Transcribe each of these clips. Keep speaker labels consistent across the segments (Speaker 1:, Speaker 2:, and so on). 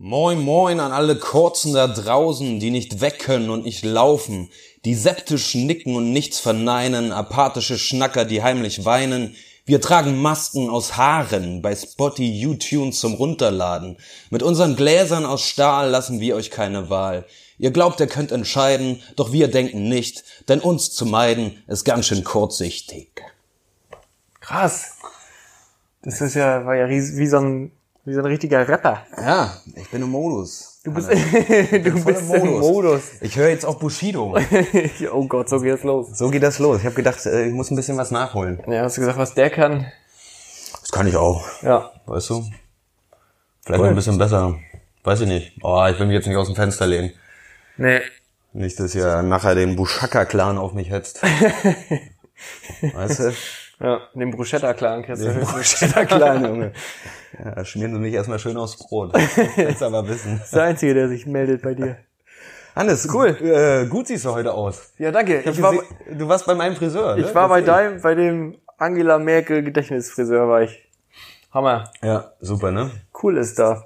Speaker 1: Moin moin an alle Kurzen da draußen, die nicht weg können und nicht laufen, die septisch nicken und nichts verneinen, apathische Schnacker, die heimlich weinen. Wir tragen Masken aus Haaren bei Spotty U-Tune zum Runterladen. Mit unseren Gläsern aus Stahl lassen wir euch keine Wahl. Ihr glaubt, ihr könnt entscheiden, doch wir denken nicht, denn uns zu meiden ist ganz schön kurzsichtig.
Speaker 2: Krass. Das ist ja, war ja ries- wie so ein, wie so ein richtiger Rapper.
Speaker 1: Ja, ich bin im Modus. Also,
Speaker 2: Du bist, du bist im Modus.
Speaker 1: Ich höre jetzt auch Bushido.
Speaker 2: oh Gott, so geht's los.
Speaker 1: So geht das los. Ich habe gedacht, äh, ich muss ein bisschen was nachholen.
Speaker 2: Ja, hast du gesagt, was der kann?
Speaker 1: Das kann ich auch.
Speaker 2: Ja.
Speaker 1: Weißt du? Vielleicht noch ein bisschen besser. Weiß ich nicht. Oh, ich will mich jetzt nicht aus dem Fenster lehnen.
Speaker 2: Nee.
Speaker 1: Nicht, dass ihr nachher den Bushaka-Clan auf mich hetzt. weißt du?
Speaker 2: Ja, den Bruschetta-Clan kennst du höchstens.
Speaker 1: Bushaka-Clan, Junge. Ja, da schmieren sie mich erstmal schön aufs Brot. Jetzt aber wissen.
Speaker 2: Das ist der Einzige, der sich meldet bei dir.
Speaker 1: Hannes, cool. Äh, gut siehst du heute aus.
Speaker 2: Ja, danke. Ich
Speaker 1: Ich
Speaker 2: war,
Speaker 1: seh- du warst bei meinem Friseur, ne?
Speaker 2: ich war bei deinem, bei dem Angela Merkel Gedächtnisfriseur war ich. Hammer.
Speaker 1: Ja, super, ne?
Speaker 2: Cool ist da.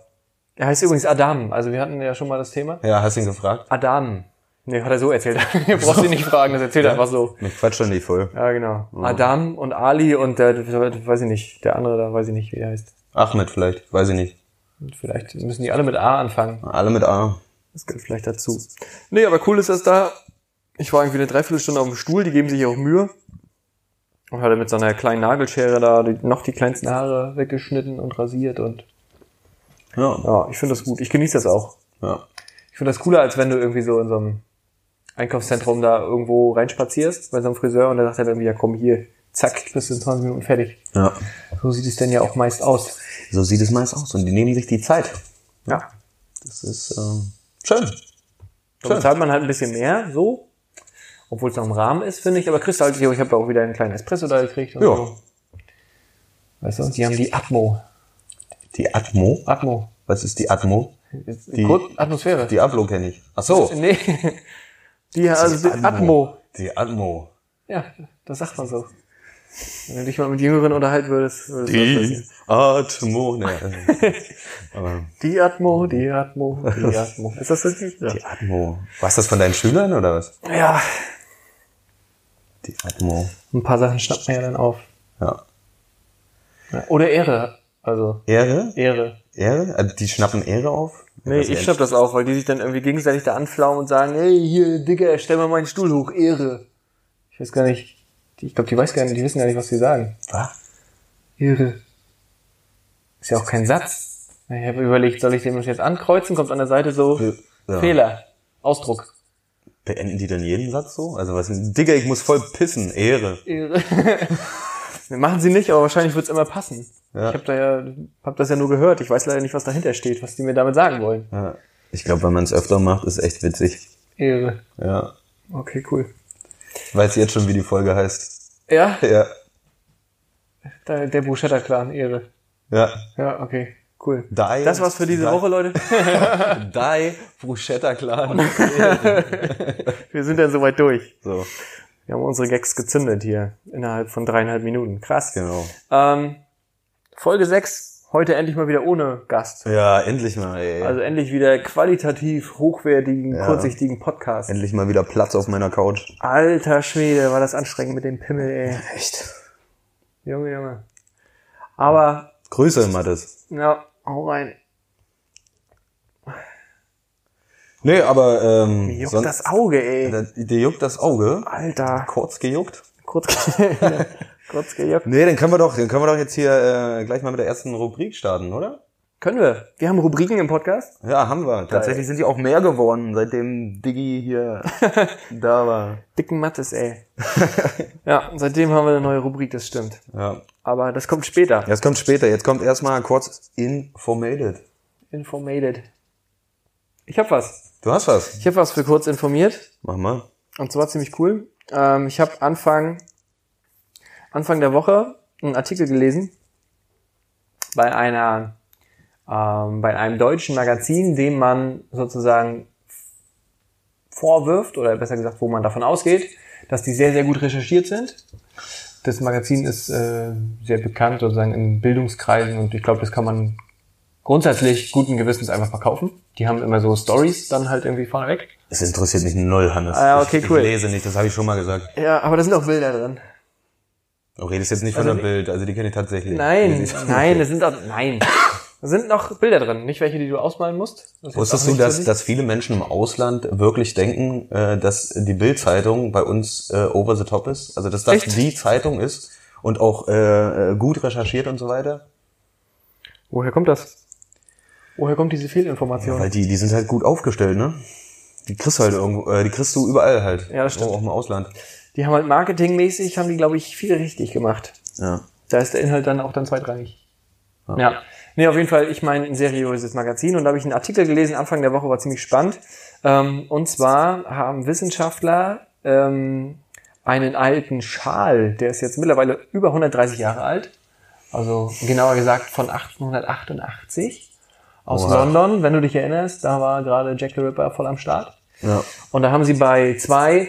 Speaker 2: Er heißt übrigens Adam. Also wir hatten ja schon mal das Thema.
Speaker 1: Ja, hast ihn gefragt?
Speaker 2: Adam. Nee, hat er so erzählt. Du brauchst ihn nicht fragen, das erzählt er einfach so.
Speaker 1: Mich quatscht schon nicht voll.
Speaker 2: Ja, genau. Adam und Ali und der, weiß ich nicht, der andere da weiß ich nicht, wie der heißt.
Speaker 1: Ahmed vielleicht, weiß ich nicht.
Speaker 2: Und vielleicht müssen die alle mit A anfangen.
Speaker 1: Alle mit A.
Speaker 2: Das gehört vielleicht dazu. Nee, aber cool ist das da. Ich war irgendwie eine Dreiviertelstunde auf dem Stuhl, die geben sich auch Mühe. Und hat er mit so einer kleinen Nagelschere da die, noch die kleinsten Haare weggeschnitten und rasiert und
Speaker 1: Ja.
Speaker 2: ja, ich finde das gut. Ich genieße das auch.
Speaker 1: ja.
Speaker 2: Ich finde das cooler, als wenn du irgendwie so in so einem Einkaufszentrum da irgendwo reinspazierst bei so einem Friseur und der sagt dann irgendwie, ja komm hier, zack, bist du in 20 Minuten fertig.
Speaker 1: Ja.
Speaker 2: So sieht es denn ja auch meist aus.
Speaker 1: So sieht es meist aus. Und die nehmen sich die Zeit.
Speaker 2: Ja.
Speaker 1: Das ist ähm, schön.
Speaker 2: Da
Speaker 1: Schön.
Speaker 2: bezahlt man halt ein bisschen mehr, so. Obwohl es noch im Rahmen ist, finde ich. Aber kriegst du halt, ich habe auch wieder einen kleinen Espresso da gekriegt. Und
Speaker 1: Ja.
Speaker 2: So. Weißt du, die haben die Atmo.
Speaker 1: Die Atmo.
Speaker 2: Atmo.
Speaker 1: Was ist die Atmo?
Speaker 2: Die, Kurz, Atmosphäre.
Speaker 1: Die Ablo kenne ich. Ach so.
Speaker 2: nee. Die, also die Atmo.
Speaker 1: Die Atmo.
Speaker 2: Ja, das sagt man so. Wenn du dich mal mit Jüngeren unterhalten würdest, würdest du das wissen.
Speaker 1: Atmo. Nee, also, aber
Speaker 2: die Atmo, die Atmo, die Atmo. Ist das richtig? Ja.
Speaker 1: die Atmo. Warst das von deinen Schülern oder was?
Speaker 2: ja.
Speaker 1: Die Atmo.
Speaker 2: Ein paar Sachen schnappt man ja dann auf.
Speaker 1: Ja.
Speaker 2: Ja. Oder Ehre. Also,
Speaker 1: Ehre?
Speaker 2: Ehre.
Speaker 1: Ehre? Also die schnappen Ehre auf?
Speaker 2: Nee,
Speaker 1: Was,
Speaker 2: ich
Speaker 1: Ehre?
Speaker 2: schnapp das auf, weil die sich dann irgendwie gegenseitig da anflaumen und sagen, hey, hier, Digga, stell mal meinen Stuhl hoch, Ehre. Ich weiß gar nicht, die- ich glaube, die weiß gar nicht, die wissen gar nicht, was sie sagen.
Speaker 1: Was?
Speaker 2: Ehre. Ist ja auch kein Satz. Ich habe überlegt, soll ich dem das jetzt ankreuzen? Kommt an der Seite so,
Speaker 1: Ja.
Speaker 2: Fehler, Ausdruck.
Speaker 1: Beenden die dann jeden Satz so? Also was? Digga, ich muss voll pissen. Ehre.
Speaker 2: Ehre. Machen sie nicht, aber wahrscheinlich wird's immer passen.
Speaker 1: Ja.
Speaker 2: Ich habe da ja, hab das ja nur gehört. Ich weiß leider nicht, was dahinter steht, was die mir damit sagen wollen.
Speaker 1: Ja. Ich glaube, wenn man es öfter macht, ist echt witzig.
Speaker 2: Ehre.
Speaker 1: Ja.
Speaker 2: Okay, cool.
Speaker 1: Weiß jetzt schon, wie die Folge heißt.
Speaker 2: Ja,
Speaker 1: Ja.
Speaker 2: der, der Bruschetta-Clan, Ehre.
Speaker 1: Ja.
Speaker 2: Ja, okay, cool.
Speaker 1: Die,
Speaker 2: Das war's für diese
Speaker 1: die,
Speaker 2: Woche, Leute.
Speaker 1: Die Bruschetta Clan.
Speaker 2: Wir sind dann soweit durch.
Speaker 1: So,
Speaker 2: Wir haben unsere Gags gezündet hier innerhalb von dreieinhalb Minuten. Krass.
Speaker 1: genau.
Speaker 2: Ähm, Folge 6, heute endlich mal wieder ohne Gast.
Speaker 1: Ja, endlich mal, ey.
Speaker 2: Also endlich wieder qualitativ hochwertigen,
Speaker 1: Ja.
Speaker 2: kurzsichtigen Podcast.
Speaker 1: endlich mal wieder Platz auf meiner Couch.
Speaker 2: Alter Schwede, war das anstrengend mit dem Pimmel, ey.
Speaker 1: Echt?
Speaker 2: Junge, Junge. Aber,
Speaker 1: Grüße, Mattes.
Speaker 2: ja, hau rein.
Speaker 1: Nee, aber ähm,
Speaker 2: Mir Juckt
Speaker 1: sonst-
Speaker 2: das Auge, ey.
Speaker 1: Da- dir juckt das Auge.
Speaker 2: Alter,
Speaker 1: Kurz gejuckt.
Speaker 2: kurz, kurz gejuckt.
Speaker 1: Nee, dann können wir doch, dann können wir doch jetzt hier äh, gleich mal mit der ersten Rubrik starten, oder?
Speaker 2: Können wir. Wir haben Rubriken im Podcast.
Speaker 1: Ja, haben wir. Tatsächlich sind die auch mehr geworden, seitdem Diggi hier da war.
Speaker 2: Dicken Mattes, ey. ja, und seitdem haben wir eine neue Rubrik, das stimmt.
Speaker 1: Ja.
Speaker 2: Aber das kommt später.
Speaker 1: Jetzt kommt später. Jetzt kommt erstmal kurz informated.
Speaker 2: Informated. Ich hab was.
Speaker 1: Du hast was.
Speaker 2: Ich hab was für kurz informiert.
Speaker 1: Mach mal.
Speaker 2: Und zwar ziemlich cool. Ähm, ich habe Anfang, Anfang der Woche einen Artikel gelesen bei einer, ähm, bei einem deutschen Magazin, dem man sozusagen vorwirft oder besser gesagt, wo man davon ausgeht, dass die sehr, sehr gut recherchiert sind. Das Magazin ist äh, sehr bekannt sozusagen in Bildungskreisen und ich glaube, das kann man grundsätzlich guten Gewissens einfach verkaufen. Die haben immer so Stories dann halt irgendwie vorneweg.
Speaker 1: Es interessiert mich null, Hannes.
Speaker 2: Ah, okay,
Speaker 1: ich,
Speaker 2: cool.
Speaker 1: ich lese nicht, das habe ich schon mal gesagt.
Speaker 2: Ja, aber da sind auch Bilder drin.
Speaker 1: Du redest jetzt nicht von
Speaker 2: Also
Speaker 1: der Bild, also die kenne ich tatsächlich.
Speaker 2: Nein,
Speaker 1: Die- die-
Speaker 2: nein, es sind auch, nein. Da sind noch Bilder drin, nicht welche, die du ausmalen musst. Das ist
Speaker 1: Wusstest
Speaker 2: auch
Speaker 1: du,
Speaker 2: nicht
Speaker 1: dass,
Speaker 2: so
Speaker 1: dass viele Menschen im Ausland wirklich denken, äh, dass die Bild-Zeitung bei uns äh, over the top ist? Also dass das
Speaker 2: Echt?
Speaker 1: die Zeitung ist und auch äh, äh, gut recherchiert und so weiter?
Speaker 2: wichtig. Woher kommt das? Woher kommt diese Fehlinformation?
Speaker 1: Weil die, die sind halt gut aufgestellt, ne? Die kriegst du halt irgendwo, äh, die kriegst du überall halt.
Speaker 2: Ja, das stimmt.
Speaker 1: Auch im Ausland.
Speaker 2: die haben halt marketingmäßig, haben die, glaube ich, viel richtig gemacht.
Speaker 1: Ja.
Speaker 2: Da ist der Inhalt dann auch dann zweitrangig. Ja. Nee, auf jeden Fall, ich meine, ein seriöses Magazin. Und da habe ich einen Artikel gelesen, Anfang der Woche, war ziemlich spannend. Ähm, und zwar haben Wissenschaftler ähm, einen alten Schal, der ist jetzt mittlerweile über 130 Jahre alt. Also genauer gesagt von 1888 aus
Speaker 1: Oha.
Speaker 2: London. Wenn du dich erinnerst, da war gerade Jack the Ripper voll am Start.
Speaker 1: ja.
Speaker 2: Und da haben sie bei zwei,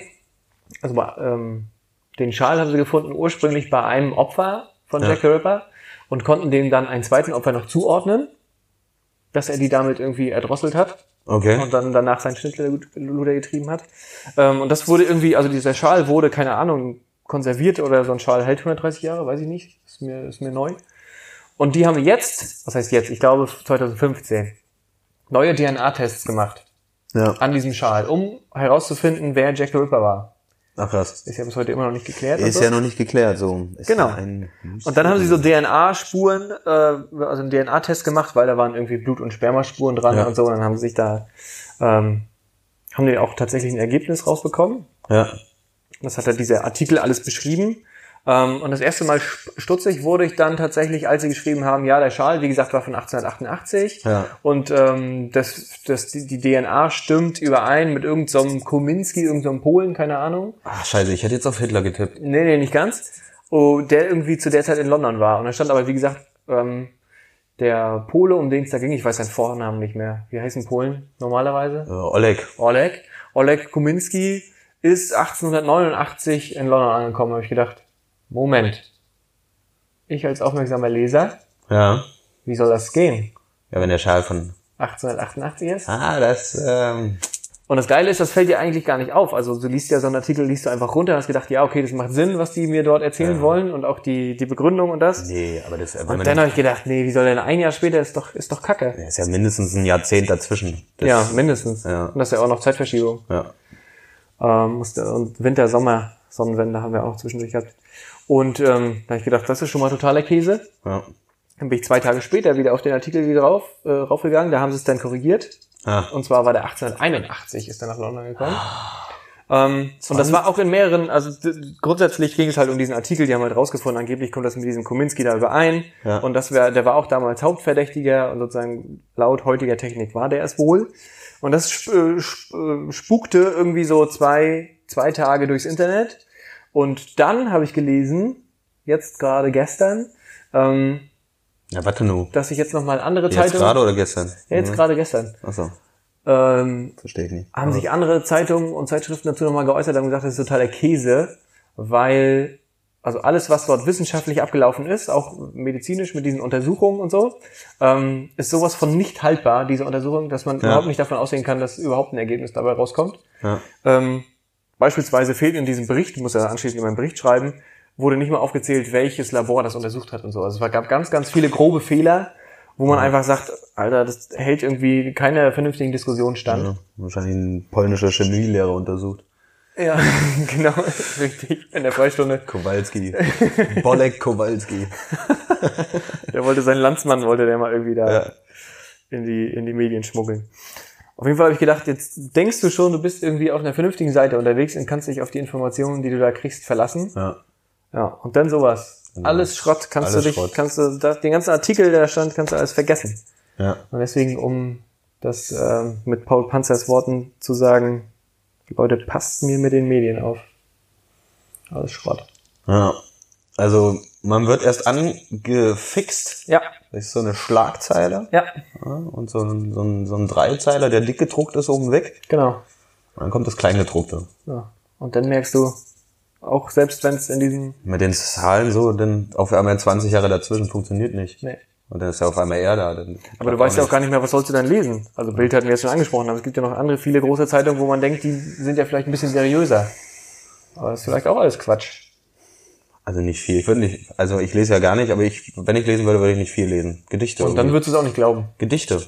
Speaker 2: also bei, ähm, den Schal haben sie gefunden, ursprünglich bei einem Opfer von
Speaker 1: Ja.
Speaker 2: Jack the Ripper und konnten dem dann einen zweiten Opfer noch zuordnen, dass er die damit irgendwie erdrosselt hat
Speaker 1: Okay.
Speaker 2: und dann danach seinen Schnittluder getrieben hat. Ähm, und das wurde irgendwie, also dieser Schal wurde, keine Ahnung, konserviert oder so ein Schal hält 130 Jahre, weiß ich nicht, ist mir, ist mir neu. Und die haben jetzt, was heißt jetzt, ich glaube 2015, neue DNA-Tests gemacht
Speaker 1: Ja.
Speaker 2: an diesem Schal, um herauszufinden, wer Jack the Ripper war.
Speaker 1: Ach krass.
Speaker 2: Ist ja bis heute immer noch nicht geklärt. und
Speaker 1: Ist
Speaker 2: so.
Speaker 1: ja noch nicht geklärt, so. Ist
Speaker 2: Genau.
Speaker 1: ja Ein
Speaker 2: und dann haben sie so DNA-Spuren, äh, also einen DNA-Test gemacht, weil da waren irgendwie Blut- und Spermaspuren dran
Speaker 1: Ja.
Speaker 2: und so. Und dann haben sie sich da, ähm, haben die auch tatsächlich ein Ergebnis rausbekommen.
Speaker 1: Ja.
Speaker 2: Das hat ja dieser Artikel alles beschrieben. Ähm, und das erste Mal sch- stutzig wurde ich dann tatsächlich, als sie geschrieben haben, ja, der Schal, wie gesagt, war von 1888.
Speaker 1: Ja.
Speaker 2: Und ähm, das, das, die, die DNA stimmt überein mit irgendeinem so einem Kominski, irgendeinem so Polen, keine Ahnung.
Speaker 1: Ach, scheiße, ich hätte jetzt auf Hitler getippt.
Speaker 2: Nee, nee, nicht ganz. Oh, der irgendwie zu der Zeit in London war. Und da stand aber, wie gesagt, ähm, der Pole, um den es da ging, ich weiß seinen Vornamen nicht mehr. Wie heißen Polen normalerweise?
Speaker 1: Äh, Oleg.
Speaker 2: Oleg. Oleg Kuminski ist 1889 in London angekommen, habe ich gedacht. Moment. Ich als aufmerksamer Leser,
Speaker 1: Ja.
Speaker 2: wie soll das gehen?
Speaker 1: Ja, wenn der Schal von.
Speaker 2: 1888 ist?
Speaker 1: Ah, das, ähm,
Speaker 2: Und das Geile ist, das fällt dir eigentlich gar nicht auf. Also du liest ja so einen Artikel, liest du einfach runter, hast gedacht, ja, okay, das macht Sinn, was die mir dort erzählen wollen und auch die, die Begründung und das.
Speaker 1: Nee, aber das, äh, wenn
Speaker 2: Und
Speaker 1: man
Speaker 2: dann habe ich gedacht, nee, wie soll denn ein Jahr später, ist doch, ist doch kacke.
Speaker 1: das ist ja mindestens ein Jahrzehnt dazwischen. Das,
Speaker 2: ja, mindestens.
Speaker 1: ja.
Speaker 2: Und das ist ja auch noch Zeitverschiebung.
Speaker 1: ja.
Speaker 2: Ähm, musste, und Winter, Sommer, Sonnenwende haben wir auch zwischendurch gehabt. Und ähm, da habe ich gedacht, das ist schon mal totaler Käse.
Speaker 1: Ja.
Speaker 2: Dann bin ich zwei Tage später wieder auf den Artikel wieder rauf, äh, raufgegangen, da haben sie es dann korrigiert.
Speaker 1: Ah.
Speaker 2: Und zwar war der 1881, ist er nach London gekommen. Ähm, und das war auch in mehreren, also d- grundsätzlich ging es halt um diesen Artikel, die haben halt rausgefunden, angeblich kommt das mit diesem Kominski da überein.
Speaker 1: Ja.
Speaker 2: Und das wär, der war auch damals Hauptverdächtiger und sozusagen laut heutiger Technik war der es wohl. Und das sp äh, sp äh, spukte irgendwie so zwei, zwei Tage durchs Internet. Und dann habe ich gelesen, jetzt gerade gestern, ähm,
Speaker 1: Na, warte nur.
Speaker 2: dass ich jetzt nochmal andere
Speaker 1: Jetzt
Speaker 2: Zeitungen...
Speaker 1: gerade Mhm. oder gestern?
Speaker 2: ja, jetzt gerade gestern.
Speaker 1: Achso,
Speaker 2: Ähm,
Speaker 1: verstehe ich nicht.
Speaker 2: haben sich andere Zeitungen und Zeitschriften dazu nochmal geäußert haben gesagt, das ist totaler Käse, weil also alles, was dort wissenschaftlich abgelaufen ist, auch medizinisch mit diesen Untersuchungen und so, ähm, ist sowas von nicht haltbar, diese Untersuchung, dass man überhaupt nicht davon ausgehen kann, dass überhaupt ein Ergebnis dabei rauskommt.
Speaker 1: Ja.
Speaker 2: Ähm, beispielsweise fehlt in diesem Bericht, muss er anschließend über einen Bericht schreiben, wurde nicht mal aufgezählt, welches Labor das untersucht hat und so. Also es gab ganz, ganz viele grobe Fehler, wo man einfach sagt, Alter, das hält irgendwie keiner vernünftigen Diskussion stand.
Speaker 1: Ja, also, wahrscheinlich ein polnischer Chemielehrer untersucht.
Speaker 2: Ja, genau, richtig. In der Freistunde.
Speaker 1: Kowalski. Bolek Kowalski.
Speaker 2: Der wollte seinen Landsmann, wollte der mal irgendwie da
Speaker 1: Ja.
Speaker 2: in, die, in die Medien schmuggeln. Auf jeden Fall habe ich gedacht, jetzt denkst du schon, du bist irgendwie auf einer vernünftigen Seite unterwegs und kannst dich auf die Informationen, die du da kriegst, verlassen.
Speaker 1: Ja.
Speaker 2: Ja, und dann sowas. Alles Schrott, kannst
Speaker 1: Alles
Speaker 2: du dich,
Speaker 1: Schrott.
Speaker 2: kannst du das, den ganzen Artikel, der da stand, kannst du alles vergessen.
Speaker 1: Ja.
Speaker 2: Und deswegen, um das ähm, mit Paul Panzers Worten zu sagen, Leute, passt mir mit den Medien auf. Alles Schrott.
Speaker 1: ja. Also, man wird erst angefixt.
Speaker 2: Ja,
Speaker 1: Das ist so eine Schlagzeile.
Speaker 2: ja,
Speaker 1: Ja, und so ein, so ein, so ein Dreizeiler, der dick gedruckt ist, oben weg.
Speaker 2: genau.
Speaker 1: Und dann kommt das Kleingedruckte.
Speaker 2: Ja. Und dann merkst du, auch selbst wenn es in diesem.
Speaker 1: Mit den Zahlen so, denn auf einmal 20 Jahre dazwischen funktioniert nicht.
Speaker 2: Nee.
Speaker 1: Und dann ist ja auf einmal er da. Dann
Speaker 2: Aber du weißt ja auch gar nicht mehr, was sollst du dann lesen? Also Bild hatten wir jetzt schon angesprochen, aber es gibt ja noch andere viele große Zeitungen, wo man denkt, die sind ja vielleicht ein bisschen seriöser. Aber das ist vielleicht auch alles Quatsch.
Speaker 1: Also nicht viel. Ich würde nicht, also ich lese ja gar nicht, aber ich, wenn ich lesen würde, würde ich nicht viel lesen. Gedichte.
Speaker 2: Und dann würdest du es auch nicht glauben.
Speaker 1: Gedichte.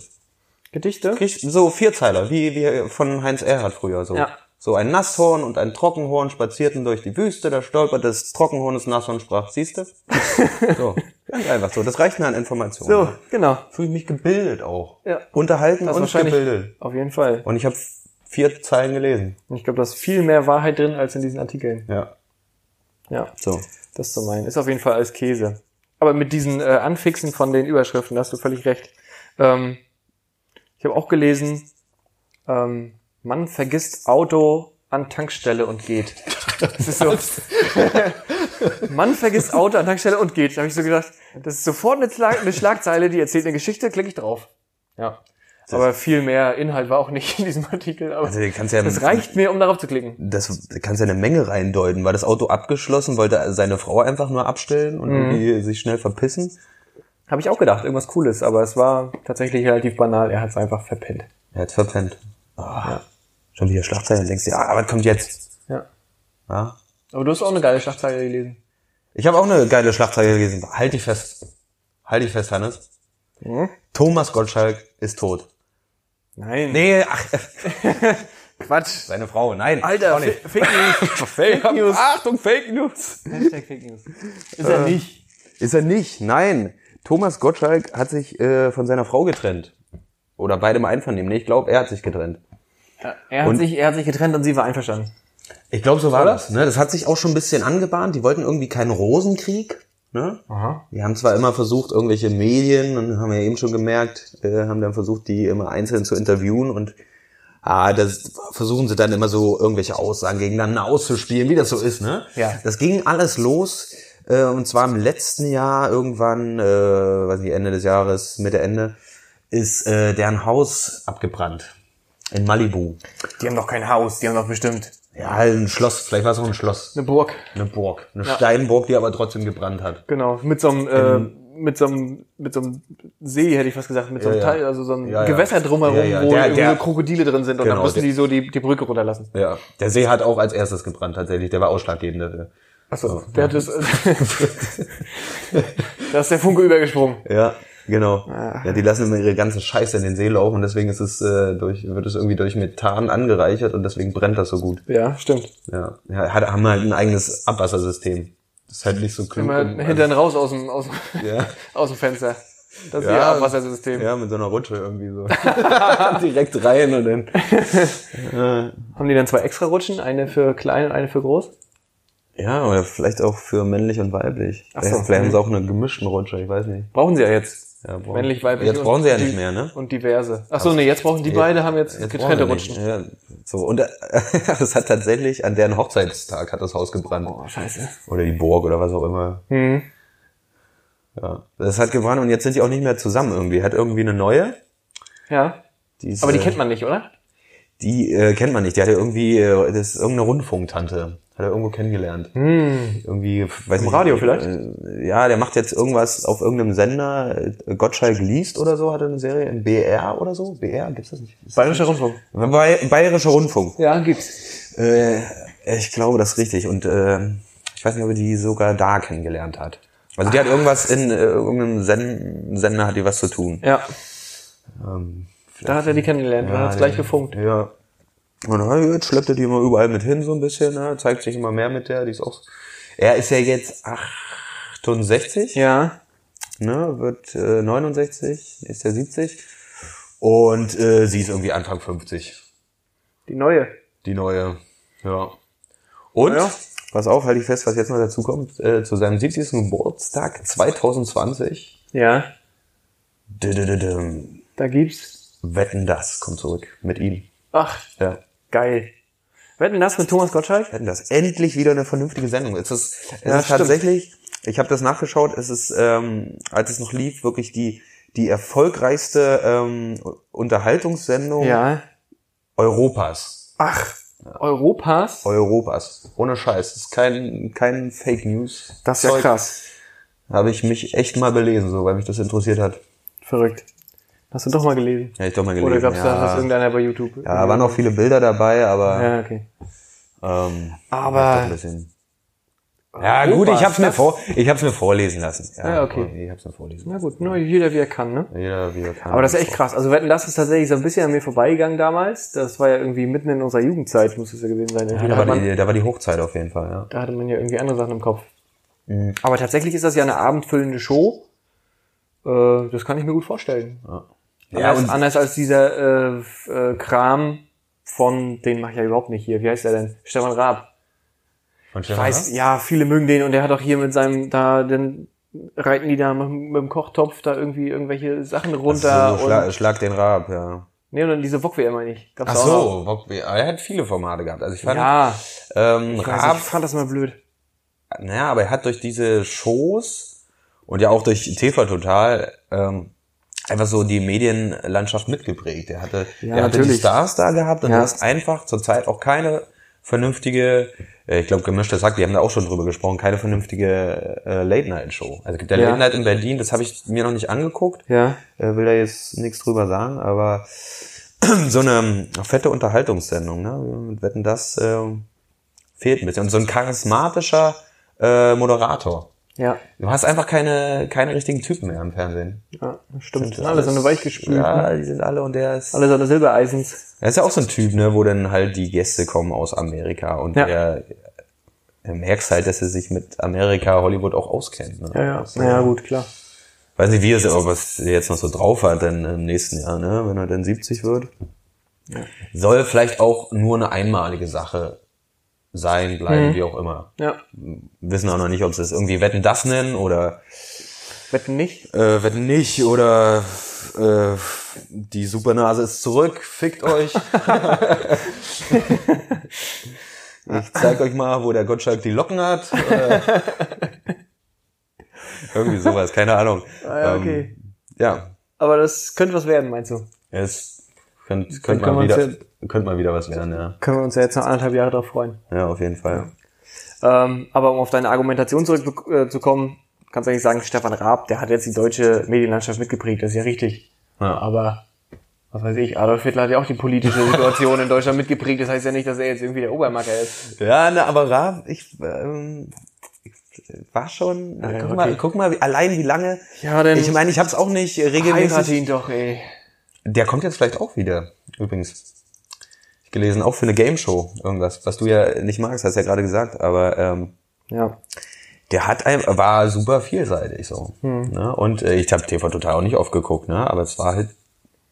Speaker 2: Gedichte?
Speaker 1: Richtig, So Vierzeiler, wie, wie von Heinz Erhardt früher so.
Speaker 2: Ja.
Speaker 1: So ein Nasshorn und ein Trockenhorn spazierten durch die Wüste, da stolperte das Trockenhorn, das Nasshorn sprach, siehst du? so, ganz einfach so. Das reicht mir an Informationen.
Speaker 2: So, genau.
Speaker 1: Fühle ich mich gebildet auch.
Speaker 2: Ja.
Speaker 1: Unterhalten
Speaker 2: Das
Speaker 1: und
Speaker 2: wahrscheinlich-
Speaker 1: gebildet.
Speaker 2: Auf jeden Fall.
Speaker 1: Und ich habe vier Zeilen gelesen.
Speaker 2: Und ich glaube, da ist viel mehr Wahrheit drin als in diesen Artikeln.
Speaker 1: Ja.
Speaker 2: Ja,
Speaker 1: So.
Speaker 2: das zu meinen. Ist auf jeden Fall alles Käse. Aber mit diesen äh, Anfixen von den Überschriften, da hast du völlig recht. Ähm, ich habe auch gelesen, ähm, Mann vergisst Auto an Tankstelle und geht. Das ist so. Mann vergisst Auto an Tankstelle und geht. Da habe ich so gedacht, das ist sofort eine, Schlag eine Schlagzeile, die erzählt eine Geschichte, klicke ich drauf. Ja. Aber viel mehr Inhalt war auch nicht in diesem Artikel. Aber
Speaker 1: Also, du kannst ja-
Speaker 2: das reicht mir, um darauf zu klicken.
Speaker 1: Das da kannst ja eine Menge reindeuten. War das Auto abgeschlossen? Wollte seine Frau einfach nur abstellen
Speaker 2: Mhm.
Speaker 1: und irgendwie sich schnell verpissen?
Speaker 2: Habe ich auch gedacht, irgendwas Cooles, aber es war tatsächlich relativ banal. Er hat es einfach verpennt.
Speaker 1: Er hat's verpennt. Oh, Schon wieder Schlagzeilen. Denkst du, ja, was kommt jetzt?
Speaker 2: Ja.
Speaker 1: Ja.
Speaker 2: Aber du hast auch eine geile Schlagzeile gelesen.
Speaker 1: Ich habe auch eine geile Schlagzeile gelesen. Halt dich fest. Halt dich fest, Hannes.
Speaker 2: Mhm.
Speaker 1: Thomas Gottschalk ist tot.
Speaker 2: Nein.
Speaker 1: Nee, ach,
Speaker 2: Quatsch.
Speaker 1: seine Frau, nein.
Speaker 2: Alter,
Speaker 1: auch nicht.
Speaker 2: Fa- Fake News. Fake News.
Speaker 1: Achtung, Fake News.
Speaker 2: Hashtag Fake News. Ist er nicht.
Speaker 1: Ist er nicht, nein. Thomas Gottschalk hat sich äh, von seiner Frau getrennt. Oder beide im Einvernehmen. Nee, ich glaube, er hat sich getrennt.
Speaker 2: Er hat, sich, er hat sich getrennt und sie war einverstanden.
Speaker 1: Ich glaube, so war
Speaker 2: Oder?
Speaker 1: das. Ne? Das hat sich auch schon ein bisschen angebahnt. Die wollten irgendwie keinen Rosenkrieg. Ne?
Speaker 2: Aha.
Speaker 1: Die haben zwar immer versucht, irgendwelche Medien, und haben wir eben schon gemerkt, äh, haben dann versucht, die immer einzeln zu interviewen und ah, das versuchen sie dann immer so irgendwelche Aussagen gegeneinander auszuspielen, wie das so ist, ne?
Speaker 2: Ja.
Speaker 1: Das ging alles los. Äh, und zwar im letzten Jahr, irgendwann, äh, weiß nicht, Ende des Jahres, Mitte Ende, ist äh, deren Haus abgebrannt. In Malibu.
Speaker 2: Die haben doch kein Haus, die haben doch bestimmt
Speaker 1: Ja, halt ein Schloss, vielleicht war es auch ein Schloss.
Speaker 2: eine Burg.
Speaker 1: Eine Burg. Eine Steinburg, die aber trotzdem gebrannt hat.
Speaker 2: Genau, mit so einem, äh, mit so einem, mit so einem See, hätte ich fast gesagt, mit so einem
Speaker 1: Ja, ja.
Speaker 2: Teil, also so einem
Speaker 1: Ja, ja.
Speaker 2: Gewässer drumherum,
Speaker 1: Ja, ja,
Speaker 2: wo
Speaker 1: der-
Speaker 2: irgendwie
Speaker 1: der-
Speaker 2: so Krokodile drin sind und dann
Speaker 1: Genau,
Speaker 2: mussten
Speaker 1: der-
Speaker 2: die so die, die Brücke runterlassen.
Speaker 1: Ja. Der See hat auch als erstes gebrannt tatsächlich. Der war äh, ausschlaggebend dafür.
Speaker 2: Achso, der hat das. da ist der Funke übergesprungen.
Speaker 1: Ja, genau.
Speaker 2: Ah.
Speaker 1: Ja, die lassen immer ihre ganze Scheiße in den See laufen und deswegen ist es äh, durch, wird es irgendwie durch Methan angereichert und deswegen brennt das so gut.
Speaker 2: Ja, stimmt.
Speaker 1: Ja. ja hat, haben halt ein eigenes Abwassersystem. Das ist halt nicht so klug.
Speaker 2: Immer
Speaker 1: im-
Speaker 2: hintern raus aus dem, aus, dem-
Speaker 1: Ja.
Speaker 2: aus dem Fenster. Das ist ihr
Speaker 1: Ja.
Speaker 2: Abwassersystem.
Speaker 1: ja, mit so einer Rutsche irgendwie so. Direkt rein und dann.
Speaker 2: Haben die dann zwei extra Rutschen? Eine für klein und eine für groß?
Speaker 1: Ja, oder vielleicht auch für männlich und weiblich.
Speaker 2: so.
Speaker 1: vielleicht vielleicht haben sie auch eine gemischten Rutsche, ich weiß nicht.
Speaker 2: Brauchen sie ja jetzt.
Speaker 1: Ja, brauchen-
Speaker 2: Männlich, weiblich.
Speaker 1: Jetzt
Speaker 2: und
Speaker 1: brauchen sie ja
Speaker 2: die-
Speaker 1: nicht mehr, ne?
Speaker 2: Und diverse. Achso, nee, jetzt brauchen die beide, haben jetzt, getrennte
Speaker 1: brauchen wir
Speaker 2: Rutschen.
Speaker 1: nicht. Ja, so. Und äh, das hat tatsächlich an deren Hochzeitstag hat das Haus gebrannt.
Speaker 2: Oh, scheiße.
Speaker 1: Oder die Burg oder was auch immer. Mhm.
Speaker 2: Hm.
Speaker 1: Ja. Das hat gebrannt und jetzt sind die auch nicht mehr zusammen irgendwie. Hat irgendwie eine neue.
Speaker 2: Ja.
Speaker 1: Die ist,
Speaker 2: Aber die
Speaker 1: äh,
Speaker 2: kennt man nicht, oder?
Speaker 1: Die äh, kennt man nicht. Die hatte irgendwie, äh, das ist irgendeine Rundfunktante. Hat er irgendwo kennengelernt. Hm. Irgendwie, weiß Im
Speaker 2: Radio vielleicht?
Speaker 1: Äh, ja, der macht jetzt irgendwas auf irgendeinem Sender. Äh, Gottschalk liest oder so, hat er eine Serie im BR oder so. BR, gibt's das nicht?
Speaker 2: Bayerischer Rundfunk.
Speaker 1: Bay Bayerischer Rundfunk.
Speaker 2: Ja, gibt's.
Speaker 1: Äh, ich glaube, das ist richtig. Und äh, ich weiß nicht, ob er die sogar da kennengelernt hat. Also die hat irgendwas in äh, irgendeinem Sen Sender hat die was zu tun.
Speaker 2: Ja.
Speaker 1: Ähm,
Speaker 2: Da hat er die kennengelernt. Ja, hat es gleich
Speaker 1: die-
Speaker 2: gefunkt.
Speaker 1: Ja. Und äh, jetzt schleppt er die immer überall mit hin so ein bisschen, ne? zeigt sich immer mehr mit der. Die ist auch. Er ist ja jetzt 68,
Speaker 2: Ja.
Speaker 1: ne? wird äh, 69, ist ja 70 und äh, sie ist irgendwie Anfang 50.
Speaker 2: Die neue.
Speaker 1: Die neue. Ja. Und,
Speaker 2: Ja.
Speaker 1: pass auf, halte ich fest, was jetzt noch dazu kommt, äh, zu seinem 70. Geburtstag 2020.
Speaker 2: Ja.
Speaker 1: Didididim.
Speaker 2: Da gibt's.
Speaker 1: Wetten das kommt zurück mit ihm.
Speaker 2: Ach,
Speaker 1: Ja.
Speaker 2: geil. Wetten das mit Thomas Gottschalk?
Speaker 1: Wetten das. Endlich wieder eine vernünftige Sendung. Es ist, es
Speaker 2: Ja,
Speaker 1: ist
Speaker 2: stimmt.
Speaker 1: tatsächlich, ich habe das nachgeschaut, es ist, ähm, als es noch lief, wirklich die, die erfolgreichste ähm, Unterhaltungssendung
Speaker 2: Ja.
Speaker 1: Europas.
Speaker 2: Ach, Europas?
Speaker 1: Europas. Ohne Scheiß. Das ist kein, kein Fake News.
Speaker 2: Das ist ja
Speaker 1: Zeug.
Speaker 2: krass.
Speaker 1: Habe ich mich echt mal belesen, so, weil mich das interessiert hat.
Speaker 2: Verrückt. Hast du doch mal gelesen?
Speaker 1: Hätte ich doch mal gelesen.
Speaker 2: Oder glaubst du,
Speaker 1: ja.
Speaker 2: da hast irgendeiner bei YouTube?
Speaker 1: ja, waren auch viele Bilder dabei, aber.
Speaker 2: Ja, okay.
Speaker 1: Ähm,
Speaker 2: Aber-
Speaker 1: doch ein bisschen. Ja, gut,
Speaker 2: Opa,
Speaker 1: ich hab's mir
Speaker 2: das-
Speaker 1: vor, ich hab's mir vorlesen lassen.
Speaker 2: Ja, okay.
Speaker 1: Ich hab's mir vorlesen
Speaker 2: Na
Speaker 1: lassen.
Speaker 2: gut, nur jeder wie er kann, ne?
Speaker 1: Jeder, wie er kann.
Speaker 2: Aber das ist echt krass. Also Wetten, das ist tatsächlich so ein bisschen an mir vorbeigegangen damals. Das war ja irgendwie mitten in unserer Jugendzeit, muss es ja gewesen sein. Irgendwie
Speaker 1: Da
Speaker 2: da, hat
Speaker 1: war,
Speaker 2: man,
Speaker 1: die, da war die Hochzeit auf jeden Fall, ja.
Speaker 2: da hatte man ja irgendwie andere Sachen im Kopf.
Speaker 1: Mhm.
Speaker 2: Aber tatsächlich ist das ja eine abendfüllende Show. Äh, Das kann ich mir gut vorstellen.
Speaker 1: Ja,
Speaker 2: anders,
Speaker 1: und
Speaker 2: anders als dieser äh, f- äh, Kram von, den mache ich ja überhaupt nicht hier. Wie heißt er denn? Stefan Raab. Ich
Speaker 1: ne?
Speaker 2: weiß, ja, viele mögen den und der hat auch hier mit seinem, da, dann reiten die da mit, mit dem Kochtopf da irgendwie irgendwelche Sachen runter.
Speaker 1: so, schla
Speaker 2: und,
Speaker 1: schlag den Rab, ja.
Speaker 2: nee, und dann diese Wok wie immer nicht. Gab's
Speaker 1: Ach
Speaker 2: da auch noch.
Speaker 1: so, Bob- er hat viele Formate gehabt. Also ich fand,
Speaker 2: Ja,
Speaker 1: ähm,
Speaker 2: ich, weiß,
Speaker 1: Raab,
Speaker 2: ich fand das mal blöd.
Speaker 1: naja, aber er hat durch diese Shows und ja auch durch TV Total ähm, einfach so die Medienlandschaft mitgeprägt. Er hatte,
Speaker 2: Ja,
Speaker 1: er hatte die
Speaker 2: natürlich.
Speaker 1: Stars da gehabt und
Speaker 2: Ja.
Speaker 1: du hast einfach zurzeit auch keine vernünftige, äh, ich glaube gemischtes Hack, die haben da auch schon drüber gesprochen, keine vernünftige äh, Late-Night-Show. Also es gibt ja,
Speaker 2: Ja.
Speaker 1: Late-Night in Berlin, das habe ich mir noch nicht angeguckt.
Speaker 2: Ja.
Speaker 1: äh, will da jetzt nichts drüber sagen, aber so eine fette Unterhaltungssendung, ne? Mit Wetten, das äh, fehlt ein bisschen. Und so ein charismatischer äh, Moderator.
Speaker 2: Ja,
Speaker 1: Du hast einfach keine, keine richtigen Typen mehr im Fernsehen.
Speaker 2: ja stimmt. Alle so eine weichgespült. ne? Also
Speaker 1: Ja, die sind alle und der ist.
Speaker 2: Alle so eine Silbereisens.
Speaker 1: Er ist ja auch so ein Typ, ne, wo dann halt die Gäste kommen aus Amerika und
Speaker 2: Ja.
Speaker 1: der du merkst halt, dass er sich mit Amerika, Hollywood auch auskennt. Ne? Also,
Speaker 2: Ja, gut, klar.
Speaker 1: Weiß nicht, wie er es ob er es jetzt noch so drauf hat dann im nächsten Jahr, ne? wenn er dann 70 wird. Soll vielleicht auch nur eine einmalige Sache sein, bleiben, wie auch immer.
Speaker 2: Ja.
Speaker 1: Wissen auch noch nicht, ob sie es irgendwie Wetten das nennen oder
Speaker 2: Wetten nicht?
Speaker 1: äh, Wetten nicht oder äh, die Supernase ist zurück, fickt euch. ich zeig euch mal, wo der Gottschalk die Locken hat. Äh, irgendwie sowas, keine Ahnung. Ähm,
Speaker 2: ja, Äh, okay.
Speaker 1: ja,
Speaker 2: Aber das könnte was werden, meinst du?
Speaker 1: ja, es könnte könnt
Speaker 2: Dann
Speaker 1: mal,
Speaker 2: können wir
Speaker 1: wieder-
Speaker 2: uns
Speaker 1: könnt mal wieder was werden, ja.
Speaker 2: Können wir uns ja jetzt noch anderthalb Jahre drauf freuen.
Speaker 1: Ja, auf jeden Fall.
Speaker 2: Ähm, aber um auf deine Argumentation zurückzukommen, äh, zu kommen, kannst du eigentlich sagen, Stefan Raab, der hat jetzt die deutsche Medienlandschaft mitgeprägt, das ist ja richtig.
Speaker 1: Ja.
Speaker 2: Aber, was weiß ich, Adolf Hitler hat ja auch die politische Situation in Deutschland mitgeprägt, das heißt ja nicht, dass er jetzt irgendwie der Obermacker ist.
Speaker 1: Ja, ne, aber Raab, ich, ähm, ich war schon. Na,
Speaker 2: Ja,
Speaker 1: guck,
Speaker 2: okay.
Speaker 1: mal, guck mal, wie, allein wie lange.
Speaker 2: Ja, denn-
Speaker 1: Ich meine, ich hab's auch nicht
Speaker 2: Heirate
Speaker 1: regelmäßig.
Speaker 2: ihn doch, ey.
Speaker 1: Der kommt jetzt vielleicht auch wieder, übrigens. Ich gelesen, auch für eine Game Show irgendwas, was du ja nicht magst, hast ja gerade gesagt, aber ähm,
Speaker 2: Ja.
Speaker 1: der hat ein, war super vielseitig so.
Speaker 2: Hm.
Speaker 1: Ne? Und äh, ich habe TV total auch nicht oft geguckt, ne? Aber es war halt,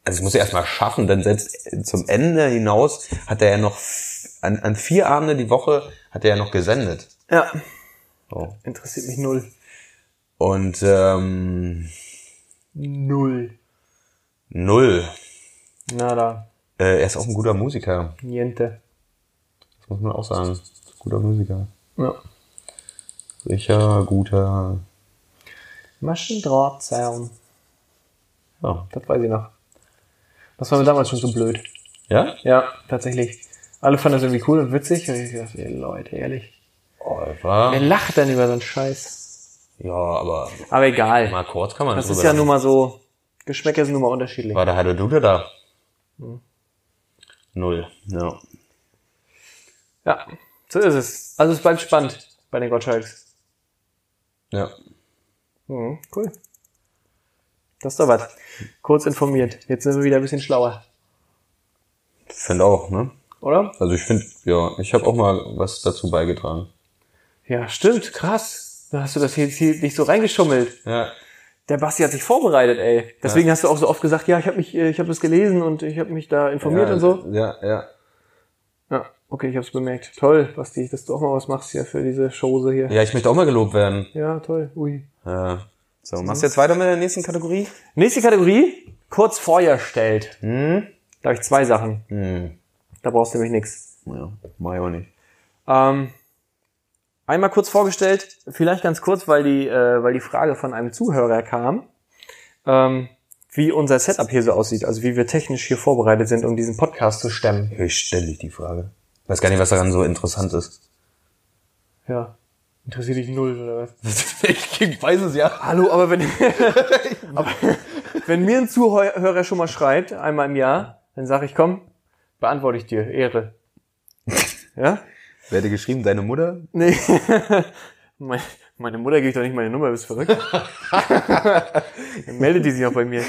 Speaker 1: also ich muss erst mal schaffen, denn selbst äh, zum Ende hinaus hat er ja noch f- an, an vier Abende die Woche hat er ja noch gesendet.
Speaker 2: Ja. Oh.
Speaker 1: So.
Speaker 2: Interessiert mich null.
Speaker 1: Und ähm,
Speaker 2: Null.
Speaker 1: null.
Speaker 2: Nada.
Speaker 1: Äh, er ist auch ein guter Musiker.
Speaker 2: Niente.
Speaker 1: Das muss man auch sagen. Guter Musiker.
Speaker 2: Ja.
Speaker 1: Sicher, guter.
Speaker 2: Maschendrahtzaun.
Speaker 1: Ja.
Speaker 2: Das weiß ich noch. Das war mir damals schon so blöd.
Speaker 1: Ja?
Speaker 2: Ja, tatsächlich. Alle fanden das irgendwie cool und witzig. Und ich dachte, ey, Leute, ehrlich.
Speaker 1: Oh, er war,
Speaker 2: Wer lacht denn über so einen Scheiß?
Speaker 1: ja, aber
Speaker 2: Aber egal.
Speaker 1: mal kurz kann man
Speaker 2: das
Speaker 1: drüber
Speaker 2: ist ja
Speaker 1: lachen.
Speaker 2: nun mal so. Geschmäcker sind nun mal unterschiedlich.
Speaker 1: War der Hallo Dude da?
Speaker 2: Hm.
Speaker 1: Null. Ja.
Speaker 2: Ja, so ist es. Also es bleibt spannend bei den Gottschalks.
Speaker 1: Ja.
Speaker 2: Mhm, cool. Das ist doch was. Kurz informiert. Jetzt sind wir wieder ein bisschen schlauer,
Speaker 1: Finde auch, ne?
Speaker 2: oder?
Speaker 1: Also ich finde, ja, ich habe auch mal was dazu beigetragen.
Speaker 2: Ja, stimmt. Krass. Da hast du das hier, hier nicht so reingeschummelt.
Speaker 1: Ja.
Speaker 2: Der Basti hat sich vorbereitet, ey. Deswegen hast du auch so oft gesagt, ja, ich habe mich, äh, ich habe das gelesen und ich habe mich da informiert
Speaker 1: ja,
Speaker 2: und so.
Speaker 1: Ja, ja.
Speaker 2: Ja, okay, ich hab's bemerkt. Toll, Basti, dass du auch mal was machst hier für diese Chose hier. Ja,
Speaker 1: Ja, ich möchte auch mal gelobt werden.
Speaker 2: toll. Ui.
Speaker 1: Ja. So, machst du jetzt weiter mit der nächsten Kategorie?
Speaker 2: Nächste Kategorie, kurz vorgestellt. Hm? Da habe ich zwei Sachen.
Speaker 1: Hm.
Speaker 2: Da brauchst du nämlich nix.
Speaker 1: Ja, mach ich auch nicht.
Speaker 2: Ähm, einmal kurz vorgestellt, vielleicht ganz kurz, weil die, äh, weil die Frage von einem Zuhörer kam, ähm, wie unser Setup hier so aussieht, also wie wir technisch hier vorbereitet sind, um diesen Podcast zu stemmen.
Speaker 1: Höre ich ständig die Frage. Weiß gar nicht, was daran so interessant ist.
Speaker 2: Ja. Interessiert dich null, oder was?
Speaker 1: ich weiß es ja.
Speaker 2: Hallo, aber wenn, aber wenn mir ein Zuhörer schon mal schreibt, einmal im Jahr, dann sage ich, komm, beantworte ich dir, Ehre. Ja?
Speaker 1: Wer hätte geschrieben, deine Mutter?
Speaker 2: Nee. Meine, meine Mutter gibt doch nicht meine Nummer, bist verrückt. Dann meldet die sich auch bei mir.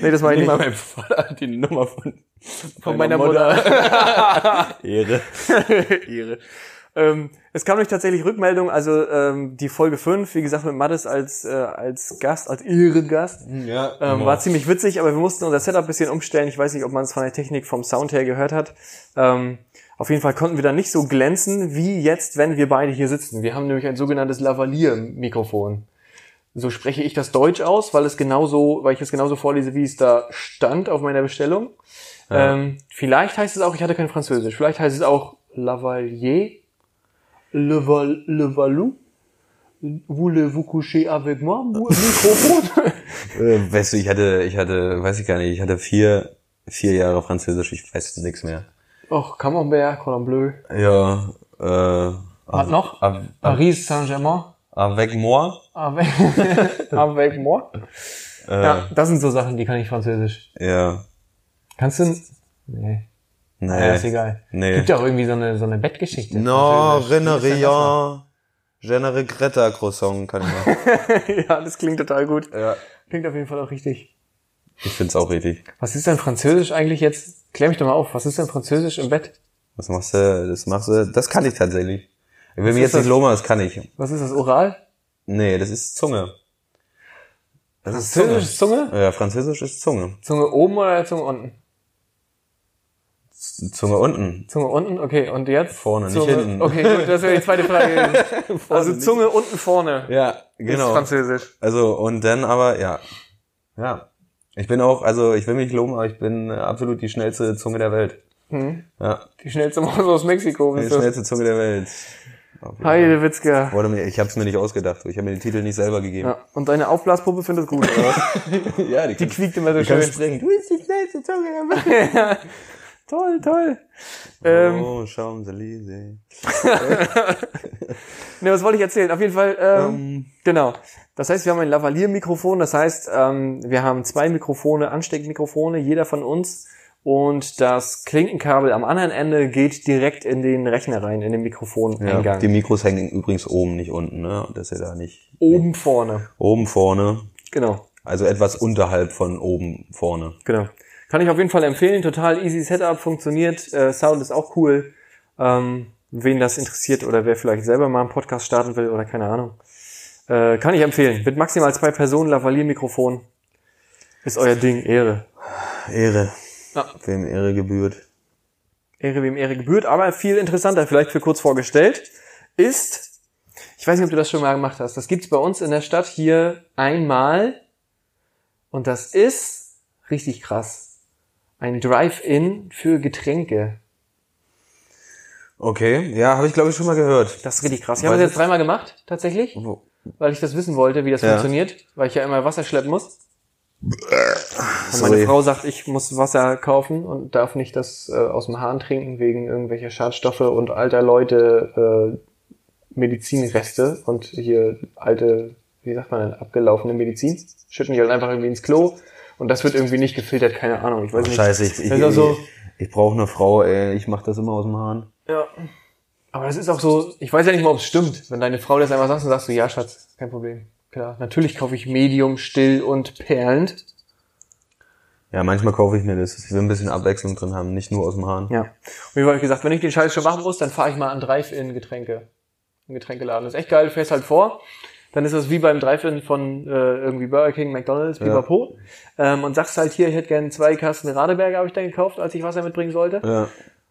Speaker 2: Nee, das war ich
Speaker 1: Nicht mal
Speaker 2: nicht.
Speaker 1: mein Vater hat die Nummer von,
Speaker 2: Von meiner Mutter.
Speaker 1: Ehre.
Speaker 2: Ehre. Ähm, es kam nämlich tatsächlich Rückmeldung, also ähm, die Folge 5, wie gesagt, mit Mattes als, äh, als Gast, als Ehrengast.
Speaker 1: Ja.
Speaker 2: Ähm, war ziemlich witzig, aber wir mussten unser Setup ein bisschen umstellen. Ich weiß nicht, ob man es von der Technik, vom Sound her gehört hat. Ähm, auf jeden Fall konnten wir da nicht so glänzen, wie jetzt, wenn wir beide hier sitzen. Wir haben nämlich ein sogenanntes Lavalier-Mikrofon. So spreche ich das Deutsch aus, weil es genauso, weil ich es genauso vorlese, wie es da stand auf meiner Bestellung. Ähm, vielleicht heißt es auch, ich hatte kein Französisch, vielleicht heißt es auch Lavalier, Leval, Levalou. Voulez-vous coucher avec moi? Mikrofon?
Speaker 1: Äh, weißt du, ich hatte, ich hatte, weiß ich gar nicht, ich hatte vier, vier Jahre Französisch, ich weiß nichts mehr.
Speaker 2: Och, Camembert, Cordon Bleu.
Speaker 1: Ja, äh,
Speaker 2: Was noch?
Speaker 1: av- av-
Speaker 2: Paris Saint-Germain.
Speaker 1: avec moi?
Speaker 2: Avec, avec moi.
Speaker 1: Äh,
Speaker 2: Ja,
Speaker 1: ja.
Speaker 2: das sind so Sachen, die kann ich Französisch. Kannst du... Nee,
Speaker 1: Nee.
Speaker 2: ja, ist egal.
Speaker 1: Nee.
Speaker 2: Gibt ja auch irgendwie so eine, so eine Bettgeschichte.
Speaker 1: No,
Speaker 2: Französisch.
Speaker 1: René
Speaker 2: halt
Speaker 1: Rien. Je ne regrette Croissant kann ich machen.
Speaker 2: ja, das klingt total gut.
Speaker 1: ja.
Speaker 2: Klingt auf jeden Fall auch richtig.
Speaker 1: Ich find's auch richtig.
Speaker 2: Was ist denn Französisch eigentlich jetzt? Klär mich doch mal auf. Was ist denn Französisch im Bett?
Speaker 1: Das machst du, das machst du, das kann ich tatsächlich. Ich will mich
Speaker 2: ist
Speaker 1: jetzt
Speaker 2: das?
Speaker 1: nicht loben, aber das kann ich.
Speaker 2: Was ist das? Oral?
Speaker 1: Nee, das ist Zunge. Das ist
Speaker 2: Französisch ist Zunge?
Speaker 1: Ja, Französisch ist Zunge.
Speaker 2: Zunge oben oder Zunge unten?
Speaker 1: Z- Zunge unten.
Speaker 2: Zunge unten? Okay, und jetzt?
Speaker 1: Vorne, nicht
Speaker 2: Zunge,
Speaker 1: hinten.
Speaker 2: Okay, gut, das wäre die zweite Frage. gewesen. also
Speaker 1: nicht.
Speaker 2: Zunge unten vorne.
Speaker 1: Ja,
Speaker 2: Ist
Speaker 1: genau.
Speaker 2: Französisch.
Speaker 1: Also, und dann aber, ja. Ja. Ich bin auch, also ich will mich loben, aber ich bin äh, absolut die schnellste Zunge der Welt. Hm. Ja,
Speaker 2: Die schnellste Maus aus Mexiko.
Speaker 1: die
Speaker 2: bist du.
Speaker 1: schnellste Zunge der Welt.
Speaker 2: Heide Witzka.
Speaker 1: Wollte mir, ich hab's mir nicht ausgedacht. Ich habe mir den Titel nicht selber gegeben.
Speaker 2: Ja. Und deine Aufblaspuppe findet gut, oder was?
Speaker 1: Ja, die,
Speaker 2: Die
Speaker 1: kann,
Speaker 2: quiekt immer so
Speaker 1: die kann
Speaker 2: schön.
Speaker 1: springen.
Speaker 2: bist die schnellste Zunge der Welt. ja. Toll, toll. Ähm,
Speaker 1: Oh, Champs-Élysées.
Speaker 2: ne, was wollte ich erzählen? Auf jeden Fall, ähm, genau. Das heißt, wir haben ein Lavalier-Mikrofon. Das heißt, ähm, wir haben zwei Mikrofone, Ansteckmikrofone, jeder von uns. Und das Klinkenkabel am anderen Ende geht direkt in den Rechner rein, in den
Speaker 1: Ja,
Speaker 2: Mikrofoneingang.
Speaker 1: die Mikros hängen übrigens oben, nicht unten, ne? Dass ihr da nicht.
Speaker 2: Oben vorne.
Speaker 1: Oben vorne.
Speaker 2: Genau.
Speaker 1: Also etwas unterhalb von oben vorne.
Speaker 2: Genau. Kann ich auf jeden Fall empfehlen. Total easy Setup, funktioniert. Äh, Sound ist auch cool. Ähm, wen das interessiert oder wer vielleicht selber mal einen Podcast starten will oder keine Ahnung. Äh, kann ich empfehlen. Mit maximal zwei Personen, Lavalier-Mikrofon. Ist euer Ding. Ehre.
Speaker 1: Ehre.
Speaker 2: Ja.
Speaker 1: Wem Ehre gebührt.
Speaker 2: Ehre wem Ehre gebührt. Aber viel interessanter, vielleicht für kurz vorgestellt, ist, ich weiß nicht, ob du das schon mal gemacht hast, das gibt's bei uns in der Stadt hier einmal. Und das ist richtig krass. Ein Drive-In für Getränke.
Speaker 1: Okay, ja, habe ich glaube ich schon mal gehört.
Speaker 2: Das ist richtig krass. Ich habe das jetzt dreimal gemacht, tatsächlich,
Speaker 1: Wo-
Speaker 2: weil ich das wissen wollte, wie das
Speaker 1: Mhm. Ja.
Speaker 2: funktioniert, weil ich ja immer Wasser schleppen muss. Und meine
Speaker 1: Sorry.
Speaker 2: Frau sagt, ich muss Wasser kaufen und darf nicht das äh, aus dem Hahn trinken wegen irgendwelcher Schadstoffe und alter Leute äh, Medizinreste und hier alte, wie sagt man denn, abgelaufene Medizin. Schütten die halt einfach irgendwie ins Klo und das wird irgendwie nicht gefiltert, keine Ahnung, ich weiß nicht.
Speaker 1: Scheiße, ich, ich,
Speaker 2: Das ist auch so,
Speaker 1: ich, ich brauche eine Frau, ey. Ich mache das immer aus dem Hahn.
Speaker 2: ja. Aber das ist auch so, ich weiß ja nicht mal, ob es stimmt. Wenn deine Frau das einmal sagt, dann sagst du, ja, Schatz, kein Problem. Klar, natürlich kaufe ich Medium, still und perlend.
Speaker 1: Ja, manchmal kaufe ich mir das. Ich will ein bisschen Abwechslung drin haben, nicht nur aus dem Hahn.
Speaker 2: Ja. Und wie habe ich gesagt, wenn ich den Scheiß schon machen muss, dann fahre ich mal an Drive-In-Getränke. Im Getränkeladen. Das ist echt geil, du fährst halt vor. Dann ist das wie beim Drive-In von äh, irgendwie Burger King, McDonalds, Pipapo. Ähm, und sagst halt hier, ich hätte gerne zwei Kasten Radeberger, habe ich dann gekauft, als ich Wasser mitbringen sollte.
Speaker 1: Ja.
Speaker 2: Und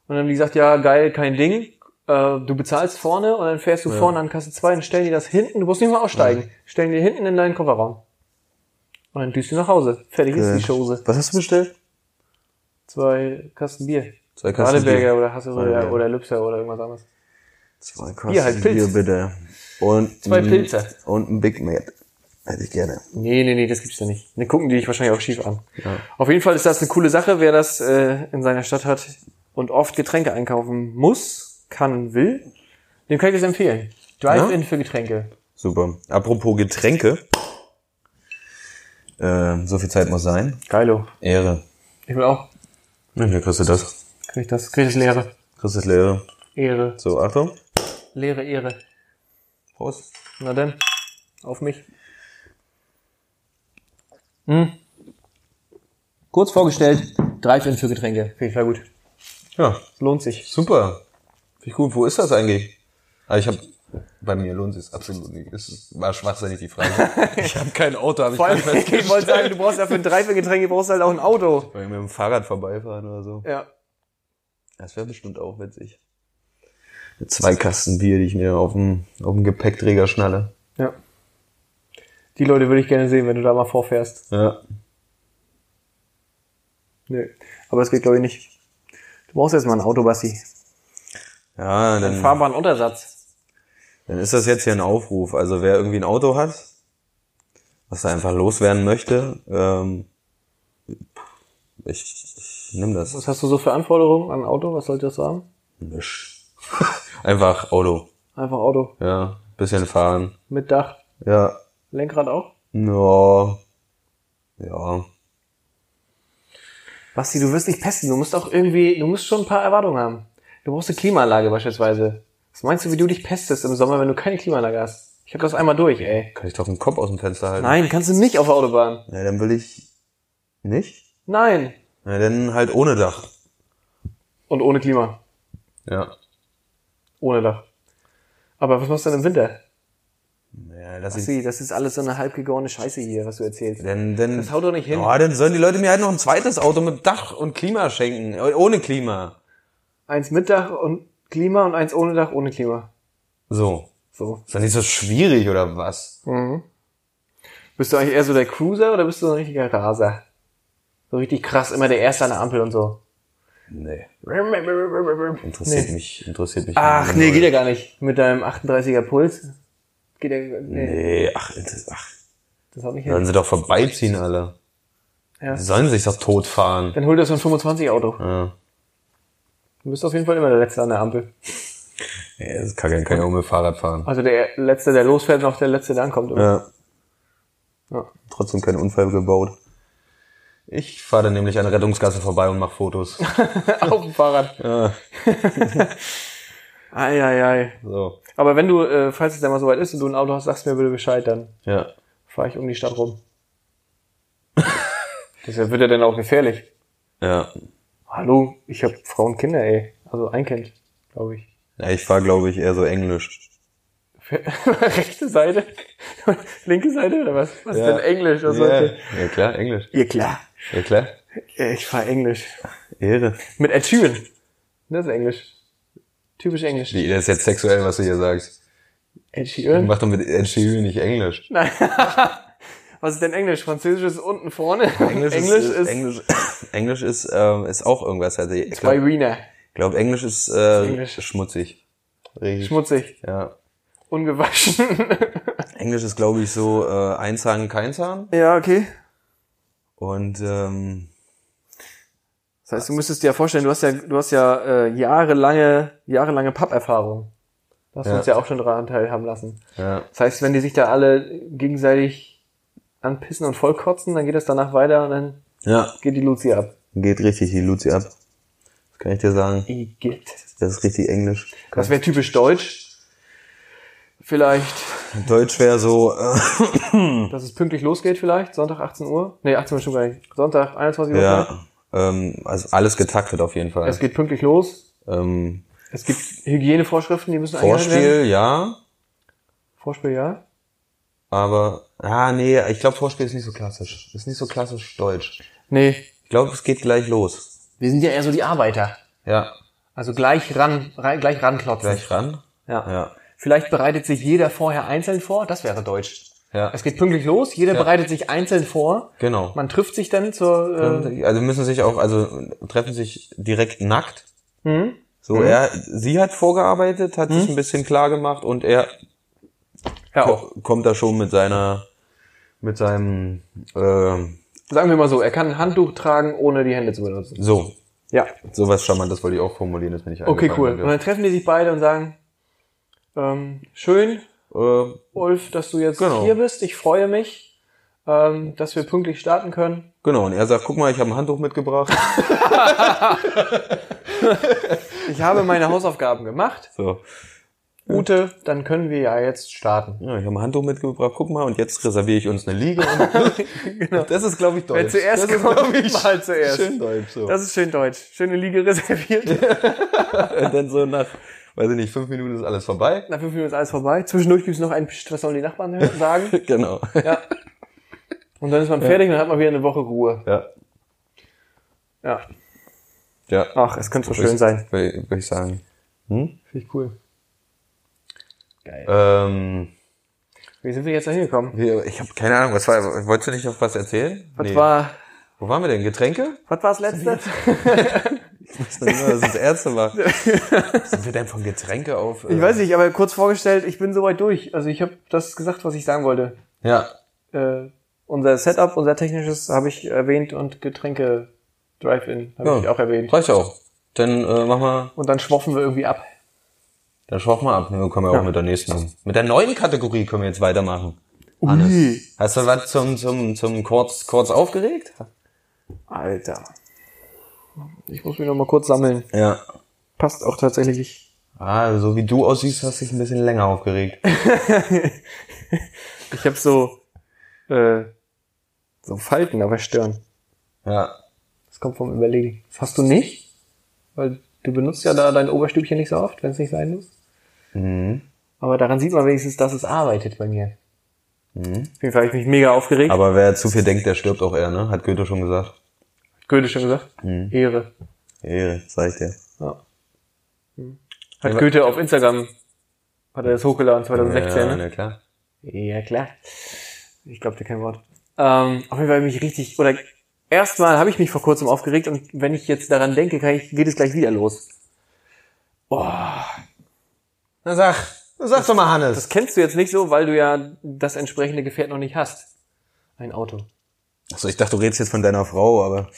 Speaker 2: dann haben die gesagt, ja, geil, kein Ding. Äh, du bezahlst vorne und dann fährst du vorne an Kasse 2 und stellen dir das hinten, du musst nicht mal aussteigen, stellen dir hinten in deinen Kofferraum. Und dann düst du nach Hause. Fertig ist die Chose.
Speaker 1: Was hast du bestellt?
Speaker 2: Zwei Kasten Bier.
Speaker 1: Zwei Kasten
Speaker 2: Radeberger
Speaker 1: Bier.
Speaker 2: oder Hasse oder,
Speaker 1: Radeberger.
Speaker 2: oder Lübser oder irgendwas anderes.
Speaker 1: Zwei Kasten
Speaker 2: Bier, halt
Speaker 1: Bier,
Speaker 2: Pilz.
Speaker 1: bitte. Und
Speaker 2: Zwei
Speaker 1: ein-
Speaker 2: Pilze.
Speaker 1: Und ein Big Mac. Hätte ich gerne.
Speaker 2: Nee, nee, nee, das gibt's ja nicht. Ne, gucken die dich wahrscheinlich auch schief an. Auf jeden Fall ist das eine coole Sache, wer das äh, in seiner Stadt hat und oft Getränke einkaufen muss, kann, will, dem kann ich das empfehlen. Drive-In für Getränke.
Speaker 1: Super. Apropos Getränke. Äh, so viel Zeit muss sein.
Speaker 2: Geilo.
Speaker 1: Ehre.
Speaker 2: Ich will auch.
Speaker 1: Ja, hier kriegst du das.
Speaker 2: Krieg ich das? Krieg ich das leere?
Speaker 1: Kriegst du das leere.
Speaker 2: Ehre.
Speaker 1: So, Achtung.
Speaker 2: Leere Ehre.
Speaker 1: Prost.
Speaker 2: Na dann. Auf mich. Hm? Kurz vorgestellt, Drive-In für Getränke. Finde ich voll gut.
Speaker 1: Ja,
Speaker 2: Lohnt sich.
Speaker 1: super. Finde ich gut. Wo ist das eigentlich? Ah, ich habe bei mir lohnt sich absolut nicht. Es war schwachsinnig die Frage. ich habe kein Auto, habe ich
Speaker 2: Vor allem,
Speaker 1: gerade festgestellt.
Speaker 2: ich wollte sagen, du brauchst ja für ein Drive-In-Getränke brauchst du halt auch ein Auto.
Speaker 1: Wenn wir mit dem Fahrrad vorbeifahren oder so.
Speaker 2: Ja.
Speaker 1: Das wäre bestimmt auch witzig. Mit zwei Kasten Bier, die ich mir auf dem, auf dem Gepäckträger schnalle.
Speaker 2: Ja. Die Leute würde ich gerne sehen, wenn du da mal vorfährst.
Speaker 1: Ja.
Speaker 2: Nö. Aber das geht, glaube ich, nicht. Du brauchst jetzt mal ein Auto, Basti.
Speaker 1: Ja, dann,
Speaker 2: Fahrbaren Untersatz.
Speaker 1: dann ist das jetzt hier ein Aufruf. Also wer irgendwie ein Auto hat, was er einfach loswerden möchte, ähm, ich, ich nimm das.
Speaker 2: Was hast du so für Anforderungen an ein Auto? Was sollte das sagen?
Speaker 1: Misch. einfach Auto.
Speaker 2: Einfach Auto.
Speaker 1: Ja, bisschen fahren.
Speaker 2: Mit Dach.
Speaker 1: Ja.
Speaker 2: Lenkrad auch?
Speaker 1: Ja. Ja.
Speaker 2: Basti, du wirst nicht pesten. Du musst auch irgendwie, du musst schon ein paar Erwartungen haben. Du brauchst eine Klimaanlage beispielsweise. Was meinst du, wie du dich pestest im Sommer, wenn du keine Klimaanlage hast? Ich hab das einmal durch, ey.
Speaker 1: Kann ich doch den Kopf aus dem Fenster halten?
Speaker 2: Nein, kannst du nicht auf der Autobahn.
Speaker 1: Ja, dann will ich nicht.
Speaker 2: Nein.
Speaker 1: Na, dann halt ohne Dach.
Speaker 2: Und ohne Klima.
Speaker 1: Ja.
Speaker 2: Ohne Dach. Aber was machst du denn im Winter?
Speaker 1: Ja, lass ich.
Speaker 2: Basti, das ist alles so eine halbgegorene Scheiße hier, was du erzählst.
Speaker 1: Denn, denn,
Speaker 2: Das haut doch nicht hin.
Speaker 1: Oh, dann sollen die Leute mir halt noch ein zweites Auto mit Dach und Klima schenken. Äh, Ohne Klima.
Speaker 2: Eins mit Dach und Klima und eins ohne Dach, ohne Klima.
Speaker 1: So.
Speaker 2: So.
Speaker 1: Ist doch nicht so schwierig, oder was?
Speaker 2: Bist du eigentlich eher so der Cruiser oder bist du so ein richtiger Raser? So richtig krass, immer der Erste an der Ampel und so.
Speaker 1: Nee. Interessiert
Speaker 2: Interessiert
Speaker 1: mich, interessiert mich.
Speaker 2: Ach nee, geht
Speaker 1: geht
Speaker 2: ja gar nicht. Mit deinem 38er Puls. Geht ja, nee,
Speaker 1: Nee, ach, inter- ach.
Speaker 2: das haut nicht hin.
Speaker 1: Sollen sie doch vorbeiziehen, alle.
Speaker 2: Ja.
Speaker 1: Die Sollen sich doch totfahren.
Speaker 2: Dann hol dir so ein 25 Auto.
Speaker 1: Ja.
Speaker 2: Du bist auf jeden Fall immer der Letzte an der Ampel.
Speaker 1: Nee, das kann, kann ja auch mit dem Fahrrad fahren.
Speaker 2: Also der Letzte, der losfährt, noch der Letzte, der ankommt. oder?
Speaker 1: Ja.
Speaker 2: Ja.
Speaker 1: Trotzdem keinen Unfall gebaut. Ich fahre dann nämlich an der Rettungsgasse vorbei und mache Fotos.
Speaker 2: auf dem Fahrrad.
Speaker 1: ja,
Speaker 2: Ei, ei, ei.
Speaker 1: so.
Speaker 2: Aber wenn du, äh, falls es dann mal soweit ist und du ein Auto hast, sagst du mir bitte Bescheid, dann
Speaker 1: Ja.
Speaker 2: fahre ich um die Stadt rum. das wird ja dann auch gefährlich.
Speaker 1: Ja.
Speaker 2: Hallo, ich habe Frauen und Kinder, ey. Also ein Kind, glaube ich.
Speaker 1: ja ich fahre, glaube ich, eher so Englisch.
Speaker 2: Rechte Seite? Linke Seite oder was? Was
Speaker 1: Ja.
Speaker 2: ist denn Englisch? Was soll
Speaker 1: ja.
Speaker 2: ich-
Speaker 1: ja, klar, Englisch.
Speaker 2: Ja, klar.
Speaker 1: Ja, klar.
Speaker 2: Ja, Ich fahre Englisch.
Speaker 1: Ehre.
Speaker 2: Mit Ed Sheeran. Das ist Englisch. Typisch Englisch.
Speaker 1: Wie, das ist jetzt sexuell, was du hier sagst.
Speaker 2: Ed Sheeran?
Speaker 1: Mach doch mit Ed Sheeran nicht Englisch.
Speaker 2: Hm. Nein. Was ist denn Englisch? Französisch ist unten vorne.
Speaker 1: Englisch ist, Englisch, Englisch ist, ähm, ist auch irgendwas. Also ich
Speaker 2: zwei
Speaker 1: glaube,
Speaker 2: Wiener.
Speaker 1: glaub, Englisch ist äh,
Speaker 2: Englisch.
Speaker 1: schmutzig. Richtig.
Speaker 2: Schmutzig.
Speaker 1: Ja.
Speaker 2: Ungewaschen.
Speaker 1: Englisch ist, glaube ich, so äh, ein Zahn, kein Zahn.
Speaker 2: ja, okay.
Speaker 1: Und ähm,
Speaker 2: Das heißt, du müsstest dir ja vorstellen, du hast ja, du hast ja äh, jahrelange, jahrelange Papperfahrung. Du hast
Speaker 1: Ja.
Speaker 2: uns ja auch schon daran teilhaben lassen.
Speaker 1: ja.
Speaker 2: Das heißt, wenn die sich da alle gegenseitig anpissen und vollkotzen, dann geht das danach weiter und dann
Speaker 1: ja,
Speaker 2: geht die Luzi ab.
Speaker 1: geht richtig die Luzi ab. Das kann ich dir sagen.
Speaker 2: Igitt.
Speaker 1: Das ist richtig Englisch.
Speaker 2: Das wäre typisch deutsch. Vielleicht,
Speaker 1: Deutsch wäre so, äh,
Speaker 2: dass es pünktlich losgeht vielleicht, Sonntag 18 Uhr. Nee, 18 Uhr stimmt gar nicht. Sonntag 21 Uhr. vielleicht.
Speaker 1: ja, ähm, also alles getaktet auf jeden Fall.
Speaker 2: Es geht pünktlich los.
Speaker 1: Ähm,
Speaker 2: Es gibt Hygienevorschriften, die müssen eingehalten werden.
Speaker 1: Vorspiel, ja,
Speaker 2: Vorspiel, ja.
Speaker 1: aber ah nee, ich glaube Vorspiel ist nicht so klassisch. Ist nicht so klassisch deutsch.
Speaker 2: Nee,
Speaker 1: Ich glaube, es geht gleich los.
Speaker 2: wir sind ja eher so die Arbeiter.
Speaker 1: Ja,
Speaker 2: Also gleich ran, rein, gleich ranklotzen.
Speaker 1: gleich ran.
Speaker 2: Ja.
Speaker 1: Ja.
Speaker 2: Vielleicht bereitet sich jeder vorher einzeln vor, das wäre deutsch.
Speaker 1: Ja.
Speaker 2: Es geht pünktlich los, jeder bereitet sich einzeln vor.
Speaker 1: Genau.
Speaker 2: Man trifft sich dann zur äh,
Speaker 1: Also müssen sich auch, also treffen sich direkt nackt.
Speaker 2: äh, hm?
Speaker 1: So,
Speaker 2: Mhm.
Speaker 1: er, sie hat vorgearbeitet, hat sich ein bisschen klar gemacht und er
Speaker 2: ja, auch.
Speaker 1: ko- kommt da schon mit seiner, mit seinem, äh,
Speaker 2: Sagen wir mal so, er kann ein Handtuch tragen, ohne die Hände zu benutzen.
Speaker 1: so,
Speaker 2: Ja.
Speaker 1: sowas charmant, das wollte ich auch formulieren, das bin ich
Speaker 2: Okay, cool. Und dann treffen die sich beide und sagen, Ähm, schön,
Speaker 1: Äh,
Speaker 2: Ulf, dass du jetzt
Speaker 1: Genau.
Speaker 2: hier bist. Ich freue mich, ähm, dass wir pünktlich starten können.
Speaker 1: genau, und er sagt, guck mal, ich habe ein Handtuch mitgebracht.
Speaker 2: Ich habe meine Hausaufgaben gemacht.
Speaker 1: So.
Speaker 2: Ute, dann können wir ja jetzt starten.
Speaker 1: Ja, ich habe ein Handtuch mitgebracht, guck mal, und jetzt reserviere ich uns eine Liege. Und Das ist, glaube ich, deutsch.
Speaker 2: Wer zuerst
Speaker 1: das ist,
Speaker 2: kommt,
Speaker 1: glaub ich,
Speaker 2: mal zuerst.
Speaker 1: Schön deutsch, so.
Speaker 2: Das ist schön deutsch. Schöne Liege reserviert.
Speaker 1: und dann so nach, weiß ich nicht, fünf Minuten ist alles vorbei.
Speaker 2: Nach fünf Minuten ist alles vorbei. Zwischendurch gibt es noch einen Stress, sollen die Nachbarn hören- sagen.
Speaker 1: genau.
Speaker 2: Ja. Und dann ist man fertig und dann hat man wieder eine Woche Ruhe.
Speaker 1: Ja.
Speaker 2: Ja.
Speaker 1: Ja.
Speaker 2: Ach, es könnte so schön sein.
Speaker 1: Würde würde ich sagen.
Speaker 2: Finde ich cool. Geil.
Speaker 1: Ähm,
Speaker 2: Wie sind wir jetzt da hingekommen?
Speaker 1: wir- ich habe keine Ahnung, was war, wolltest du nicht noch was erzählen?
Speaker 2: Was war,
Speaker 1: Wo waren wir denn? Getränke?
Speaker 2: was war das letzte?
Speaker 1: Das ist das erste Mal. Sind wir denn von Getränke auf? äh,
Speaker 2: Ich weiß nicht, aber kurz vorgestellt, ich bin soweit durch. Also ich habe das gesagt, was ich sagen wollte.
Speaker 1: Ja.
Speaker 2: Äh, unser Setup, unser technisches habe ich erwähnt und Getränke Drive-In habe
Speaker 1: Ja.
Speaker 2: ich auch erwähnt.
Speaker 1: Reicht auch. Dann äh, mach mal,
Speaker 2: Und dann schwoffen wir irgendwie ab.
Speaker 1: dann schau mal ab. Wir kommen ja auch mit der nächsten um. Mit der neuen Kategorie können wir jetzt weitermachen.
Speaker 2: Ui.
Speaker 1: Hast du was zum, zum, zum kurz, kurz aufgeregt?
Speaker 2: Alter. Ich muss mich noch mal kurz sammeln.
Speaker 1: Ja.
Speaker 2: Passt auch tatsächlich.
Speaker 1: Ah, so wie du aussiehst, hast du dich ein bisschen länger aufgeregt.
Speaker 2: Ich habe so äh, so Falten auf der Stirn.
Speaker 1: Ja.
Speaker 2: Das kommt vom Überlegen. Das hast du nicht? Weil du benutzt ja da dein Oberstübchen nicht so oft, wenn es nicht sein muss.
Speaker 1: Mhm.
Speaker 2: Aber daran sieht man wenigstens, dass es arbeitet bei mir. Auf jeden Fall habe ich mich mega aufgeregt.
Speaker 1: Aber wer zu viel denkt, der stirbt auch eher, ne? Hat Goethe schon gesagt.
Speaker 2: Goethe schon gesagt. Ehre.
Speaker 1: Ehre, sag ich dir.
Speaker 2: Ja. Hat Goethe auf Instagram hat er das hochgeladen 2016,
Speaker 1: ja,
Speaker 2: ne?
Speaker 1: na klar.
Speaker 2: Ja, klar. Ich glaube dir kein Wort. Ähm, auf jeden Fall mich richtig, oder erstmal habe ich mich vor kurzem aufgeregt und wenn ich jetzt daran denke, kann ich, geht es gleich wieder los.
Speaker 1: Na sag, sag doch mal, Hannes.
Speaker 2: Das kennst du jetzt nicht so, weil du ja das entsprechende Gefährt noch nicht hast. Ein Auto.
Speaker 1: Achso, ich dachte, du redest jetzt von deiner Frau, aber.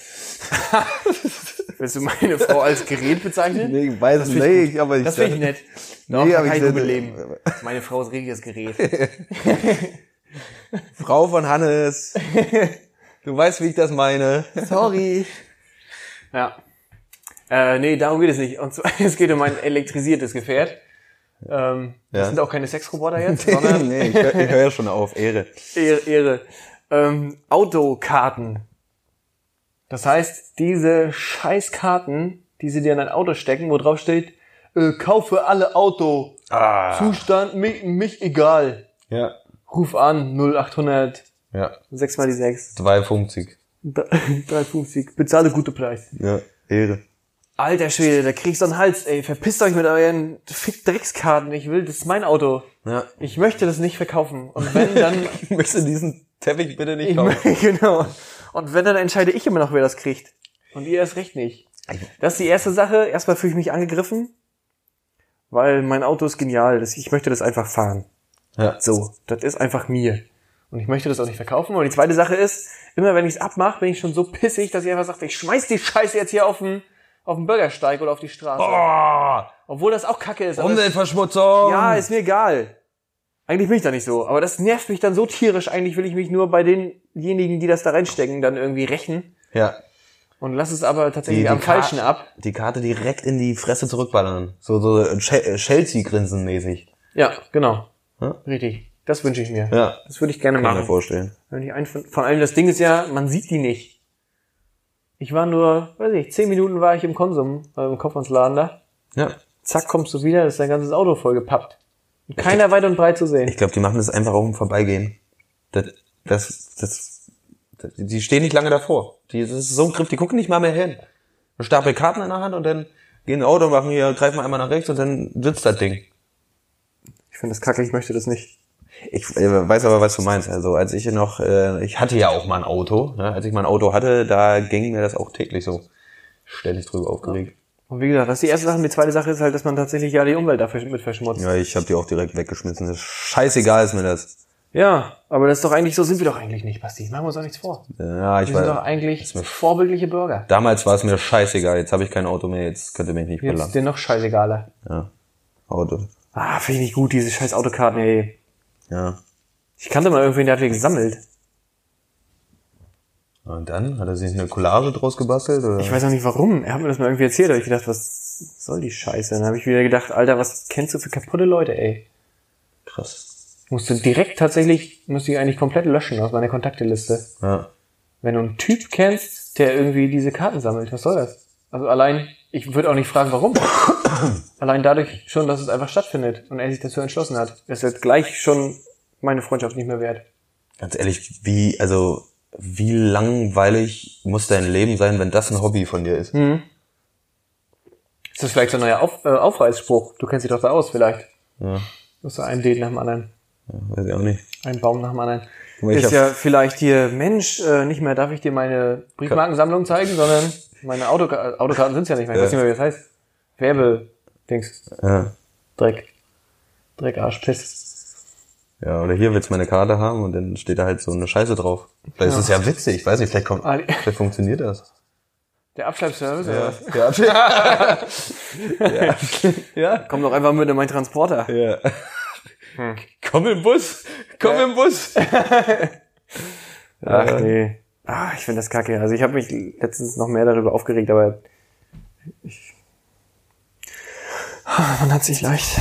Speaker 2: Willst du meine Frau als Gerät bezeichnen?
Speaker 1: Nee, ich weiß es nicht, aber ich.
Speaker 2: Das finde ich nett. Doch,
Speaker 1: Nee,
Speaker 2: da
Speaker 1: aber
Speaker 2: kann
Speaker 1: ich
Speaker 2: ich nur
Speaker 1: finde-
Speaker 2: beleben. Meine Frau ist ein richtiges Gerät.
Speaker 1: Frau von Hannes. du weißt, wie ich das meine.
Speaker 2: Sorry. Ja. Äh, nee, darum geht es nicht. Und zwar, es geht um ein elektrisiertes Gefährt. Ähm,
Speaker 1: Ja.
Speaker 2: Das sind auch keine Sexroboter jetzt, sondern
Speaker 1: nee, ich höre hör ja schon auf. Ehre.
Speaker 2: Ehre. Ehre. Ähm, Autokarten. Das heißt, diese Scheißkarten, die sie dir in dein Auto stecken, wo drauf steht, äh, kaufe alle Auto,
Speaker 1: Ah.
Speaker 2: Zustand, mich, mich egal.
Speaker 1: Ja.
Speaker 2: Ruf an, 0800,
Speaker 1: Ja.
Speaker 2: 6 mal die 6,
Speaker 1: 2,50.
Speaker 2: 350, bezahle gute Preis.
Speaker 1: Ja. Ehre.
Speaker 2: Alter Schwede, da krieg ich so einen Hals, ey. Verpisst euch mit euren fick Dreckskarten. Ich will, das ist mein Auto.
Speaker 1: Ja.
Speaker 2: Ich möchte das nicht verkaufen. Und wenn, dann...
Speaker 1: Ich möchte diesen Teppich bitte nicht
Speaker 2: ich,
Speaker 1: kaufen.
Speaker 2: mö- genau. Und wenn, dann entscheide ich immer noch, wer das kriegt. Und ihr erst recht nicht. Das ist die erste Sache. Erstmal fühle ich mich angegriffen, weil mein Auto ist genial. Das, ich möchte das einfach fahren.
Speaker 1: Ja.
Speaker 2: So, das ist einfach mir. Und ich möchte das auch nicht verkaufen. Und die zweite Sache ist, immer wenn ich es abmache, bin ich schon so pissig, dass ich einfach sage, ich schmeiß die Scheiße jetzt hier auf den, auf den Bürgersteig oder auf die Straße.
Speaker 1: Oh,
Speaker 2: Obwohl das auch kacke ist. aber-
Speaker 1: Umweltverschmutzung.
Speaker 2: Ja, ist mir egal. Eigentlich bin ich da nicht so. Aber das nervt mich dann so tierisch. Eigentlich will ich mich nur bei denjenigen, die das da reinstecken, dann irgendwie rächen.
Speaker 1: ja.
Speaker 2: Und lass es aber tatsächlich
Speaker 1: Die- die
Speaker 2: am
Speaker 1: Kar-
Speaker 2: Falschen ab.
Speaker 1: Die Karte direkt in die Fresse zurückballern. So, äh, so Chelsea-Grinsen mäßig.
Speaker 2: Ja, genau.
Speaker 1: Hm?
Speaker 2: Richtig. Das wünsche ich mir.
Speaker 1: Ja.
Speaker 2: Das würde ich gerne
Speaker 1: Kann ich mir
Speaker 2: machen.
Speaker 1: vorstellen.
Speaker 2: Wenn ich ein, vor allem das Ding ist ja, man sieht die nicht. Ich war nur, weiß ich, zehn Minuten war ich im Konsum, äh, im Kaufmannsladen da.
Speaker 1: Ja.
Speaker 2: Zack, kommst du wieder, ist dein ganzes Auto vollgepappt. Und keiner weit und breit zu sehen.
Speaker 1: Ich glaube, die machen das einfach auch im Vorbeigehen. Das, das, das, das, die stehen nicht lange davor. Die, das ist so ein Griff, die gucken nicht mal mehr hin. Ein Stapel Karten in der Hand und dann gehen ein Auto, machen hier, greifen einmal nach rechts und dann sitzt das Ding.
Speaker 2: Ich finde das kacke, ich möchte das nicht.
Speaker 1: Ich äh, weiß aber, was du meinst. Also als ich noch, äh, ich hatte ja auch mal ein Auto. Ne? Als ich mal ein Auto hatte, da ging mir das auch täglich so ständig drüber aufgeregt.
Speaker 2: Und wie gesagt, das ist die erste Sache. Und die zweite Sache ist halt, dass man tatsächlich ja die Umwelt dafür mit verschmutzt. Ja.
Speaker 1: Ja, ich habe die auch direkt weggeschmissen. Das ist scheißegal ist mir das.
Speaker 2: aber das ist doch eigentlich, so sind wir doch eigentlich nicht, Basti. Machen wir uns doch nichts vor.
Speaker 1: Ja, ich
Speaker 2: Wir sind doch
Speaker 1: weiß.
Speaker 2: eigentlich vorbildliche Bürger.
Speaker 1: Damals war es mir scheißegal. Jetzt habe ich kein Auto mehr. Jetzt könnte mich nicht
Speaker 2: Jetzt
Speaker 1: verlangen.
Speaker 2: ist dir noch scheißegaler.
Speaker 1: Ja. Auto.
Speaker 2: Ah, finde ich nicht gut, diese scheiß Autokarten, ey.
Speaker 1: Ja.
Speaker 2: Ich kannte mal irgendwen, der hat die gesammelt.
Speaker 1: Und dann? Hat er sich eine Collage draus gebastelt? Oder?
Speaker 2: Ich weiß auch nicht warum. Er hat mir das mal irgendwie erzählt, aber ich gedacht, was soll die Scheiße? Dann habe ich wieder gedacht, Alter, was kennst du für kaputte Leute, ey?
Speaker 1: Krass.
Speaker 2: Musste direkt tatsächlich, musste ich eigentlich komplett löschen aus meiner Kontakteliste.
Speaker 1: Ja.
Speaker 2: Wenn du einen Typ kennst, der irgendwie diese Karten sammelt, was soll das? Also allein, ich würde auch nicht fragen, warum. allein dadurch schon, dass es einfach stattfindet und er sich dazu entschlossen hat. Das ist jetzt gleich schon meine Freundschaft nicht mehr wert.
Speaker 1: Ganz ehrlich, wie, also, wie langweilig muss dein Leben sein, wenn das ein Hobby von dir ist?
Speaker 2: Ist das vielleicht so ein neuer Auf, äh, Aufreißspruch? Du kennst dich doch da aus, vielleicht.
Speaker 1: Ja.
Speaker 2: Musst du einen Lied nach dem anderen,
Speaker 1: Weiß ich auch nicht.
Speaker 2: einen Baum nach dem anderen.
Speaker 1: mal, ich
Speaker 2: ist
Speaker 1: hab-
Speaker 2: ja vielleicht hier, Mensch, äh, nicht mehr darf ich dir meine Briefmarkensammlung zeigen, sondern meine Autoka Autokarten sind's ja nicht mehr. Ich weiß
Speaker 1: Ja.
Speaker 2: nicht mehr, wie das heißt. Werbe-Dings.
Speaker 1: Ja.
Speaker 2: Dreck. Dreck, Arsch, Piss.
Speaker 1: ja, oder hier willst du meine Karte haben und dann steht da halt so eine Scheiße drauf. Vielleicht ist es ja witzig, ich weiß nicht, vielleicht kommt,
Speaker 2: Ali-
Speaker 1: vielleicht funktioniert das.
Speaker 2: Der Abschleppservice, oder was?
Speaker 1: Ja.
Speaker 2: Komm doch einfach mit in meinen Transporter.
Speaker 1: ja. Hm. Komm im Bus! Komm im Bus!
Speaker 2: Ach nee. Ah, ich finde das kacke. Also ich habe mich letztens noch mehr darüber aufgeregt, aber ich. Ah, Man hat sich leicht.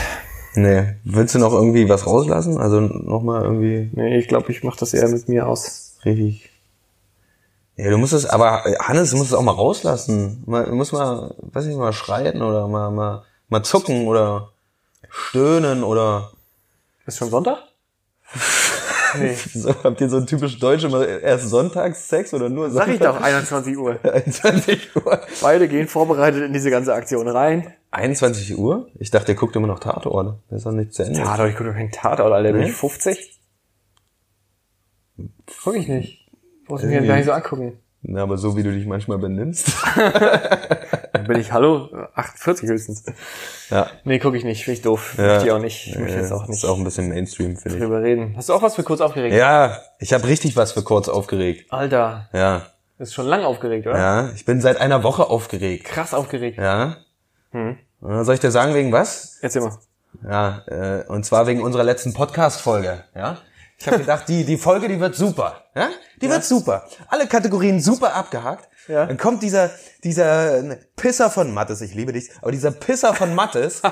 Speaker 1: Nee. Willst du noch irgendwie was rauslassen? Also nochmal irgendwie
Speaker 2: Nee, ich glaube, ich mache das eher mit mir aus.
Speaker 1: richtig. Ja, du musst es, aber Hannes, du musst es auch mal rauslassen. Mal, du musst mal, weiß nicht, mal schreien oder mal, mal, mal zucken oder stöhnen oder
Speaker 2: Ist schon Sonntag? nee.
Speaker 1: So, habt ihr so einen typisch deutsch immer erst sonntags Sex oder nur
Speaker 2: Sag ich doch,
Speaker 1: sonntags?
Speaker 2: 21 Uhr.
Speaker 1: 21 Uhr.
Speaker 2: Beide gehen vorbereitet in diese ganze Aktion rein.
Speaker 1: 21 Uhr? Ich dachte, ihr guckt immer noch Tatorte. Das ist doch nicht zu Ende.
Speaker 2: Ah, doch, ich gucke doch keinen Tatort, Alter. Bin
Speaker 1: Nee?
Speaker 2: ich 50? Guck ich nicht. Brauchst du mir gar nicht so angucken.
Speaker 1: Na, aber so wie du dich manchmal benimmst.
Speaker 2: Dann bin ich, hallo, 48 höchstens.
Speaker 1: Ja. äh,
Speaker 2: Nee, gucke ich nicht. Finde ich doof. Möchte ich auch nicht. Ich möchte jetzt auch
Speaker 1: Ist
Speaker 2: nicht
Speaker 1: auch ein bisschen Mainstream, finde
Speaker 2: drüber reden. Hast du auch was für kurz aufgeregt?
Speaker 1: ich. Ja, ich habe richtig was für kurz aufgeregt.
Speaker 2: Alter,
Speaker 1: Ja.
Speaker 2: ist schon lang aufgeregt, oder?
Speaker 1: Ja, ich bin seit einer Woche aufgeregt.
Speaker 2: Krass aufgeregt.
Speaker 1: Ja. Äh, Soll ich dir sagen, wegen was?
Speaker 2: Erzähl mal.
Speaker 1: Ja, äh, und zwar wegen unserer letzten Podcast-Folge. Ja? Ich habe gedacht, die, die Folge, die wird super. Ja? Die wird super. Alle Kategorien super abgehakt.
Speaker 2: Ja.
Speaker 1: Dann kommt dieser, dieser äh, Pisser von Mattes, ich liebe dich, aber dieser Pisser von Mattes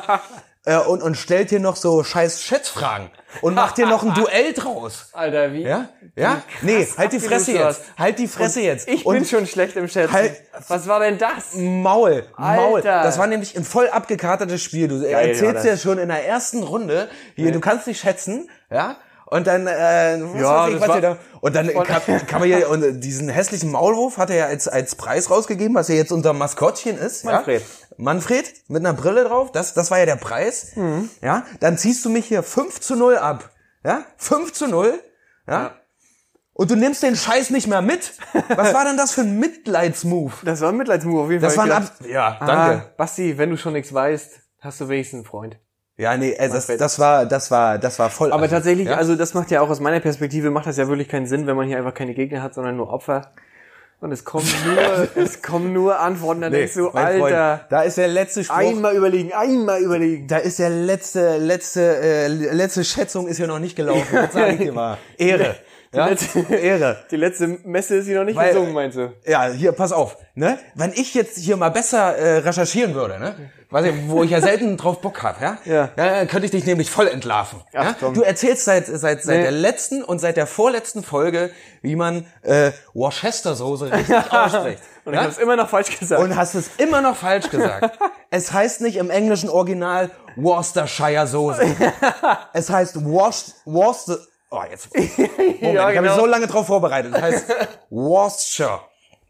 Speaker 1: äh, und, und stellt hier noch so scheiß Schätzfragen und macht hier noch ein Duell draus.
Speaker 2: Alter, wie?
Speaker 1: Ja? Ja? Nee, halt die Fresse
Speaker 2: abgelöst
Speaker 1: jetzt. Halt die Fresse jetzt.
Speaker 2: Ich bin
Speaker 1: und
Speaker 2: schon schlecht im Schätzen.
Speaker 1: Halt-
Speaker 2: Was war denn das?
Speaker 1: Maul, Maul.
Speaker 2: Alter.
Speaker 1: Das war nämlich ein voll abgekatertes Spiel. Du äh,
Speaker 2: war
Speaker 1: erzählst
Speaker 2: das.
Speaker 1: ja schon in der ersten Runde, hier, du kannst dich schätzen, ja? Und dann, äh, was
Speaker 2: Ja,
Speaker 1: weiß ich,
Speaker 2: das
Speaker 1: was
Speaker 2: war-
Speaker 1: ihr da, und dann kam, kam er hier, und äh, diesen hässlichen Maulwurf hat er ja als, als Preis rausgegeben, was ja jetzt unser Maskottchen ist.
Speaker 2: Manfred.
Speaker 1: Ja? Manfred, mit einer Brille drauf, das, das war ja der Preis. Ja, dann ziehst du mich hier 5 zu 0 ab. Ja, 5 zu 0. ja. Und du nimmst den Scheiß nicht mehr mit. Was war denn das für ein Mitleidsmove?
Speaker 2: Das war ein Mitleidsmove auf jeden
Speaker 1: Das war
Speaker 2: Fall.
Speaker 1: ein
Speaker 2: Ich
Speaker 1: Ab
Speaker 2: glaub-
Speaker 1: Ja, danke.
Speaker 2: Ah, Basti, wenn du schon nichts weißt, hast du wenigstens einen Freund.
Speaker 1: Ja, nee, äh, das,
Speaker 2: Manfred.
Speaker 1: das war, das war, das war voll.
Speaker 2: Aber tatsächlich,
Speaker 1: ja?
Speaker 2: also das macht ja auch aus meiner Perspektive, macht das ja wirklich keinen Sinn, wenn man hier einfach keine Gegner hat, sondern nur Opfer. Und es kommen nur, es kommen nur Antworten, dann denkst du,
Speaker 1: mein Freund,
Speaker 2: Alter,
Speaker 1: da ist der letzte Spruch.
Speaker 2: einmal überlegen, einmal überlegen.
Speaker 1: da ist der letzte, letzte, äh, letzte Schätzung ist hier noch nicht gelaufen. Das sag ich dir mal. Ehre. Ja?
Speaker 2: letzte-
Speaker 1: Ehre.
Speaker 2: Die letzte Messe ist hier noch nicht
Speaker 1: Weil-
Speaker 2: gesungen, meinst du?
Speaker 1: Ja, hier, pass auf, ne? Wenn ich jetzt hier mal besser äh, recherchieren würde, ne? Weiß ich, wo ich ja selten drauf Bock hab, ja?
Speaker 2: Ja.
Speaker 1: Dann könnte ich dich nämlich voll entlarven.
Speaker 2: Ach,
Speaker 1: ja?
Speaker 2: komm.
Speaker 1: Du erzählst seit, seit, seit
Speaker 2: Nee.
Speaker 1: der letzten und seit der vorletzten Folge, wie man äh, Worcester-Soße richtig ausspricht.
Speaker 2: Und
Speaker 1: ja?
Speaker 2: ich hab's immer noch falsch gesagt.
Speaker 1: und hast es immer noch falsch gesagt. es heißt nicht im englischen Original Worcestershire Soße. es heißt Worcester. Worcester oh, jetzt. Moment,
Speaker 2: Ja,
Speaker 1: ich habe mich
Speaker 2: genau.
Speaker 1: so lange drauf vorbereitet. Es heißt Worcestershire.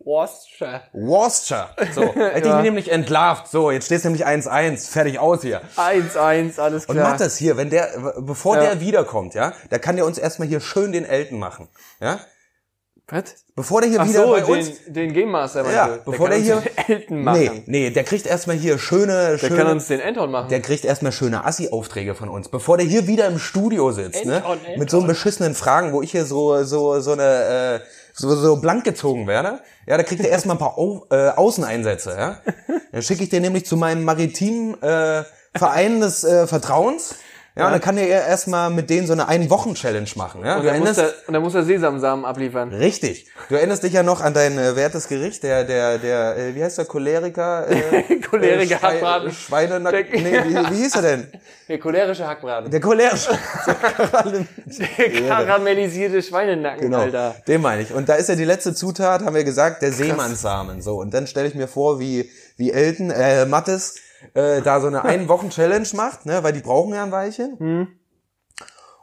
Speaker 2: Worcestershire.
Speaker 1: Worcestershire. So, hätte ich nämlich entlarvt. So, jetzt stehst du nämlich 1-1. Fertig aus hier.
Speaker 2: 1-1, alles
Speaker 1: Und
Speaker 2: klar.
Speaker 1: mach das hier, wenn der, bevor der wiederkommt, ja, da kann der uns erstmal hier schön den Elten machen, ja.
Speaker 2: Was?
Speaker 1: Bevor der hier
Speaker 2: Ach
Speaker 1: wieder
Speaker 2: so,
Speaker 1: bei uns,
Speaker 2: den, den Game Master meinst
Speaker 1: ja,
Speaker 2: du? Der
Speaker 1: bevor der,
Speaker 2: kann
Speaker 1: hier,
Speaker 2: uns den Elton machen.
Speaker 1: nee, nee, der kriegt erstmal hier schöne,
Speaker 2: Der
Speaker 1: schöne,
Speaker 2: kann uns den Anton machen.
Speaker 1: Der kriegt erstmal schöne Assi-Aufträge von uns, bevor der hier wieder im Studio sitzt, ne?
Speaker 2: Anton, Anton.
Speaker 1: Mit so beschissenen Fragen, wo ich hier so, so, so eine, äh, so, so blank gezogen werde. Ja, da kriegt er erstmal ein paar Au äh, Außeneinsätze, ja? Dann schicke ich den nämlich zu meinem maritimen, äh, Verein des äh, Vertrauens, Ja, und dann kann er erstmal mit denen so eine Ein-Wochen-Challenge machen. Ja?
Speaker 2: Und
Speaker 1: Du
Speaker 2: dann, muss
Speaker 1: erinnerst-
Speaker 2: der, und dann muss er Sesamsamen abliefern.
Speaker 1: Richtig. Du erinnerst dich ja noch an dein äh, wertes Gericht, der, der, der, äh, wie heißt der, Choleriker? Äh,
Speaker 2: Choleriker
Speaker 1: Schwei-
Speaker 2: Hackbraten.
Speaker 1: Schweine,
Speaker 2: Der-
Speaker 1: nee, wie, wie hieß er denn?
Speaker 2: Der cholerische Hackbraten.
Speaker 1: Der cholerische.
Speaker 2: Der karamellisierte Schweinenacken,
Speaker 1: genau,
Speaker 2: Alter.
Speaker 1: den meine ich. Und da ist ja die letzte Zutat, haben wir gesagt, der Seemannssamen. So, und dann stelle ich mir vor, wie, wie Elton, äh, Mattes, äh, da so eine Ein-Wochen-Challenge macht, ne, weil die brauchen ja ein Weilchen.
Speaker 2: Mhm.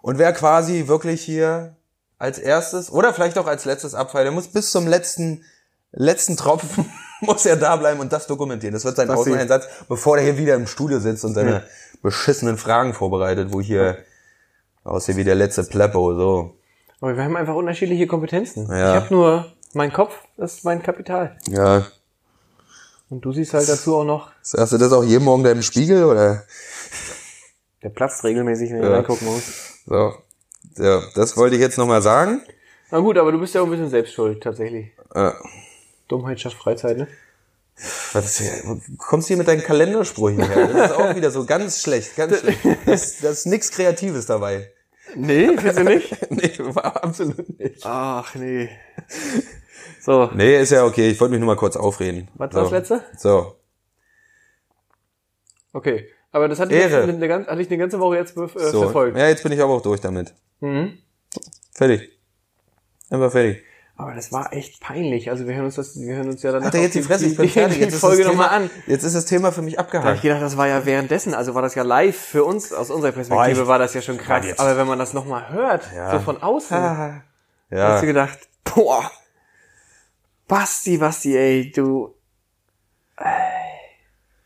Speaker 1: Und wer quasi wirklich hier als erstes oder vielleicht auch als letztes abfeiert, der muss bis zum letzten, letzten Tropfen muss er da bleiben und das dokumentieren. Das wird sein
Speaker 2: Das sieht-
Speaker 1: Außeneinsatz, bevor der hier wieder im Studio sitzt und seine beschissenen Fragen vorbereitet, wo ich hier aussehe wie der letzte Pleppo, so.
Speaker 2: Aber wir haben einfach unterschiedliche Kompetenzen.
Speaker 1: Ja.
Speaker 2: Ich habe nur, mein Kopf ist mein Kapital.
Speaker 1: Ja,
Speaker 2: Und du siehst halt dazu auch noch,
Speaker 1: sagst du das auch jeden Morgen da im Spiegel oder?
Speaker 2: der platzt regelmäßig, wenn ich
Speaker 1: Ja.
Speaker 2: reingucken muss.
Speaker 1: So. Ja, das wollte ich jetzt nochmal sagen.
Speaker 2: Na gut, aber du bist ja auch ein bisschen selbst schuld, tatsächlich.
Speaker 1: Äh,
Speaker 2: Dummheit schafft Freizeit, ne?
Speaker 1: was, kommst du hier mit deinen Kalendersprüchen her? Das ist auch wieder so ganz schlecht, ganz schlecht. Das, das ist nichts Kreatives dabei.
Speaker 2: Nee, findest du nicht?
Speaker 1: Nee, absolut nicht.
Speaker 2: Ach, nee. So,
Speaker 1: Nee, ist ja okay. Ich wollte mich nur mal kurz aufreden.
Speaker 2: Was
Speaker 1: so.
Speaker 2: war das Letzte?
Speaker 1: So.
Speaker 2: okay. Aber das hatte ich,
Speaker 1: Ehre.
Speaker 2: jetzt eine, gan- hatte ich eine ganze Woche jetzt bef- äh,
Speaker 1: so.
Speaker 2: verfolgt.
Speaker 1: Ja, jetzt bin ich aber auch durch damit.
Speaker 2: Mhm.
Speaker 1: Fertig. Einfach fertig.
Speaker 2: Aber das war echt peinlich. Also wir hören uns das, wir hören uns ja danach
Speaker 1: Hat er
Speaker 2: auch
Speaker 1: jetzt die Fresse? Ich bin
Speaker 2: die,
Speaker 1: fertig.
Speaker 2: die
Speaker 1: Jetzt ist
Speaker 2: Folge
Speaker 1: das Thema-
Speaker 2: nochmal an.
Speaker 1: Jetzt ist das Thema für mich
Speaker 2: Da hab ich
Speaker 1: abgehakt.
Speaker 2: gedacht, das war ja währenddessen, also war das ja live für uns, aus unserer Perspektive
Speaker 1: Boah, ich-
Speaker 2: war das ja schon krass.
Speaker 1: Mann, jetzt-
Speaker 2: Aber wenn man das nochmal hört,
Speaker 1: Ja.
Speaker 2: so von außen,
Speaker 1: Ah.
Speaker 2: hast du
Speaker 1: Ja.
Speaker 2: gedacht, boah, Basti, Basti, ey, du. Ey.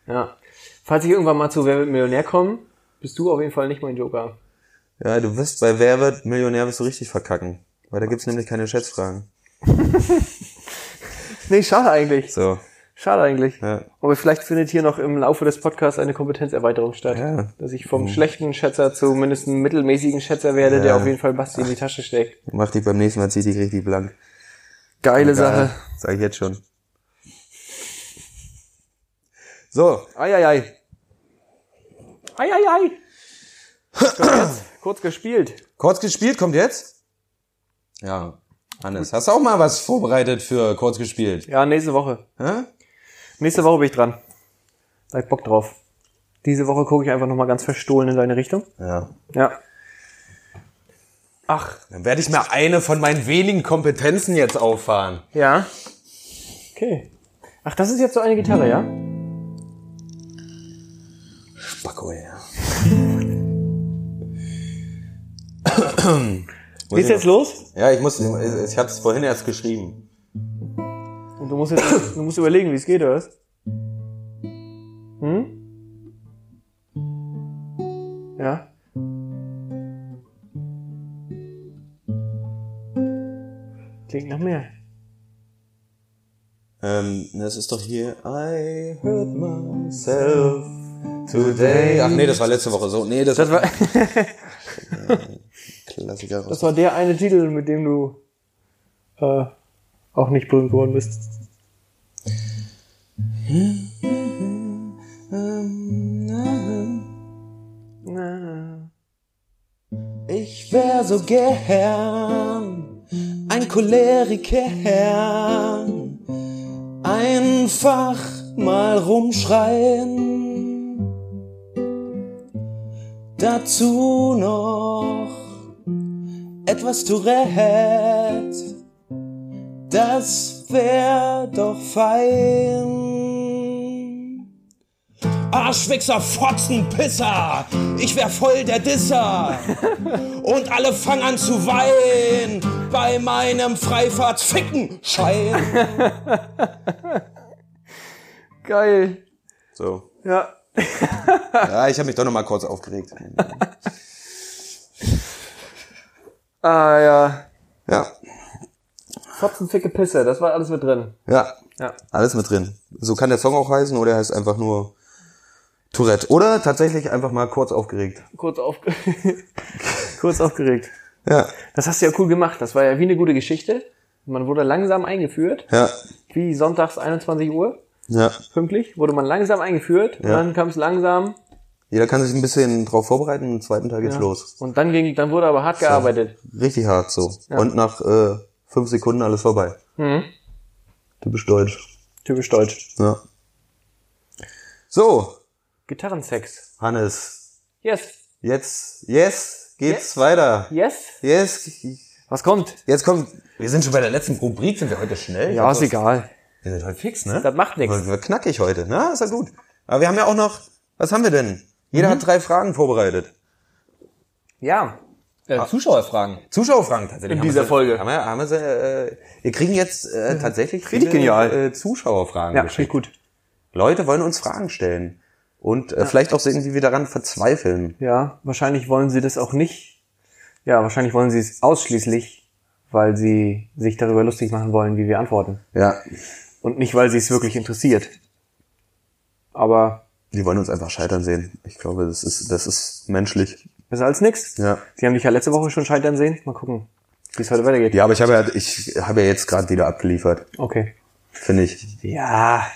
Speaker 2: Ja. Falls ich irgendwann mal zu Wer wird Millionär komme, bist du auf jeden Fall nicht mein Joker.
Speaker 1: ja, du wirst bei Wer wird Millionär wirst du richtig verkacken. Weil da gibt's nämlich keine Schätzfragen.
Speaker 2: Nee, schade eigentlich.
Speaker 1: So.
Speaker 2: Schade eigentlich.
Speaker 1: Ja.
Speaker 2: Aber vielleicht findet hier noch im Laufe des Podcasts eine Kompetenzerweiterung statt.
Speaker 1: Ja.
Speaker 2: Dass ich vom schlechten Schätzer zu mindestens einem mittelmäßigen Schätzer werde, der
Speaker 1: Ja.
Speaker 2: auf jeden Fall Basti in die Tasche steckt.
Speaker 1: Mach dich beim nächsten Mal, zieh dich richtig blank.
Speaker 2: Geile
Speaker 1: Egal. Sag ich jetzt schon. So,
Speaker 2: Eieiei. Eieiei. Kurz gespielt.
Speaker 1: kurz gespielt kommt jetzt. Ja, Hannes, hast du auch mal was vorbereitet für kurz gespielt?
Speaker 2: Ja, nächste Woche.
Speaker 1: Hä?
Speaker 2: Nächste Woche bin ich dran. Da hab ich Bock drauf. Diese Woche gucke ich einfach nochmal ganz verstohlen in deine Richtung.
Speaker 1: Ja.
Speaker 2: Ja. Ach,
Speaker 1: Dann werde ich mal eine von meinen wenigen Kompetenzen jetzt auffahren.
Speaker 2: ja. Okay. Ach, das ist jetzt so eine Gitarre, ja?
Speaker 1: Spacko, ja.
Speaker 2: Geht's jetzt los?
Speaker 1: Ja, ich muss, ich, ich hab's vorhin erst geschrieben.
Speaker 2: Und du musst jetzt, du musst überlegen, wie es geht, oder was? Hm? Ja. Klingt nach mehr.
Speaker 1: Ähm, das ist doch hier, I hurt myself today. Ach nee, das war letzte Woche so. Nee, das,
Speaker 2: Das war,
Speaker 1: Klassiker.
Speaker 2: das war der eine Titel, mit dem du äh, auch nicht berühmt geworden bist. Na.
Speaker 1: Ich wär so gern ein Choleriker. Einfach mal rumschreien. Dazu noch etwas Tourette. Das wär doch fein. Arschwichser, Fotzen, Pisser, ich wär voll der Disser. Und alle fangen an zu weinen bei meinem Freifahrtsficken-Schein.
Speaker 2: Geil.
Speaker 1: So,
Speaker 2: Ja.
Speaker 1: ja, ich habe mich doch noch mal kurz aufgeregt.
Speaker 2: Ah ja.
Speaker 1: Ja,
Speaker 2: Fotzen, ficke Pisse, das war alles mit drin.
Speaker 1: ja,
Speaker 2: Ja.
Speaker 1: alles mit drin. So kann der Song auch heißen oder er heißt einfach nur Tourette. Oder tatsächlich einfach mal kurz aufgeregt.
Speaker 2: Kurz, auf kurz aufgeregt.
Speaker 1: Ja,
Speaker 2: Das hast du ja cool gemacht. Das war ja wie eine gute Geschichte. Man wurde langsam eingeführt,
Speaker 1: ja,
Speaker 2: wie sonntags 21 Uhr,
Speaker 1: ja,
Speaker 2: pünktlich, wurde man langsam eingeführt und
Speaker 1: Ja.
Speaker 2: dann kam es langsam
Speaker 1: Jeder kann sich ein bisschen drauf vorbereiten. Im zweiten Teil geht's
Speaker 2: Ja.
Speaker 1: los.
Speaker 2: Und dann ging, dann wurde aber hart gearbeitet.
Speaker 1: Richtig hart so. Und nach äh, fünf Sekunden alles vorbei. Typisch deutsch.
Speaker 2: Typisch deutsch.
Speaker 1: Ja. So,
Speaker 2: Gitarrensex.
Speaker 1: Hannes.
Speaker 2: Yes.
Speaker 1: Jetzt, yes, geht's weiter.
Speaker 2: Yes.
Speaker 1: Yes.
Speaker 2: Was kommt?
Speaker 1: Jetzt kommt. Wir sind schon bei der letzten Rubrik. Sind wir heute schnell?
Speaker 2: Ja, ist egal.
Speaker 1: Wir sind heute fix, ne?
Speaker 2: Das macht nichts.
Speaker 1: Wir knackig heute, ne? Ist ja gut. Aber wir haben ja auch noch, was haben wir denn?
Speaker 2: Mhm.
Speaker 1: Jeder hat drei Fragen vorbereitet. Ah.
Speaker 2: Ja. Äh, Zuschauerfragen.
Speaker 1: Zuschauerfragen tatsächlich.
Speaker 2: In
Speaker 1: haben
Speaker 2: dieser
Speaker 1: wir-
Speaker 2: Folge. Mhm.
Speaker 1: Haben wir, haben wir, sie, äh, wir kriegen jetzt äh, tatsächlich
Speaker 2: Richtig genial.
Speaker 1: äh, Zuschauerfragen
Speaker 2: Ja, finde ich
Speaker 1: geschickt.
Speaker 2: gut.
Speaker 1: Leute wollen uns Fragen stellen. Und äh, vielleicht auch irgendwie wir daran verzweifeln.
Speaker 2: Ja, wahrscheinlich wollen sie das auch nicht. Ja, wahrscheinlich wollen sie es ausschließlich, weil sie sich darüber lustig machen wollen, wie wir antworten.
Speaker 1: Ja.
Speaker 2: Und nicht, weil sie es wirklich interessiert. Aber
Speaker 1: Die wollen uns einfach scheitern sehen. Ich glaube, das ist, das ist menschlich.
Speaker 2: besser als nichts.
Speaker 1: Ja.
Speaker 2: Sie haben dich ja letzte Woche schon scheitern sehen. Mal gucken, wie es heute weitergeht.
Speaker 1: Ja, aber ich habe ja, ich habe ja jetzt gerade wieder abgeliefert.
Speaker 2: Okay.
Speaker 1: Finde ich.
Speaker 2: Ja.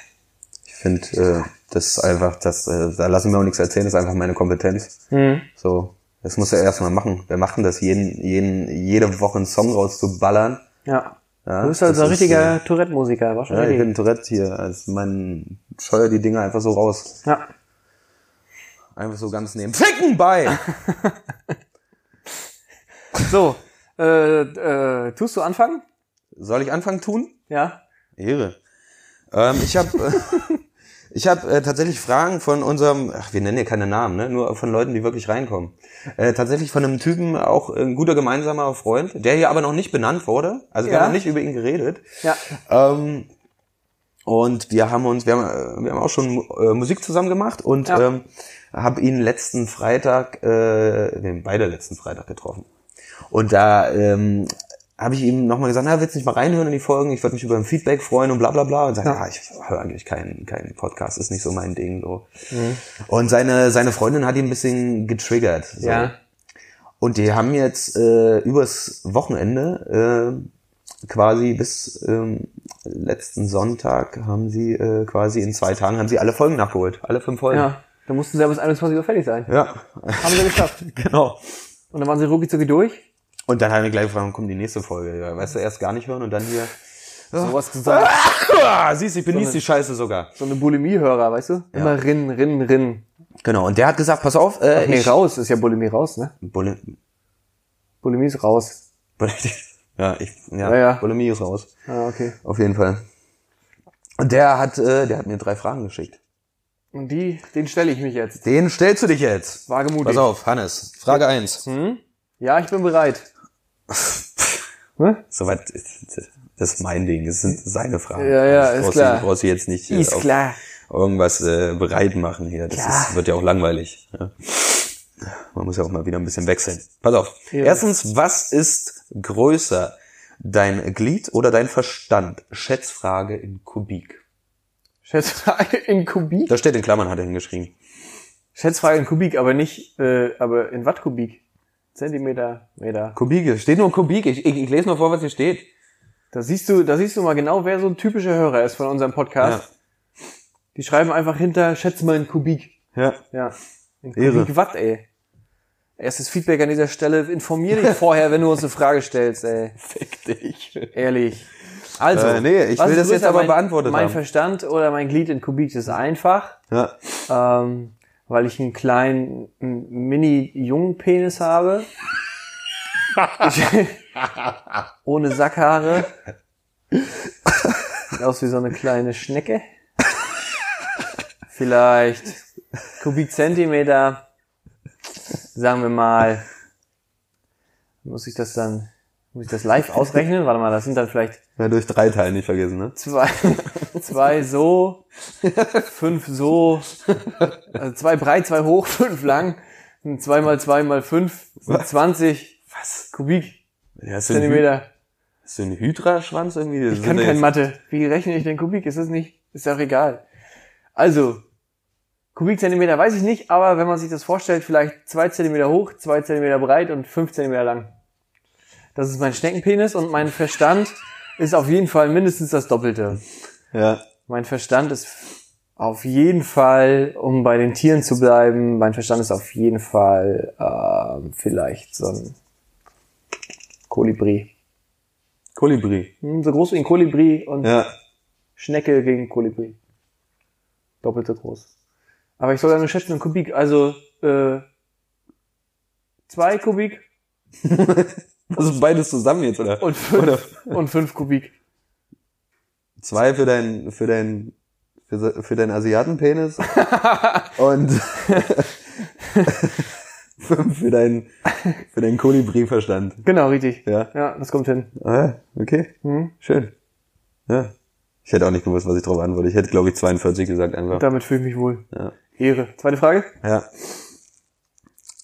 Speaker 1: Ich finde, äh, das ist einfach, das, äh, da lassen wir auch nichts erzählen, das ist einfach meine Kompetenz. So, das muss er erstmal machen. Wir machen das jeden, jeden, jede Woche einen Song rauszuballern.
Speaker 2: Ja.
Speaker 1: Ja,
Speaker 2: du bist also
Speaker 1: das
Speaker 2: ein
Speaker 1: ist,
Speaker 2: richtiger Tourette-Musiker.
Speaker 1: Ja, ich
Speaker 2: Wahrscheinlich.
Speaker 1: bin Tourette hier. Also man scheuer die Dinger einfach so raus.
Speaker 2: Ja.
Speaker 1: Einfach so ganz neben. Ficken bei!
Speaker 2: So, äh, äh, tust du anfangen?
Speaker 1: Soll ich anfangen tun?
Speaker 2: Ja.
Speaker 1: Ehre. Ähm, ich habe ich hab, äh, tatsächlich Fragen von unserem, ach, wir nennen ja keine Namen, ne? nur von Leuten, die wirklich reinkommen. Äh, tatsächlich von einem Typen, auch ein guter gemeinsamer Freund, der hier aber noch nicht benannt wurde. Also wir
Speaker 2: Ja.
Speaker 1: haben noch nicht über ihn geredet.
Speaker 2: Ja.
Speaker 1: Ähm, und wir haben uns, wir haben, äh, wir haben auch schon äh, Musik zusammen gemacht und
Speaker 2: Ja.
Speaker 1: ähm, habe ihn letzten Freitag, äh, nee, beide letzten Freitag getroffen. Und da ähm, habe ich ihm nochmal gesagt, na, willst du nicht mal reinhören in die Folgen? Ich würde mich über ein Feedback freuen und bla bla bla. Und sagt, ah, ich höre eigentlich keinen keinen Podcast, ist nicht so mein Ding. so.
Speaker 2: Mhm.
Speaker 1: Und seine, seine Freundin hat ihn ein bisschen getriggert. So.
Speaker 2: Ja.
Speaker 1: Und die haben jetzt äh, übers Wochenende äh, quasi bis ähm, letzten Sonntag haben sie äh, quasi in zwei Tagen haben sie alle Folgen nachgeholt, alle fünf Folgen.
Speaker 2: Ja. Da mussten sie ja bis 21 Uhr fertig sein.
Speaker 1: ja.
Speaker 2: Haben sie geschafft.
Speaker 1: genau.
Speaker 2: Und dann waren sie rucki zucki durch.
Speaker 1: Und dann haben wir gleich gefragt, kommt die nächste Folge. Ja, weißt du, erst gar nicht hören und dann hier.
Speaker 2: Sowas gesagt.
Speaker 1: Ah, siehst du, ich genieße die Scheiße sogar.
Speaker 2: So eine Bulimie-Hörer, weißt du? Immer rinnen, rinnen, rinnen.
Speaker 1: Genau. Und der hat gesagt, pass auf, äh,
Speaker 2: Nee,
Speaker 1: ich.
Speaker 2: raus. Ist ja Bulimie raus, ne?
Speaker 1: Bulle,
Speaker 2: Bulimie ist raus.
Speaker 1: Bulle, ja, ich, ja,
Speaker 2: Ja, ja.
Speaker 1: Bulimie ist raus.
Speaker 2: Ah, okay.
Speaker 1: Auf jeden Fall. Und der hat, äh, der hat mir drei Fragen geschickt.
Speaker 2: Und die, den stelle ich mich jetzt.
Speaker 1: Den stellst du dich jetzt.
Speaker 2: Wagemutig.
Speaker 1: Pass auf, Hannes. Frage eins.
Speaker 2: Hm? Ja, ich bin bereit. ne?
Speaker 1: Soweit, äh, das ist mein Ding. Das sind seine Fragen.
Speaker 2: Ja, ja,
Speaker 1: Das
Speaker 2: ist
Speaker 1: brauchst
Speaker 2: klar.
Speaker 1: Du, brauchst du jetzt nicht äh,
Speaker 2: Ist
Speaker 1: auf
Speaker 2: klar.
Speaker 1: irgendwas äh, bereit machen hier. Das
Speaker 2: Klar.
Speaker 1: ist, wird ja auch langweilig. Ja. Man muss ja auch mal wieder ein bisschen wechseln. Pass auf.
Speaker 2: Ja.
Speaker 1: Erstens, was ist größer? Dein Glied oder dein Verstand? Schätzfrage in Kubik.
Speaker 2: Schätzfrage in Kubik.
Speaker 1: Da steht in Klammern, hat er hingeschrieben.
Speaker 2: Schätzfrage in Kubik, aber nicht, äh, aber in Wattkubik. Zentimeter, Meter.
Speaker 1: Kubik, steht nur Kubik. Ich, ich, ich lese nur vor, was hier steht.
Speaker 2: Da siehst du, da siehst du mal genau, wer so ein typischer Hörer ist von unserem Podcast. Die schreiben einfach hinter, schätz mal in Kubik.
Speaker 1: Ja.
Speaker 2: Ja. In Kubik
Speaker 1: Ehre.
Speaker 2: Watt, ey. Erstes Feedback an dieser Stelle. Informier dich vorher, wenn du uns eine Frage stellst, ey.
Speaker 1: Fick dich.
Speaker 2: Ehrlich. Also,
Speaker 1: Äh, nee, ich
Speaker 2: was
Speaker 1: will
Speaker 2: ist
Speaker 1: das jetzt
Speaker 2: größer,
Speaker 1: aber
Speaker 2: mein,
Speaker 1: beantwortet
Speaker 2: Mein
Speaker 1: haben.
Speaker 2: Verstand oder mein Glied in Kubik das ist einfach,
Speaker 1: Ja.
Speaker 2: ähm, weil ich einen kleinen einen Mini-Jungen-Penis habe. Ich, ohne Sackhaare. Sieht aus wie so eine kleine Schnecke. Vielleicht Kubikzentimeter. Sagen wir mal. Muss ich das dann, muss ich das live ausrechnen? Warte mal, das sind dann vielleicht
Speaker 1: ja. Durch drei Teile nicht vergessen, ne?
Speaker 2: zwei, zwei so, fünf so, also zwei breit, zwei hoch, fünf lang, und zwei mal zwei mal fünf, sind 20 Was? Kubik,
Speaker 1: Hast du einen, Hy-
Speaker 2: Zentimeter.
Speaker 1: hast du einen Hydraschwanz irgendwie?
Speaker 2: Ich kann kein Mathe. Wie rechne ich denn Kubik? Ist das nicht, ist auch egal. Also, Kubikzentimeter weiß ich nicht, aber wenn man sich das vorstellt, vielleicht zwei Zentimeter hoch, zwei Zentimeter breit und fünf Zentimeter lang. Das ist mein Schneckenpenis und mein Verstand ist auf jeden Fall mindestens das Doppelte.
Speaker 1: Ja.
Speaker 2: Mein Verstand ist auf jeden Fall, um bei den Tieren zu bleiben, mein Verstand ist auf jeden Fall ähm, vielleicht so ein Kolibri.
Speaker 1: Kolibri.
Speaker 2: Hm, So groß wie ein Kolibri und
Speaker 1: Ja.
Speaker 2: Schnecke gegen Kolibri. Doppelte groß. Aber ich soll ja nur schätzen in Kubik, also äh, zwei Kubik
Speaker 1: Also beides zusammen jetzt, oder?
Speaker 2: und
Speaker 1: Oder
Speaker 2: fünf, und fünf Kubik.
Speaker 1: zwei für deinen, für deinen, für, se- für deinen Asiatenpenis und fünf für deinen, für deinen Kolibri-Verstand.
Speaker 2: Genau, richtig.
Speaker 1: Ja.
Speaker 2: Ja, das kommt hin.
Speaker 1: Ah, okay.
Speaker 2: Hm?
Speaker 1: Schön. Ja. Ich hätte auch nicht gewusst, was ich drauf antworte. Ich hätte, glaube ich, 42 gesagt einfach.
Speaker 2: Damit fühle ich mich wohl.
Speaker 1: Ja.
Speaker 2: Ehre. Zweite Frage?
Speaker 1: ja.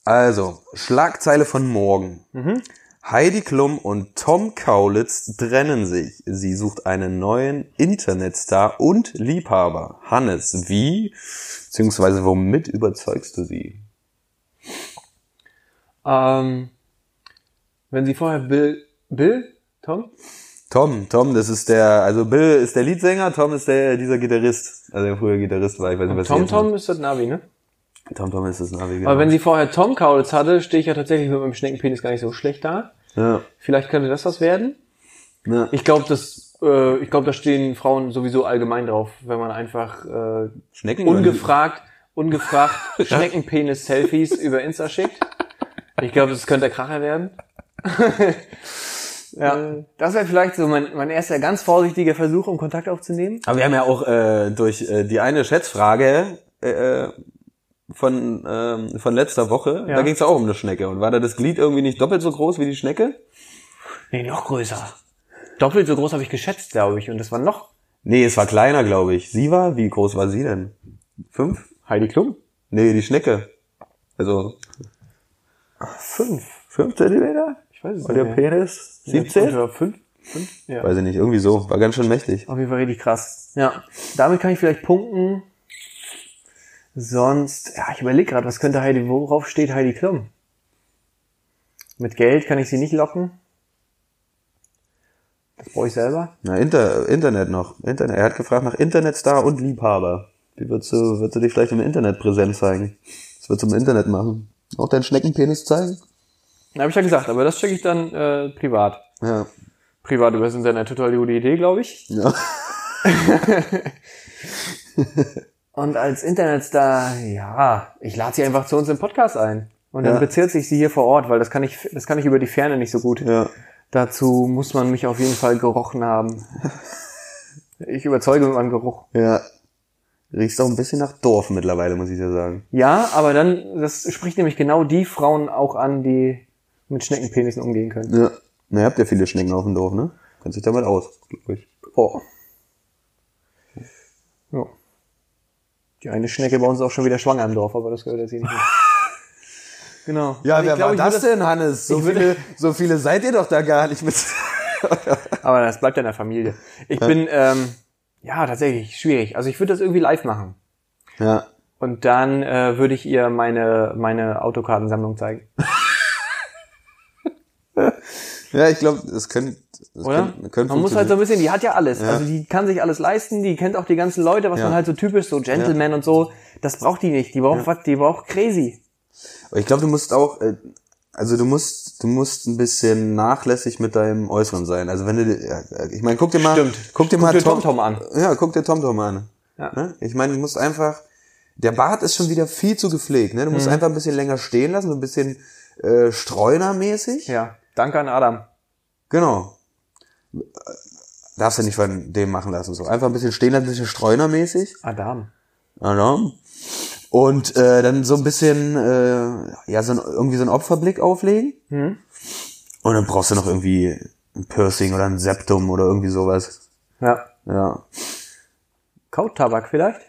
Speaker 1: Also, Schlagzeile von morgen.
Speaker 2: Mhm.
Speaker 1: Heidi Klum und Tom Kaulitz trennen sich. Sie sucht einen neuen Internetstar und Liebhaber. Hannes, wie bzw. womit überzeugst du sie?
Speaker 2: Ähm, wenn sie vorher Bill, Bill, Tom?
Speaker 1: Tom, Tom, das ist der, also Bill ist der Leadsänger, Tom ist der, dieser Gitarrist, also der früher Gitarrist war, ich weiß nicht, was
Speaker 2: Tom
Speaker 1: er jetzt
Speaker 2: Tom ist das Navi, ne?
Speaker 1: macht. Tom, Tom ist das Navi, genau.
Speaker 2: Aber wenn sie vorher Tom Kaulitz hatte, stehe ich ja tatsächlich mit meinem Schneckenpenis gar nicht so schlecht da.
Speaker 1: ja,
Speaker 2: Vielleicht könnte das was werden.
Speaker 1: ja.
Speaker 2: Ich glaube, das, äh, ich glaube, da stehen Frauen sowieso allgemein drauf, wenn man einfach äh,
Speaker 1: Schnecken
Speaker 2: ungefragt, ungefragt Schneckenpenis-Selfies über Insta schickt. Ich glaube, das könnte der Kracher werden. ja, das wäre vielleicht so mein, mein erster ganz vorsichtiger Versuch, um Kontakt aufzunehmen.
Speaker 1: Aber wir haben ja auch äh, durch äh, die eine Schätzfrage äh, von, ähm, von letzter Woche,
Speaker 2: Ja.
Speaker 1: da ging es auch um eine Schnecke. Und war da das Glied irgendwie nicht doppelt so groß wie die Schnecke?
Speaker 2: Nee, noch größer. Doppelt so groß habe ich geschätzt, glaube ich. Und das war noch
Speaker 1: Nee, es war kleiner, glaube ich. Sie war, wie groß war sie denn? Fünf?
Speaker 2: Heidi Klum.
Speaker 1: Nee, die Schnecke. Also
Speaker 2: Fünf.
Speaker 1: fünf Zentimeter?
Speaker 2: Ich weiß es
Speaker 1: Und der
Speaker 2: nicht. mehr.
Speaker 1: Penis? 17?
Speaker 2: Oder fünf? Fünf? Ja.
Speaker 1: Weiß ich nicht, irgendwie so. War ganz schön mächtig.
Speaker 2: Auf jeden Fall richtig krass. Ja. Damit kann ich vielleicht punkten. Sonst, ja, ich überlege gerade, was könnte Heidi, worauf steht Heidi Klum? Mit Geld kann ich sie nicht locken. Das brauche ich selber.
Speaker 1: Na, Inter Internet noch. Internet. Er hat gefragt nach Internetstar und Liebhaber. Wie würdest du, würdest du dich vielleicht im Internet präsent zeigen? Was würdest du im Internet machen? Auch deinen Schneckenpenis zeigen?
Speaker 2: Habe ich ja gesagt, aber das schicke ich dann äh, privat.
Speaker 1: Ja.
Speaker 2: Privat über das Internet, total gute Idee, glaube ich.
Speaker 1: Ja.
Speaker 2: Und als Internetstar, ja, ich lade sie einfach zu uns im Podcast ein. Und dann
Speaker 1: Ja.
Speaker 2: bezirzt ich sie hier vor Ort, weil das kann ich, das kann ich über die Ferne nicht so gut.
Speaker 1: ja.
Speaker 2: Dazu muss man mich auf jeden Fall gerochen haben. Ich überzeuge mit meinem Geruch.
Speaker 1: Ja. Riechst auch ein bisschen nach Dorf mittlerweile, muss ich ja sagen.
Speaker 2: Ja, aber dann, das spricht nämlich genau die Frauen auch an, die mit Schneckenpenissen umgehen können.
Speaker 1: Ja. Na, ihr habt ja viele Schnecken auf dem Dorf, ne? Kannst dich damit aus, glaube ich.
Speaker 2: Oh. Ja. Die eine Schnecke bei uns ist auch schon wieder schwanger im Dorf, aber das gehört jetzt hier nicht. hin. genau. Und ich glaub, ich würde
Speaker 1: denn, Hannes? So
Speaker 2: würde-
Speaker 1: so viele seid ihr doch da gar nicht mit.
Speaker 2: Aber das bleibt ja in der Familie. Ich bin, ähm, ja, tatsächlich schwierig. Also ich würde das irgendwie live machen.
Speaker 1: Ja.
Speaker 2: Und dann äh, würde ich ihr meine, meine Autokartensammlung zeigen.
Speaker 1: Ja, ich glaube, es könnte, es
Speaker 2: Oder?
Speaker 1: könnte, könnte
Speaker 2: man muss halt so ein
Speaker 1: funktionieren.
Speaker 2: bisschen, die hat ja alles. Also die kann sich alles leisten, die kennt auch die ganzen Leute, was
Speaker 1: Ja.
Speaker 2: man halt so typisch, so Gentleman und so. Das braucht die nicht. Die braucht was, die braucht crazy.
Speaker 1: Aber Ich glaube, du musst auch, äh, also du musst, du musst ein bisschen nachlässig mit deinem Äußeren sein. Also wenn du, ja, ich meine, guck dir mal,
Speaker 2: Stimmt.
Speaker 1: guck dir
Speaker 2: Guck
Speaker 1: mal
Speaker 2: dir TomTom an.
Speaker 1: Ja, guck dir TomTom an.
Speaker 2: Ja.
Speaker 1: Ne? Ich meine, du musst einfach, der Bart ist schon wieder viel zu gepflegt. Ne? Du
Speaker 2: Mhm.
Speaker 1: musst einfach ein bisschen länger stehen lassen, so ein bisschen äh, streunermäßig.
Speaker 2: Ja. Danke an Adam.
Speaker 1: Genau. Äh, Darfst du nicht von dem machen lassen. So einfach ein bisschen stehen lassen, ein bisschen streunermäßig.
Speaker 2: Adam.
Speaker 1: Alarm. Und äh, dann so ein bisschen, äh, ja, so ein, irgendwie so einen Opferblick auflegen. Und dann brauchst du noch irgendwie ein Piercing oder ein Septum oder irgendwie sowas.
Speaker 2: Ja.
Speaker 1: Ja.
Speaker 2: Kautabak vielleicht?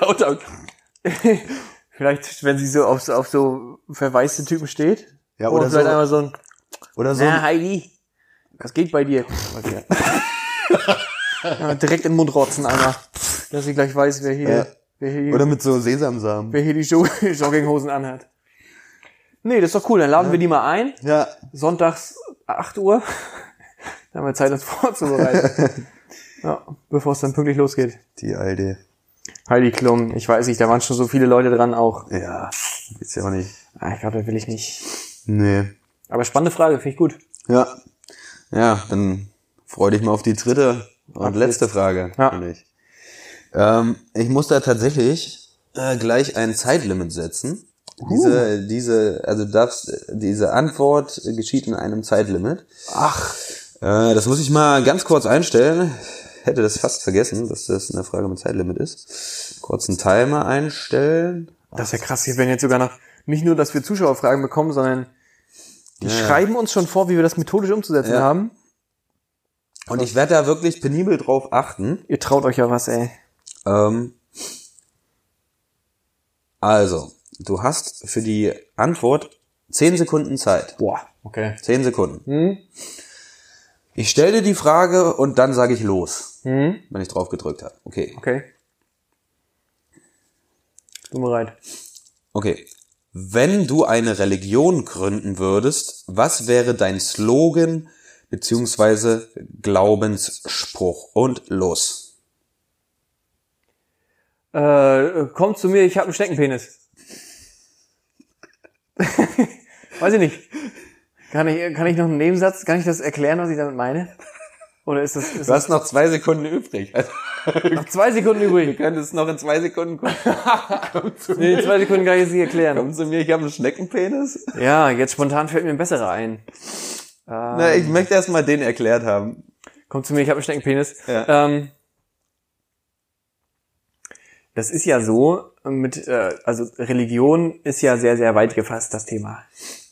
Speaker 2: Kautabak. vielleicht, wenn sie so auf, so- auf so verwaiste Typen steht.
Speaker 1: Ja,
Speaker 2: Oh,
Speaker 1: oder
Speaker 2: vielleicht
Speaker 1: so-
Speaker 2: einmal so ein,
Speaker 1: Oder so.
Speaker 2: na Heidi, was geht bei dir? Ja, direkt in den Mund rotzen einmal, dass sie gleich weiß, wer hier,
Speaker 1: Ja.
Speaker 2: wer hier,
Speaker 1: Oder mit so Sesamsamen.
Speaker 2: wer hier die jo Jogginghosen anhat. Nee, das ist doch cool, dann laden wir die mal ein.
Speaker 1: Ja.
Speaker 2: Sonntags 8 Uhr. Dann haben wir Zeit, uns vorzubereiten. Ja, bevor es dann pünktlich losgeht.
Speaker 1: Die alte.
Speaker 2: Heidi Klum, ich weiß nicht, da waren schon so viele Leute dran auch.
Speaker 1: Ja, ist ja auch nicht.
Speaker 2: Ah, ich glaube, das will ich nicht.
Speaker 1: Nee.
Speaker 2: Aber spannende Frage, finde ich gut.
Speaker 1: Ja. Ja, dann freu dich mal auf die dritte und
Speaker 2: Ab
Speaker 1: letzte Frage.
Speaker 2: Ja.
Speaker 1: finde Ich. Ähm, ich muss da tatsächlich äh, gleich ein Zeitlimit setzen. Diese, diese, also du darfst, diese Antwort geschieht in einem Zeitlimit.
Speaker 2: Ach,
Speaker 1: Äh, das muss ich mal ganz kurz einstellen. Hätte das fast vergessen, dass das eine Frage mit Zeitlimit ist. Kurz einen Timer einstellen.
Speaker 2: das ist ja krass. Wir werden jetzt sogar noch, nicht nur, dass wir Zuschauerfragen bekommen, sondern die schreiben uns schon vor, wie wir das methodisch umzusetzen
Speaker 1: Ja.
Speaker 2: haben.
Speaker 1: Und ich werde da wirklich penibel drauf achten.
Speaker 2: Ihr traut euch ja was, ey.
Speaker 1: Ähm, also, du hast für die Antwort 10 Sekunden Zeit.
Speaker 2: Boah, okay.
Speaker 1: 10 Sekunden. Ich stelle dir die Frage und dann sage ich los,
Speaker 2: Hm?
Speaker 1: wenn ich drauf gedrückt habe. Okay.
Speaker 2: Okay. Bin bereit.
Speaker 1: Okay. Wenn du eine Religion gründen würdest, was wäre dein Slogan beziehungsweise Glaubensspruch? Und los.
Speaker 2: Äh, komm zu mir, ich habe einen Schneckenpenis. Weiß ich nicht. Kann ich, kann ich noch einen Nebensatz, kann ich das erklären, was ich damit meine? Oder ist das, ist
Speaker 1: Du hast noch zwei Sekunden übrig. Also,
Speaker 2: das noch zwei Sekunden
Speaker 1: du
Speaker 2: übrig?
Speaker 1: könntest noch in zwei Sekunden kommen. Komm zu mir.
Speaker 2: Nee, zwei Sekunden kann ich es nicht erklären.
Speaker 1: Komm zu mir, ich habe einen Schneckenpenis.
Speaker 2: Ja, jetzt spontan fällt mir ein besserer ein.
Speaker 1: Na, ich möchte erst mal den erklärt haben.
Speaker 2: Komm zu mir, ich habe einen Schneckenpenis.
Speaker 1: Ja.
Speaker 2: Ähm, das ist ja so, mit, äh, also Religion ist ja sehr, sehr weit gefasst, das Thema.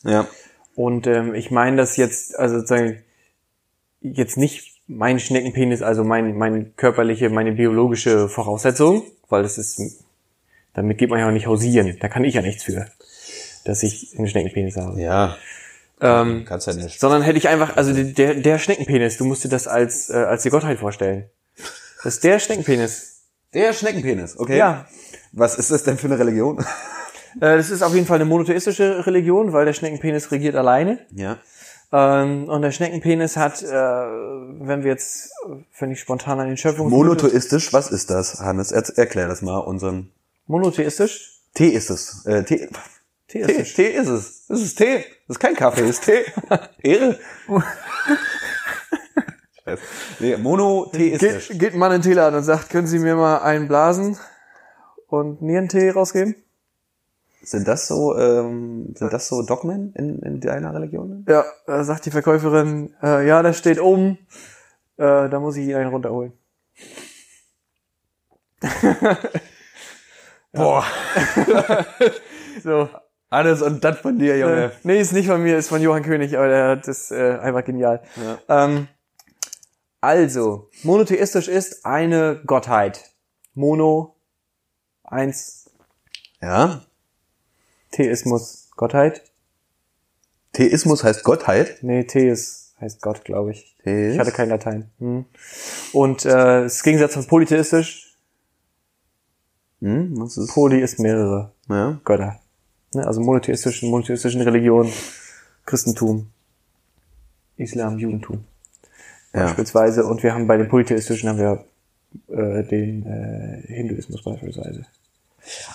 Speaker 1: Ja.
Speaker 2: Und ähm, ich meine das jetzt, also sozusagen, jetzt nicht mein Schneckenpenis, also mein, mein körperliche, meine biologische Voraussetzung, weil das ist, damit geht man ja auch nicht hausieren. Da kann ich ja nichts für, dass ich einen Schneckenpenis habe.
Speaker 1: Ja,
Speaker 2: Ähm,
Speaker 1: kannst ja nicht.
Speaker 2: sondern hätte ich einfach, also der, der Schneckenpenis, du musst dir das als, äh, als die Gottheit vorstellen. Das ist der Schneckenpenis.
Speaker 1: Der Schneckenpenis, okay.
Speaker 2: Ja.
Speaker 1: Was ist das denn für eine Religion?
Speaker 2: Äh, das ist auf jeden Fall eine monotheistische Religion, weil der Schneckenpenis regiert alleine.
Speaker 1: Ja.
Speaker 2: Ähm, und der Schneckenpenis hat, äh, wenn wir jetzt, äh, wenn ich spontan an den Schöpfungs...
Speaker 1: Monotheistisch, was ist das, Hannes? Er erklär das mal unseren.
Speaker 2: monotheistisch?
Speaker 1: Tee ist es. Äh, Tee. Tee,
Speaker 2: Theistisch.
Speaker 1: Tee ist es. Das ist Tee. Das ist kein Kaffee, das ist Tee. Ehre. Scheiße. Nee, monotheistisch.
Speaker 2: Geht, geht ein Mann in den Teeladen und sagt, können Sie mir mal einen Blasen und Nierentee rausgeben?
Speaker 1: Sind das so, ähm, sind das so Dogmen in, in deiner Religion?
Speaker 2: Ja, äh, sagt die Verkäuferin, äh, ja, das steht oben, äh, da muss ich ihn einen runterholen.
Speaker 1: Boah.
Speaker 2: So.
Speaker 1: Hannes, und das von dir,
Speaker 2: Äh, nee, ist nicht von mir, ist von Johann König, aber der hat das äh, einfach genial. Ähm, also, monotheistisch ist eine Gottheit. Mono, eins,
Speaker 1: Ja.
Speaker 2: Theismus, Gottheit.
Speaker 1: Theismus heißt Gottheit.
Speaker 2: Nee, Theis heißt Gott, glaube ich.
Speaker 1: Theis.
Speaker 2: Ich hatte kein Latein. Hm. Und äh, das Gegensatz von polytheistisch,
Speaker 1: Hm, was ist?
Speaker 2: Poly ist mehrere
Speaker 1: ja.
Speaker 2: Götter. Ne? Also monotheistischen, monotheistischen Religionen, Christentum, Islam, Judentum.
Speaker 1: ja.
Speaker 2: beispielsweise und wir haben bei den polytheistischen haben wir äh, den äh, Hinduismus beispielsweise.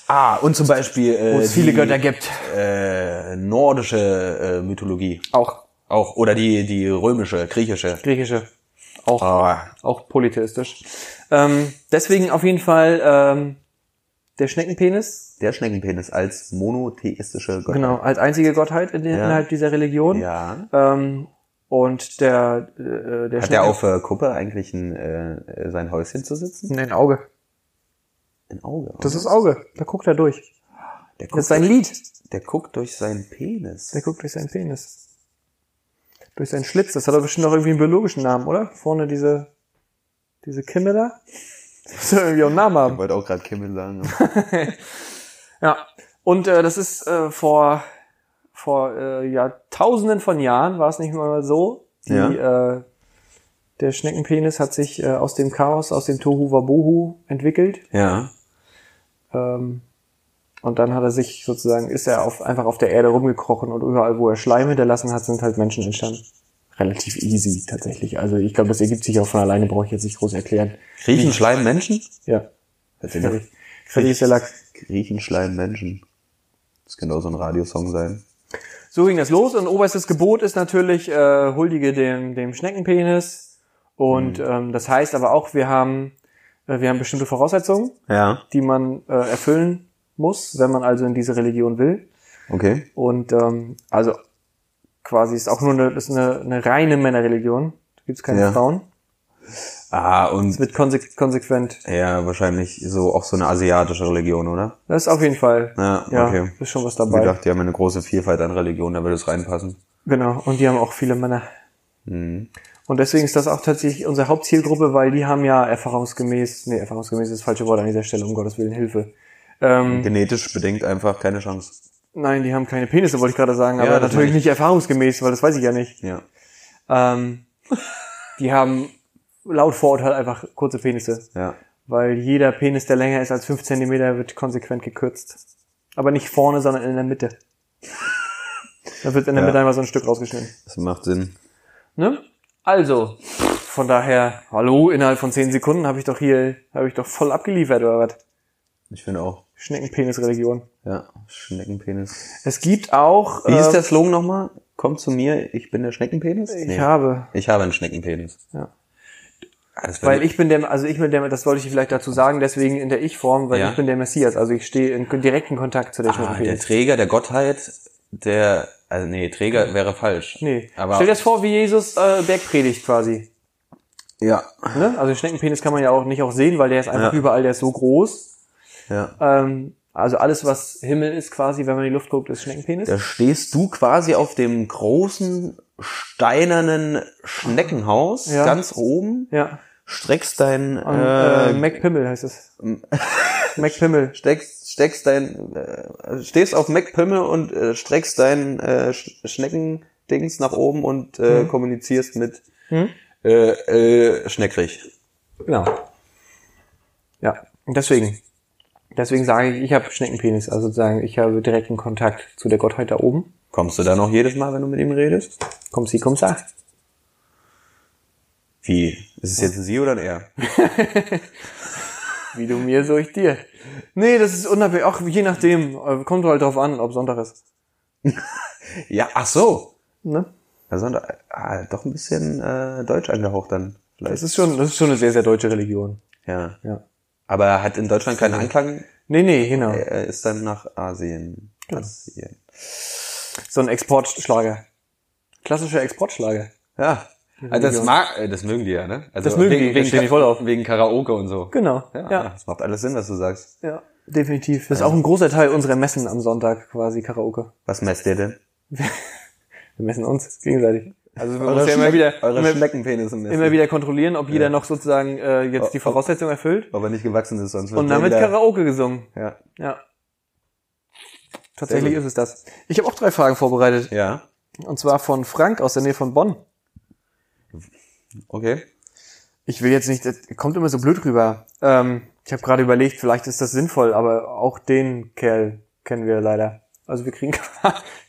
Speaker 1: Ah, und zum Beispiel äh,
Speaker 2: Wo es viele Götter gibt.
Speaker 1: Äh, nordische äh, Mythologie.
Speaker 2: Auch
Speaker 1: Auch. Oder die, die römische, griechische.
Speaker 2: griechische. Auch,
Speaker 1: Oh,
Speaker 2: auch polytheistisch. Ähm, deswegen auf jeden Fall ähm, der Schneckenpenis,
Speaker 1: der Schneckenpenis als monotheistische Götter.
Speaker 2: genau, als einzige Gottheit in,
Speaker 1: Ja.
Speaker 2: innerhalb dieser Religion.
Speaker 1: Ja.
Speaker 2: Ähm, und der, äh, der
Speaker 1: Hat der auf äh, Kuppe eigentlich ein, äh, sein Häuschen zu sitzen?
Speaker 2: ein Auge.
Speaker 1: Ein Auge.
Speaker 2: Das ist Auge. Da guckt er durch.
Speaker 1: der, guckt,
Speaker 2: Das ist sein Lied.
Speaker 1: der guckt durch seinen Penis.
Speaker 2: Der guckt durch seinen Penis. Durch seinen Schlitz. Das hat er bestimmt noch irgendwie einen biologischen Namen, oder? Vorne diese, diese Kimme da. Das muss er irgendwie auch einen Namen
Speaker 1: ich
Speaker 2: haben.
Speaker 1: wollte auch gerade Kimmel sagen.
Speaker 2: Ja. Und äh, das ist äh, vor, vor äh, Jahrtausenden von Jahren, war es nicht mal so. Die, äh, der Schneckenpenis hat sich äh, aus dem Chaos, aus dem Tohu Wabohu entwickelt.
Speaker 1: ja.
Speaker 2: Ähm, und dann hat er sich sozusagen, ist er auf, einfach auf der Erde rumgekrochen und überall, wo er Schleim hinterlassen hat, sind halt Menschen entstanden. relativ easy tatsächlich. Also ich glaube, das ergibt sich auch von alleine, brauche ich jetzt nicht groß erklären.
Speaker 1: Riechen Schleim Menschen?
Speaker 2: Ja, fertig. Fertig ist der Lack.
Speaker 1: Riechen Schleim Menschen. Das könnte auch so ein Radiosong sein.
Speaker 2: So ging das los und oberstes Gebot ist natürlich, äh, huldige dem, dem Schneckenpenis. Und
Speaker 1: Mhm.
Speaker 2: ähm, das heißt aber auch, wir haben, äh, wir haben bestimmte Voraussetzungen,
Speaker 1: Ja.
Speaker 2: die man äh, erfüllen muss, wenn man also in diese Religion will.
Speaker 1: Okay.
Speaker 2: Und ähm, also quasi ist auch nur eine, ist eine, eine reine Männerreligion. Da gibt's keine
Speaker 1: Ja.
Speaker 2: Frauen.
Speaker 1: Ah, und
Speaker 2: Es wird konse konsequent.
Speaker 1: ja, wahrscheinlich so auch so eine asiatische Religion, oder?
Speaker 2: Das ist auf jeden Fall.
Speaker 1: Ja, okay.
Speaker 2: ist schon was
Speaker 1: Ich
Speaker 2: dabei.
Speaker 1: dachte, die haben eine große Vielfalt an Religionen, da würde es reinpassen.
Speaker 2: Genau. Und die haben auch viele Männer.
Speaker 1: Mhm.
Speaker 2: Und deswegen ist das auch tatsächlich unsere Hauptzielgruppe, weil die haben ja erfahrungsgemäß, nee, erfahrungsgemäß ist das falsche Wort an dieser Stelle, um Gottes Willen, Hilfe. Ähm,
Speaker 1: Genetisch bedingt einfach keine Chance.
Speaker 2: Nein, die haben keine Penisse, wollte ich gerade sagen,
Speaker 1: Ja,
Speaker 2: aber
Speaker 1: das
Speaker 2: natürlich
Speaker 1: meine
Speaker 2: nicht erfahrungsgemäß, weil das weiß ich ja nicht.
Speaker 1: Ja.
Speaker 2: Ähm, die haben laut Vorurteil einfach kurze Penisse,
Speaker 1: Ja.
Speaker 2: weil jeder Penis, der länger ist als 5 Zentimeter, wird konsequent gekürzt. Aber nicht vorne, sondern in der Mitte. Da wird in der
Speaker 1: Ja.
Speaker 2: Mitte einmal so ein Stück rausgeschnitten.
Speaker 1: Das macht Sinn.
Speaker 2: Ne? Also, von daher, hallo, innerhalb von 10 Sekunden habe ich doch hier, habe ich doch voll abgeliefert oder was?
Speaker 1: Ich finde auch.
Speaker 2: Schneckenpenis-Religion.
Speaker 1: Ja. Schneckenpenis.
Speaker 2: Es gibt auch.
Speaker 1: Wie
Speaker 2: äh,
Speaker 1: ist der Slogan nochmal? Komm zu mir, ich bin der Schneckenpenis?
Speaker 2: Ich
Speaker 1: Nee.
Speaker 2: habe.
Speaker 1: Ich habe einen Schneckenpenis.
Speaker 2: Ja.
Speaker 1: Ah, Das
Speaker 2: Weil ich bin der, also ich bin der, das wollte ich vielleicht dazu sagen, deswegen in der Ich-Form, weil
Speaker 1: Ja.
Speaker 2: ich bin der Messias. Also ich stehe in direkten Kontakt zu der
Speaker 1: ah, der
Speaker 2: Schneckenpenis.
Speaker 1: Träger der Gottheit, der also nee, Träger wäre falsch.
Speaker 2: Nee.
Speaker 1: aber
Speaker 2: Stell dir das vor, wie Jesus äh, Bergpredigt quasi.
Speaker 1: ja,
Speaker 2: Ne? Also Schneckenpenis kann man ja auch nicht auch sehen, weil der ist einfach
Speaker 1: Ja.
Speaker 2: überall, der ist so groß.
Speaker 1: ja.
Speaker 2: Ähm, also alles, was Himmel ist quasi, wenn man in die Luft guckt, ist Schneckenpenis.
Speaker 1: Da stehst du quasi auf dem großen steinernen Schneckenhaus
Speaker 2: Ja.
Speaker 1: ganz oben,
Speaker 2: Ja.
Speaker 1: streckst dein
Speaker 2: Und,
Speaker 1: äh,
Speaker 2: äh, Mac Pimmel heißt es. Mac Pimmel.
Speaker 1: steckst steckst dein äh, stehst auf MacPimmel und äh, streckst dein äh, Sch- Schneckendings nach oben und äh,
Speaker 2: Mhm.
Speaker 1: kommunizierst mit äh, äh, Schneckrich.
Speaker 2: Genau. Ja, und deswegen. Deswegen sage ich, ich habe Schneckenpenis, also sozusagen, ich habe direkten Kontakt zu der Gottheit da oben.
Speaker 1: Kommst du da noch jedes Mal, wenn du mit ihm redest?
Speaker 2: Komm sie, komm sa.
Speaker 1: Wie? Ist es jetzt ein Sie oder ein Er?
Speaker 2: Wie du mir, so ich dir. Nee, das ist unabhängig, auch je nachdem, äh, kommt halt drauf an, ob Sonntag ist.
Speaker 1: Ja, ach so.
Speaker 2: Ne?
Speaker 1: Also, ah, doch ein bisschen äh, deutsch angehaucht dann. Vielleicht.
Speaker 2: Das ist schon, das ist schon eine sehr, sehr deutsche Religion.
Speaker 1: ja.
Speaker 2: Ja.
Speaker 1: Aber er hat in Deutschland keinen Anklang.
Speaker 2: Nee, nee, genau.
Speaker 1: Er ist dann nach Asien. Asien.
Speaker 2: So ein Exportschlager. Klassischer Exportschlager.
Speaker 1: Ja. Also das
Speaker 2: Religion.
Speaker 1: mag, äh, das mögen die ja, ne? Also
Speaker 2: Das mögen
Speaker 1: wegen,
Speaker 2: die, da
Speaker 1: wegen,
Speaker 2: stehen die
Speaker 1: Ka-
Speaker 2: voll auf.
Speaker 1: wegen Karaoke und so.
Speaker 2: Genau.
Speaker 1: Ja,
Speaker 2: ja.
Speaker 1: Das macht alles Sinn, was du sagst.
Speaker 2: ja definitiv. Das ist auch ein großer Teil unserer Messen am Sonntag quasi Karaoke.
Speaker 1: Was messt ihr denn?
Speaker 2: Wir messen uns gegenseitig. Also wir
Speaker 1: Eure
Speaker 2: müssen ja immer
Speaker 1: Schneck-
Speaker 2: wieder,
Speaker 1: eure
Speaker 2: immer,
Speaker 1: Schneckenpenisse messen.
Speaker 2: immer wieder kontrollieren, ob jeder noch sozusagen äh, jetzt die Voraussetzung erfüllt.
Speaker 1: Ob er nicht gewachsen ist, sonst wird
Speaker 2: Und dann wird
Speaker 1: der-
Speaker 2: Karaoke gesungen.
Speaker 1: Ja.
Speaker 2: Ja. Tatsächlich
Speaker 1: Sehr
Speaker 2: ist es das. Ich habe auch drei Fragen vorbereitet.
Speaker 1: Ja.
Speaker 2: Und zwar von Frank aus der Nähe von Bonn.
Speaker 1: Okay.
Speaker 2: Ich will jetzt nicht, das kommt immer so blöd rüber. Ähm, ich habe gerade überlegt, vielleicht ist das sinnvoll, aber auch den Kerl kennen wir leider. Also wir kriegen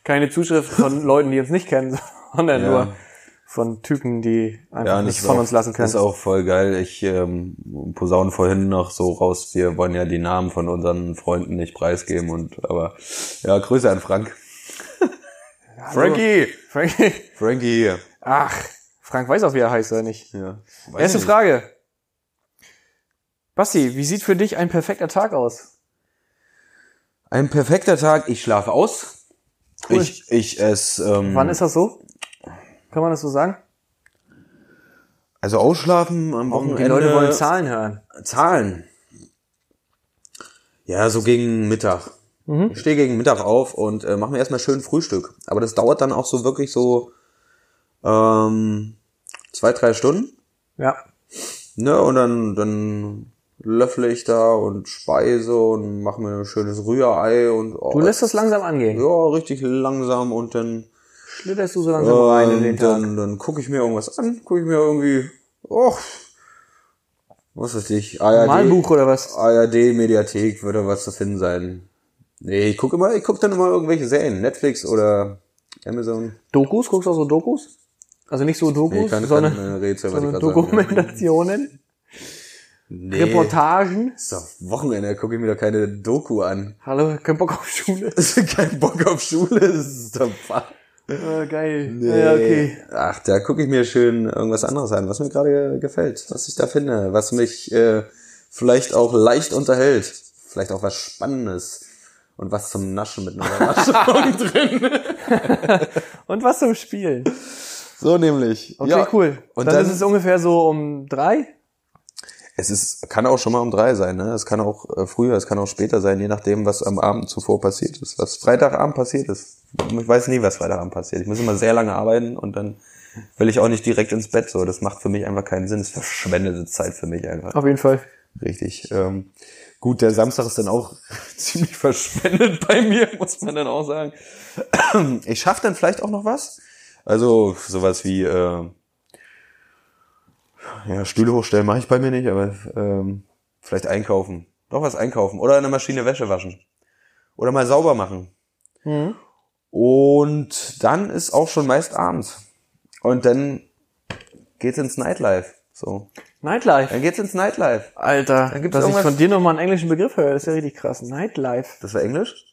Speaker 2: keine Zuschrift von Leuten, die uns nicht kennen, sondern
Speaker 1: Ja.
Speaker 2: nur von Typen, die einfach
Speaker 1: und
Speaker 2: nicht
Speaker 1: das
Speaker 2: von
Speaker 1: ist
Speaker 2: uns lassen können.
Speaker 1: Ist auch voll geil. Ich ähm, posaune vorhin noch so raus. Wir wollen ja die Namen von unseren Freunden nicht preisgeben und aber ja, Grüße an Frank. Frankie!
Speaker 2: Frankie.
Speaker 1: Frankie hier.
Speaker 2: Ach, Frank weiß auch, wie er heißt, oder nicht?
Speaker 1: Ja.
Speaker 2: Erste
Speaker 1: nicht.
Speaker 2: Frage. Basti, wie sieht für dich ein perfekter Tag aus?
Speaker 1: Ein perfekter Tag. Ich schlafe aus.
Speaker 2: Cool.
Speaker 1: Ich, ich esse. Ähm,
Speaker 2: Wann ist das so? Kann man das so sagen?
Speaker 1: also ausschlafen am
Speaker 2: Die
Speaker 1: Wochenende.
Speaker 2: Leute wollen Zahlen hören.
Speaker 1: Zahlen. Ja, so gegen Mittag.
Speaker 2: Mhm.
Speaker 1: Ich stehe gegen Mittag auf und äh, mache mir erstmal schön Frühstück. Aber das dauert dann auch so wirklich so ähm, zwei, drei Stunden.
Speaker 2: Ja.
Speaker 1: Ne? Und dann, dann löffle ich da und speise und mache mir ein schönes Rührei und oh,
Speaker 2: Du lässt das langsam angehen.
Speaker 1: ja, richtig langsam und dann
Speaker 2: Schlitterst du so langsam rein in den
Speaker 1: ähm,
Speaker 2: Tag.
Speaker 1: Dann, dann gucke ich mir irgendwas an, gucke ich mir irgendwie, oh, was weiß ich, ARD,
Speaker 2: Malbuch oder was?
Speaker 1: ARD-Mediathek würde was zu finden sein. Nee, ich gucke immer, ich gucke dann immer irgendwelche Serien, Netflix oder Amazon.
Speaker 2: Dokus? Guckst du auch so Dokus? Also nicht so Dokus,
Speaker 1: Nee, kann- kann,
Speaker 2: sondern,
Speaker 1: äh, Rätsel, was ich grad
Speaker 2: sondern
Speaker 1: sagen, ja.
Speaker 2: Dokumentationen,
Speaker 1: Nee.
Speaker 2: Reportagen.
Speaker 1: Ist doch Wochenende, gucke ich mir doch keine Doku an.
Speaker 2: Hallo, kein Bock auf Schule.
Speaker 1: Kein Bock auf Schule, das ist doch fa-
Speaker 2: Äh, geil.
Speaker 1: Nee.
Speaker 2: Ja, okay.
Speaker 1: Ach, da gucke ich mir schön irgendwas anderes an, was mir gerade gefällt, was ich da finde, was mich äh, vielleicht auch leicht unterhält. Vielleicht auch was Spannendes. Und was zum Naschen mit einer Überraschung drin.
Speaker 2: Und was zum Spielen.
Speaker 1: So nämlich.
Speaker 2: Okay, cool.
Speaker 1: Und
Speaker 2: dann,
Speaker 1: dann,
Speaker 2: ist es ungefähr so um drei.
Speaker 1: es ist, kann auch schon mal um drei sein, ne? Es kann auch äh, früher, es kann auch später sein, je nachdem, was am Abend zuvor passiert ist, was Freitagabend passiert ist. Ich weiß nie, was Freitagabend passiert. Ich muss immer sehr lange arbeiten und dann will ich auch nicht direkt ins Bett. So, das macht für mich einfach keinen Sinn. Es ist verschwendete Zeit für mich einfach.
Speaker 2: Auf jeden Fall.
Speaker 1: Richtig. Ähm, gut, der Samstag ist dann auch ziemlich verschwendet bei mir, muss man dann auch sagen. Ich schaffe dann vielleicht auch noch was. Also sowas wie äh, ja, Stühle hochstellen mache ich bei mir nicht, aber ähm, vielleicht einkaufen. Doch was einkaufen. Oder in der Maschine Wäsche waschen. Oder mal sauber machen. Und dann ist auch schon meist abends. Und dann geht's ins Nightlife. So.
Speaker 2: Nightlife.
Speaker 1: Dann geht's ins Nightlife.
Speaker 2: Alter,
Speaker 1: Dann gibt's
Speaker 2: dass ich
Speaker 1: irgendwas-
Speaker 2: von dir nochmal einen englischen Begriff höre, ist ja richtig krass. Nightlife.
Speaker 1: Das war Englisch?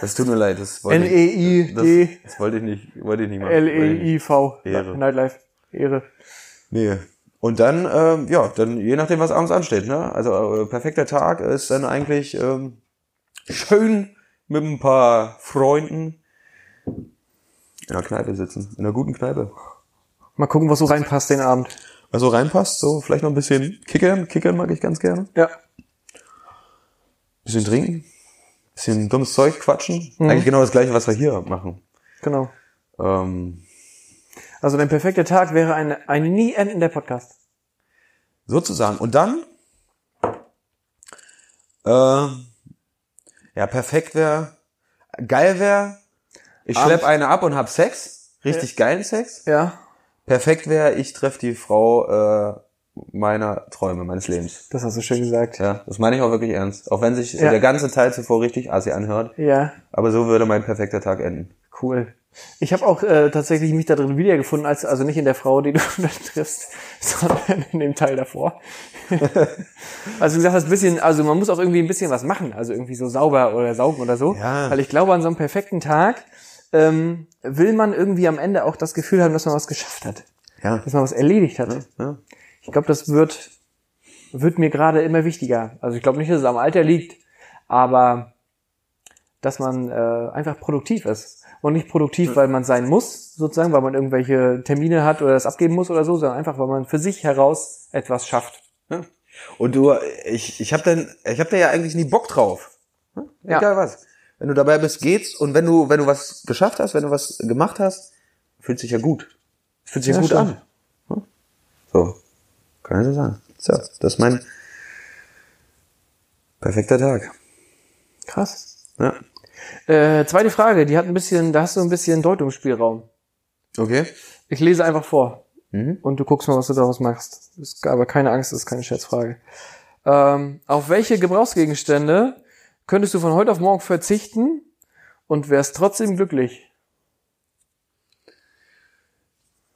Speaker 1: Das tut mir leid, das wollte
Speaker 2: E
Speaker 1: ich, das,
Speaker 2: N-E-I-D.
Speaker 1: das wollte ich nicht, wollte ich nicht machen.
Speaker 2: E
Speaker 1: Wollte ich nicht.
Speaker 2: L-E-I-V.
Speaker 1: Ehre.
Speaker 2: Nightlife. Ehre.
Speaker 1: Nee. Und dann, ähm, ja, dann je nachdem, was abends ansteht, ne? Also äh, perfekter Tag ist dann eigentlich ähm, schön mit ein paar Freunden in einer Kneipe sitzen, in einer guten Kneipe.
Speaker 2: Mal gucken, was so reinpasst den Abend.
Speaker 1: Was so reinpasst, so vielleicht noch ein bisschen kickern, kickern mag ich ganz gerne.
Speaker 2: Ja.
Speaker 1: bisschen trinken, bisschen dummes Zeug quatschen. Eigentlich genau das gleiche, was wir hier machen.
Speaker 2: Genau.
Speaker 1: Ähm,
Speaker 2: Also dein perfekter Tag wäre ein, ein nie endender Podcast.
Speaker 1: sozusagen. Und dann, äh, ja, perfekt wäre, geil wäre, ich schlepp eine ab und hab Sex, richtig geilen Sex.
Speaker 2: Ja.
Speaker 1: Perfekt wäre, ich treffe die Frau äh, meiner Träume, meines Lebens.
Speaker 2: Das hast du schön gesagt.
Speaker 1: Ja, das meine ich auch wirklich ernst. Auch wenn sich
Speaker 2: Ja.
Speaker 1: der ganze Teil zuvor richtig assi anhört.
Speaker 2: Ja.
Speaker 1: Aber so würde mein perfekter Tag enden.
Speaker 2: Cool. Ich habe auch äh, tatsächlich mich da drin wiedergefunden, als, also nicht in der Frau, die du dann triffst, sondern in dem Teil davor. also wie gesagt, das bisschen, also man muss auch irgendwie ein bisschen was machen, also irgendwie so sauber oder saugen oder so.
Speaker 1: Ja.
Speaker 2: Weil ich glaube, an so einem perfekten Tag ähm, will man irgendwie am Ende auch das Gefühl haben, dass man was geschafft hat,
Speaker 1: Ja.
Speaker 2: dass man was erledigt hat.
Speaker 1: ja.
Speaker 2: Ich glaube, das wird, wird mir gerade immer wichtiger. Also ich glaube nicht, dass es am Alter liegt, aber dass man äh, einfach produktiv ist. Und nicht produktiv, weil man sein muss, sozusagen, weil man irgendwelche Termine hat oder das abgeben muss oder so, sondern einfach, weil man für sich heraus etwas schafft.
Speaker 1: Ja. Und du, ich, ich habe dann, ich habe da ja eigentlich nie Bock drauf. Hm?
Speaker 2: Ja.
Speaker 1: Egal was. Wenn du dabei bist, geht's. Und wenn du, wenn du was geschafft hast, wenn du was gemacht hast, fühlt sich ja gut. Fühlt sich ja,
Speaker 2: Ja,
Speaker 1: gut
Speaker 2: stimmt.
Speaker 1: an. Hm? So. Kann ich so sagen. So, das ist mein perfekter Tag.
Speaker 2: Krass.
Speaker 1: Ja.
Speaker 2: Äh, zweite Frage, die hat ein bisschen, da hast du ein bisschen Deutungsspielraum.
Speaker 1: Okay.
Speaker 2: Ich lese einfach vor.
Speaker 1: Mhm.
Speaker 2: Und du guckst mal, was du daraus machst. Ist aber keine Angst, ist keine Scherzfrage. Ähm, auf welche Gebrauchsgegenstände könntest du von heute auf morgen verzichten und wärst trotzdem glücklich?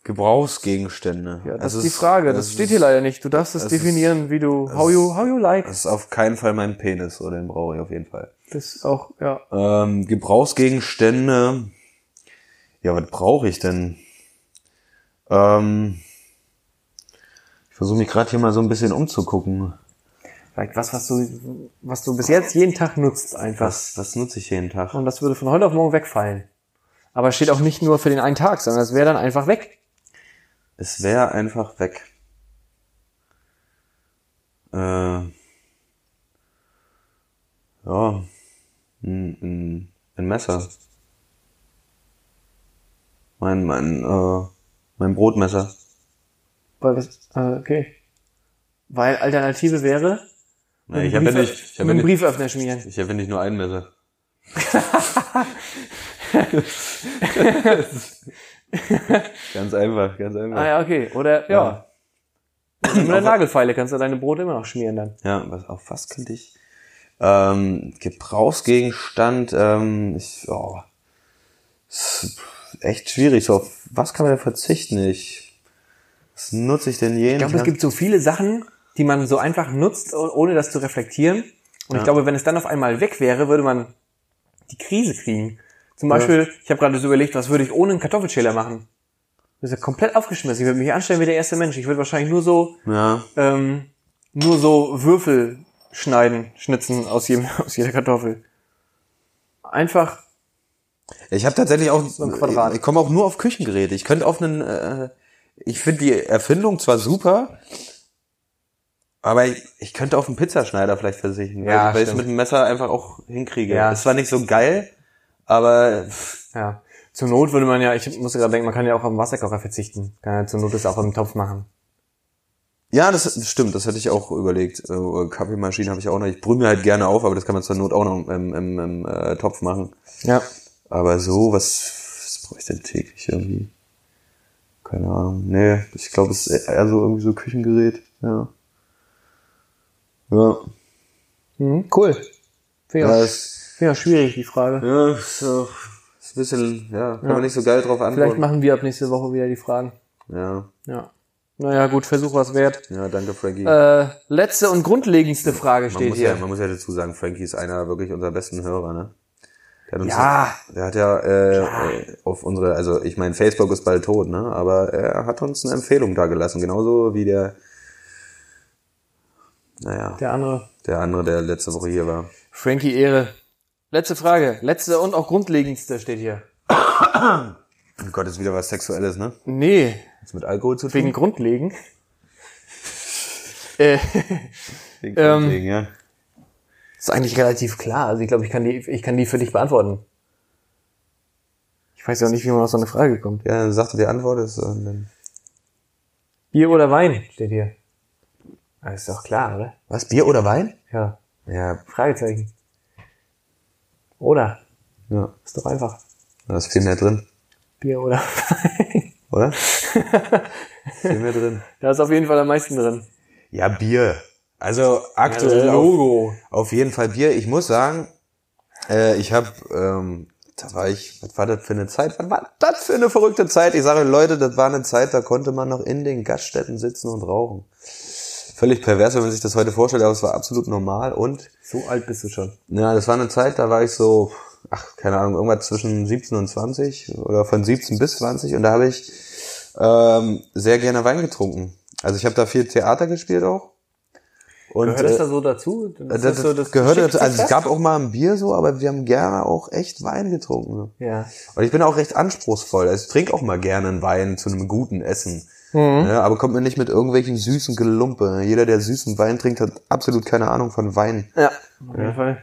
Speaker 1: Gebrauchsgegenstände.
Speaker 2: Ja, das
Speaker 1: Also
Speaker 2: ist die
Speaker 1: es-
Speaker 2: Frage. Das
Speaker 1: es
Speaker 2: steht
Speaker 1: ist-
Speaker 2: hier leider nicht. Du darfst es
Speaker 1: es
Speaker 2: definieren, wie du, how you, how you like.
Speaker 1: Das ist auf keinen Fall mein Penis, so den brauche ich auf jeden Fall.
Speaker 2: Das ist auch, ja.
Speaker 1: Ähm, Gebrauchsgegenstände. Ja, was brauche ich denn? Ähm, ich versuche mich gerade hier mal so ein bisschen umzugucken.
Speaker 2: Vielleicht was, was du, was du bis jetzt jeden Tag nutzt einfach.
Speaker 1: Was, was nutze ich jeden Tag?
Speaker 2: Und das würde von heute auf morgen wegfallen. Aber es steht auch nicht nur für den einen Tag, sondern es wäre dann einfach weg.
Speaker 1: Es wäre einfach weg. Äh, ja. Ein, ein, ein Messer. Mein, mein, äh, mein Brotmesser.
Speaker 2: Weil das, äh, okay. Weil Alternative wäre,
Speaker 1: Nee,
Speaker 2: Mit
Speaker 1: ich
Speaker 2: dem
Speaker 1: habe ja
Speaker 2: Brief-
Speaker 1: nicht, ich habe
Speaker 2: mit
Speaker 1: ja
Speaker 2: dem
Speaker 1: nicht,
Speaker 2: Brieföffner schmieren.
Speaker 1: ich habe ja nicht nur ein Messer. ganz einfach, ganz einfach.
Speaker 2: Ah ja, okay. Oder ja. Oder Mit der Nagelfeile kannst du deine Brote immer noch schmieren dann.
Speaker 1: Ja, was, auf was könnte ich? Ähm, Gebrauchsgegenstand, ähm, ich, oh, echt schwierig. So, auf was kann man denn verzichten? Ich, was nutze ich denn jeden
Speaker 2: Ich glaube, es gibt so viele Sachen, die man so einfach nutzt, oh- ohne das zu reflektieren. Und ich glaube, wenn es dann auf einmal weg wäre, würde man die Krise kriegen. Zum Beispiel, ich habe gerade so überlegt, was würde ich ohne einen Kartoffelschäler machen? Das ist ja komplett aufgeschmissen. Ich würde mich anstellen wie der erste Mensch. Ich würde wahrscheinlich nur so,
Speaker 1: Ja,
Speaker 2: ähm, nur so Würfel schneiden, schnitzen aus, jedem, aus jeder Kartoffel. Einfach
Speaker 1: Ich habe tatsächlich auch so
Speaker 2: ein Quadrat.
Speaker 1: Ich komme auch nur auf Küchengeräte. Ich könnte auf einen. Äh, ich finde die Erfindung zwar super, aber ich, ich könnte auf einen Pizzaschneider vielleicht versichern, weil,
Speaker 2: Ja,
Speaker 1: weil ich es
Speaker 2: stimmt.
Speaker 1: mit dem Messer einfach auch hinkriege.
Speaker 2: Ja.
Speaker 1: Ist zwar nicht so geil, aber pff,
Speaker 2: Ja. Zur Not würde man ja, ich musste gerade denken, man kann ja auch am Wasserkocher verzichten. Kann ja zur Not das auch im Topf machen.
Speaker 1: ja, das ist- stimmt. Das hätte ich auch überlegt. Äh, Kaffeemaschine habe ich auch noch. Ich brühe mir halt gerne auf, aber das kann man zur Not auch noch im, im, im äh, Topf machen.
Speaker 2: Ja.
Speaker 1: Aber so, was, was brauche ich denn täglich irgendwie? Keine Ahnung. Nee, ich glaube, es ist eher so irgendwie so Küchengerät. Ja. Ja.
Speaker 2: Mhm. Cool. Finde
Speaker 1: Ja,
Speaker 2: ja,
Speaker 1: ist,
Speaker 2: ja schwierig, die Frage.
Speaker 1: ja, ist, auch, ist ein bisschen, ja, kann man nicht so geil drauf
Speaker 2: Vielleicht
Speaker 1: antworten.
Speaker 2: machen wir ab nächste Woche wieder die Fragen.
Speaker 1: Ja,
Speaker 2: Ja. Naja, gut, Versuch was wert.
Speaker 1: ja, danke, Frankie.
Speaker 2: Äh, letzte und grundlegendste Frage
Speaker 1: man,
Speaker 2: steht
Speaker 1: muss ja,
Speaker 2: hier.
Speaker 1: man muss ja dazu sagen, Frankie ist einer wirklich unserer besten Hörer, ne? Der hat uns
Speaker 2: Ja.
Speaker 1: Der hat ja äh, äh, auf unsere, also ich meine, Facebook ist bald tot, ne? Aber er hat uns eine Empfehlung da gelassen, genauso wie der, naja,
Speaker 2: Der andere.
Speaker 1: Der andere, der letzte Woche hier war.
Speaker 2: Frankie Ehre. Letzte Frage. Letzte und auch grundlegendste steht hier.
Speaker 1: Oh Gott, ist wieder was Sexuelles, ne?
Speaker 2: Nee,
Speaker 1: Ist mit Alkohol zu
Speaker 2: wegen
Speaker 1: tun?
Speaker 2: grundlegend. äh,
Speaker 1: Wegen,
Speaker 2: ähm,
Speaker 1: wegen ja.
Speaker 2: Ist eigentlich relativ klar. Also ich glaube, ich kann die, ich kann die für dich beantworten. Ich weiß ja auch nicht, wie man auf so eine Frage kommt.
Speaker 1: Ja, dann sagte die Antwort ist, und dann,
Speaker 2: Bier oder Wein steht hier. Ah, ist doch klar, oder?
Speaker 1: was, Bier oder Wein?
Speaker 2: Ja.
Speaker 1: Ja,
Speaker 2: Fragezeichen. Oder?
Speaker 1: ja,
Speaker 2: Ist doch einfach.
Speaker 1: da ist viel mehr drin,
Speaker 2: Bier oder Wein.
Speaker 1: oder? viel mehr drin.
Speaker 2: Da ist auf jeden Fall am meisten drin.
Speaker 1: Ja, Bier. Also aktuell auf, auf jeden Fall Bier. Ich muss sagen, äh, ich habe, ähm, da war ich, was war das für eine Zeit? Was war das für eine verrückte Zeit? Ich sage Leute, das war eine Zeit, da konnte man noch in den Gaststätten sitzen und rauchen. Völlig pervers, wenn man sich das heute vorstellt, aber es war absolut normal und
Speaker 2: So alt bist du schon.
Speaker 1: Ja, das war eine Zeit, da war ich so, ach, keine Ahnung, irgendwas zwischen 17 und 20 oder von 17 bis 20 und da habe ich ähm, sehr gerne Wein getrunken. Also ich habe da viel Theater gespielt auch. Und,
Speaker 2: Gehört das
Speaker 1: äh,
Speaker 2: da so dazu?
Speaker 1: das, das,
Speaker 2: so
Speaker 1: gehört dazu.
Speaker 2: Geschickte
Speaker 1: Also es
Speaker 2: Fest?
Speaker 1: gab auch mal ein Bier so, aber wir haben gerne auch echt Wein getrunken.
Speaker 2: Ja.
Speaker 1: Und ich bin auch recht anspruchsvoll. Also ich trinke auch mal gerne einen Wein zu einem guten Essen.
Speaker 2: Mhm.
Speaker 1: Ja, aber kommt mir nicht mit irgendwelchen süßen Gelumpe. Jeder, der süßen Wein trinkt, hat absolut keine Ahnung von Wein.
Speaker 2: Ja. Auf jeden Fall.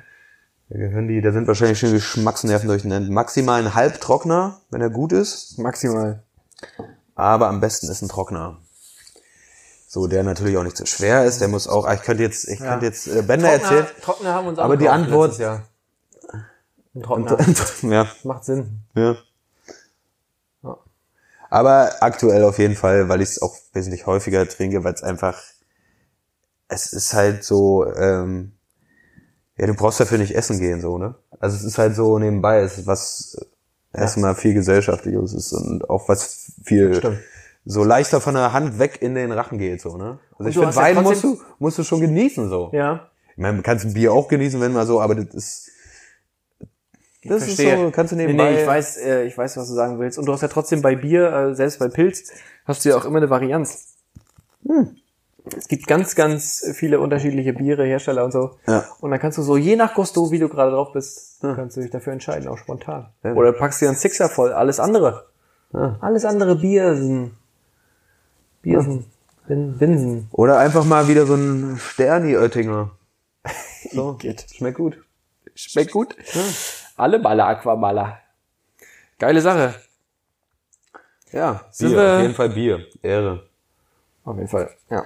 Speaker 1: Da gehören die, da sind wahrscheinlich schon Geschmacksnerven durcheinander. Maximal ein Halbtrockner, wenn er gut ist,
Speaker 2: Maximal.
Speaker 1: aber am besten ist ein Trockner. So, der natürlich auch nicht so schwer ist, der muss auch, ah, ich könnte jetzt, ich könnte jetzt äh, Bänder erzählen.
Speaker 2: Trockner haben uns
Speaker 1: Aber die Antwort-
Speaker 2: angekauft letztes Jahr. Ein Trockner.
Speaker 1: ja,
Speaker 2: äh, Macht Sinn.
Speaker 1: ja.
Speaker 2: Ja.
Speaker 1: Aber aktuell auf jeden Fall, weil ich es auch wesentlich häufiger trinke, weil es einfach, es ist halt so, ähm, ja, du brauchst dafür nicht essen gehen, so, ne? Also es ist halt so nebenbei, es ist was äh, erstmal viel gesellschaftliches ist und auch was viel
Speaker 2: Stimmt.
Speaker 1: so leichter von der Hand weg in den Rachen geht, so, ne? Also ich
Speaker 2: du
Speaker 1: finde,
Speaker 2: hast ja
Speaker 1: Wein musst
Speaker 2: trotzdem-
Speaker 1: du, musst du schon genießen, so.
Speaker 2: Ja.
Speaker 1: Ich meine, man kann ein Bier auch genießen, wenn man so, aber das ist, das ist so, kannst du nebenbei.
Speaker 2: Nee, nee, ich weiß, äh, ich weiß, was du sagen willst. Und du hast ja trotzdem bei Bier, äh, selbst bei Pilz, hast du ja auch immer eine Varianz.
Speaker 1: Hm.
Speaker 2: Es gibt ganz, ganz viele unterschiedliche Biere, Hersteller und so.
Speaker 1: Ja.
Speaker 2: Und dann kannst du so, je nach Gusto, wie du gerade drauf bist, kannst du dich dafür entscheiden, auch spontan. Oder packst dir einen Sixer voll, alles andere. Alles andere Biersen. Biersen. Bin, Binsen.
Speaker 1: Oder einfach mal wieder so ein Sterni-Oettinger. So.
Speaker 2: Geht.
Speaker 1: Schmeckt gut.
Speaker 2: Schmeckt gut. Alle Baller, Aquaballer. Geile Sache.
Speaker 1: Ja,
Speaker 2: Sind wir-
Speaker 1: Fall Bier. Ehre.
Speaker 2: Auf jeden Fall, ja.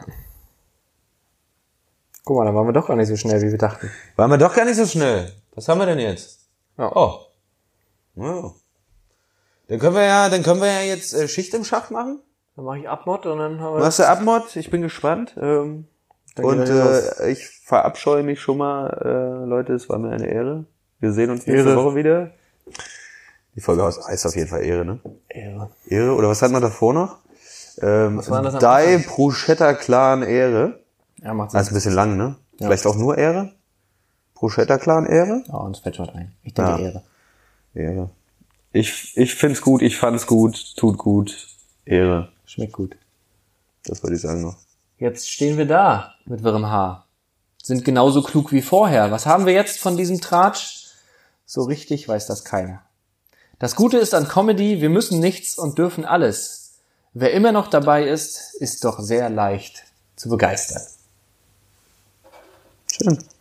Speaker 2: Guck mal, da waren wir doch gar nicht so schnell, wie wir dachten.
Speaker 1: Waren wir doch gar nicht so schnell. Was haben wir denn jetzt?
Speaker 2: Ja.
Speaker 1: Oh. Ja. Dann können wir ja, dann können wir ja jetzt äh, Schicht im Schacht machen.
Speaker 2: Dann mache ich Abmod und dann haben wir...
Speaker 1: Machst du Abmod? Ich bin gespannt. Ähm,
Speaker 2: Dann geht
Speaker 1: und
Speaker 2: das los.
Speaker 1: äh, ich verabscheue mich schon mal, äh, Leute, es war mir eine Ehre. Wir sehen uns nächste
Speaker 2: Ehre.
Speaker 1: Woche wieder. Die Folge heißt auf jeden Fall Ehre, ne?
Speaker 2: Ehre.
Speaker 1: Ehre, oder was hatten wir davor noch? Ähm,
Speaker 2: war das am
Speaker 1: Die Bruschetta Clan Ehre.
Speaker 2: Ja, macht Sinn.
Speaker 1: Das ist ein bisschen lang, ne? Vielleicht auch nur Ehre? Bruschetta Clan Ehre?
Speaker 2: ja, oh, uns fällt was ein. Ich denke
Speaker 1: Ja.
Speaker 2: Ehre.
Speaker 1: Ehre. Ich, ich find's gut, ich fand's gut, tut gut. Ehre.
Speaker 2: Schmeckt gut.
Speaker 1: Das würde ich sagen noch.
Speaker 2: Jetzt stehen wir da mit wirrem Haar. Sind genauso klug wie vorher. Was haben wir jetzt von diesem Tratsch? So richtig weiß das keiner. Das Gute ist an Comedy, wir müssen nichts und dürfen alles. Wer immer noch dabei ist, ist doch sehr leicht zu begeistern.
Speaker 1: Schön.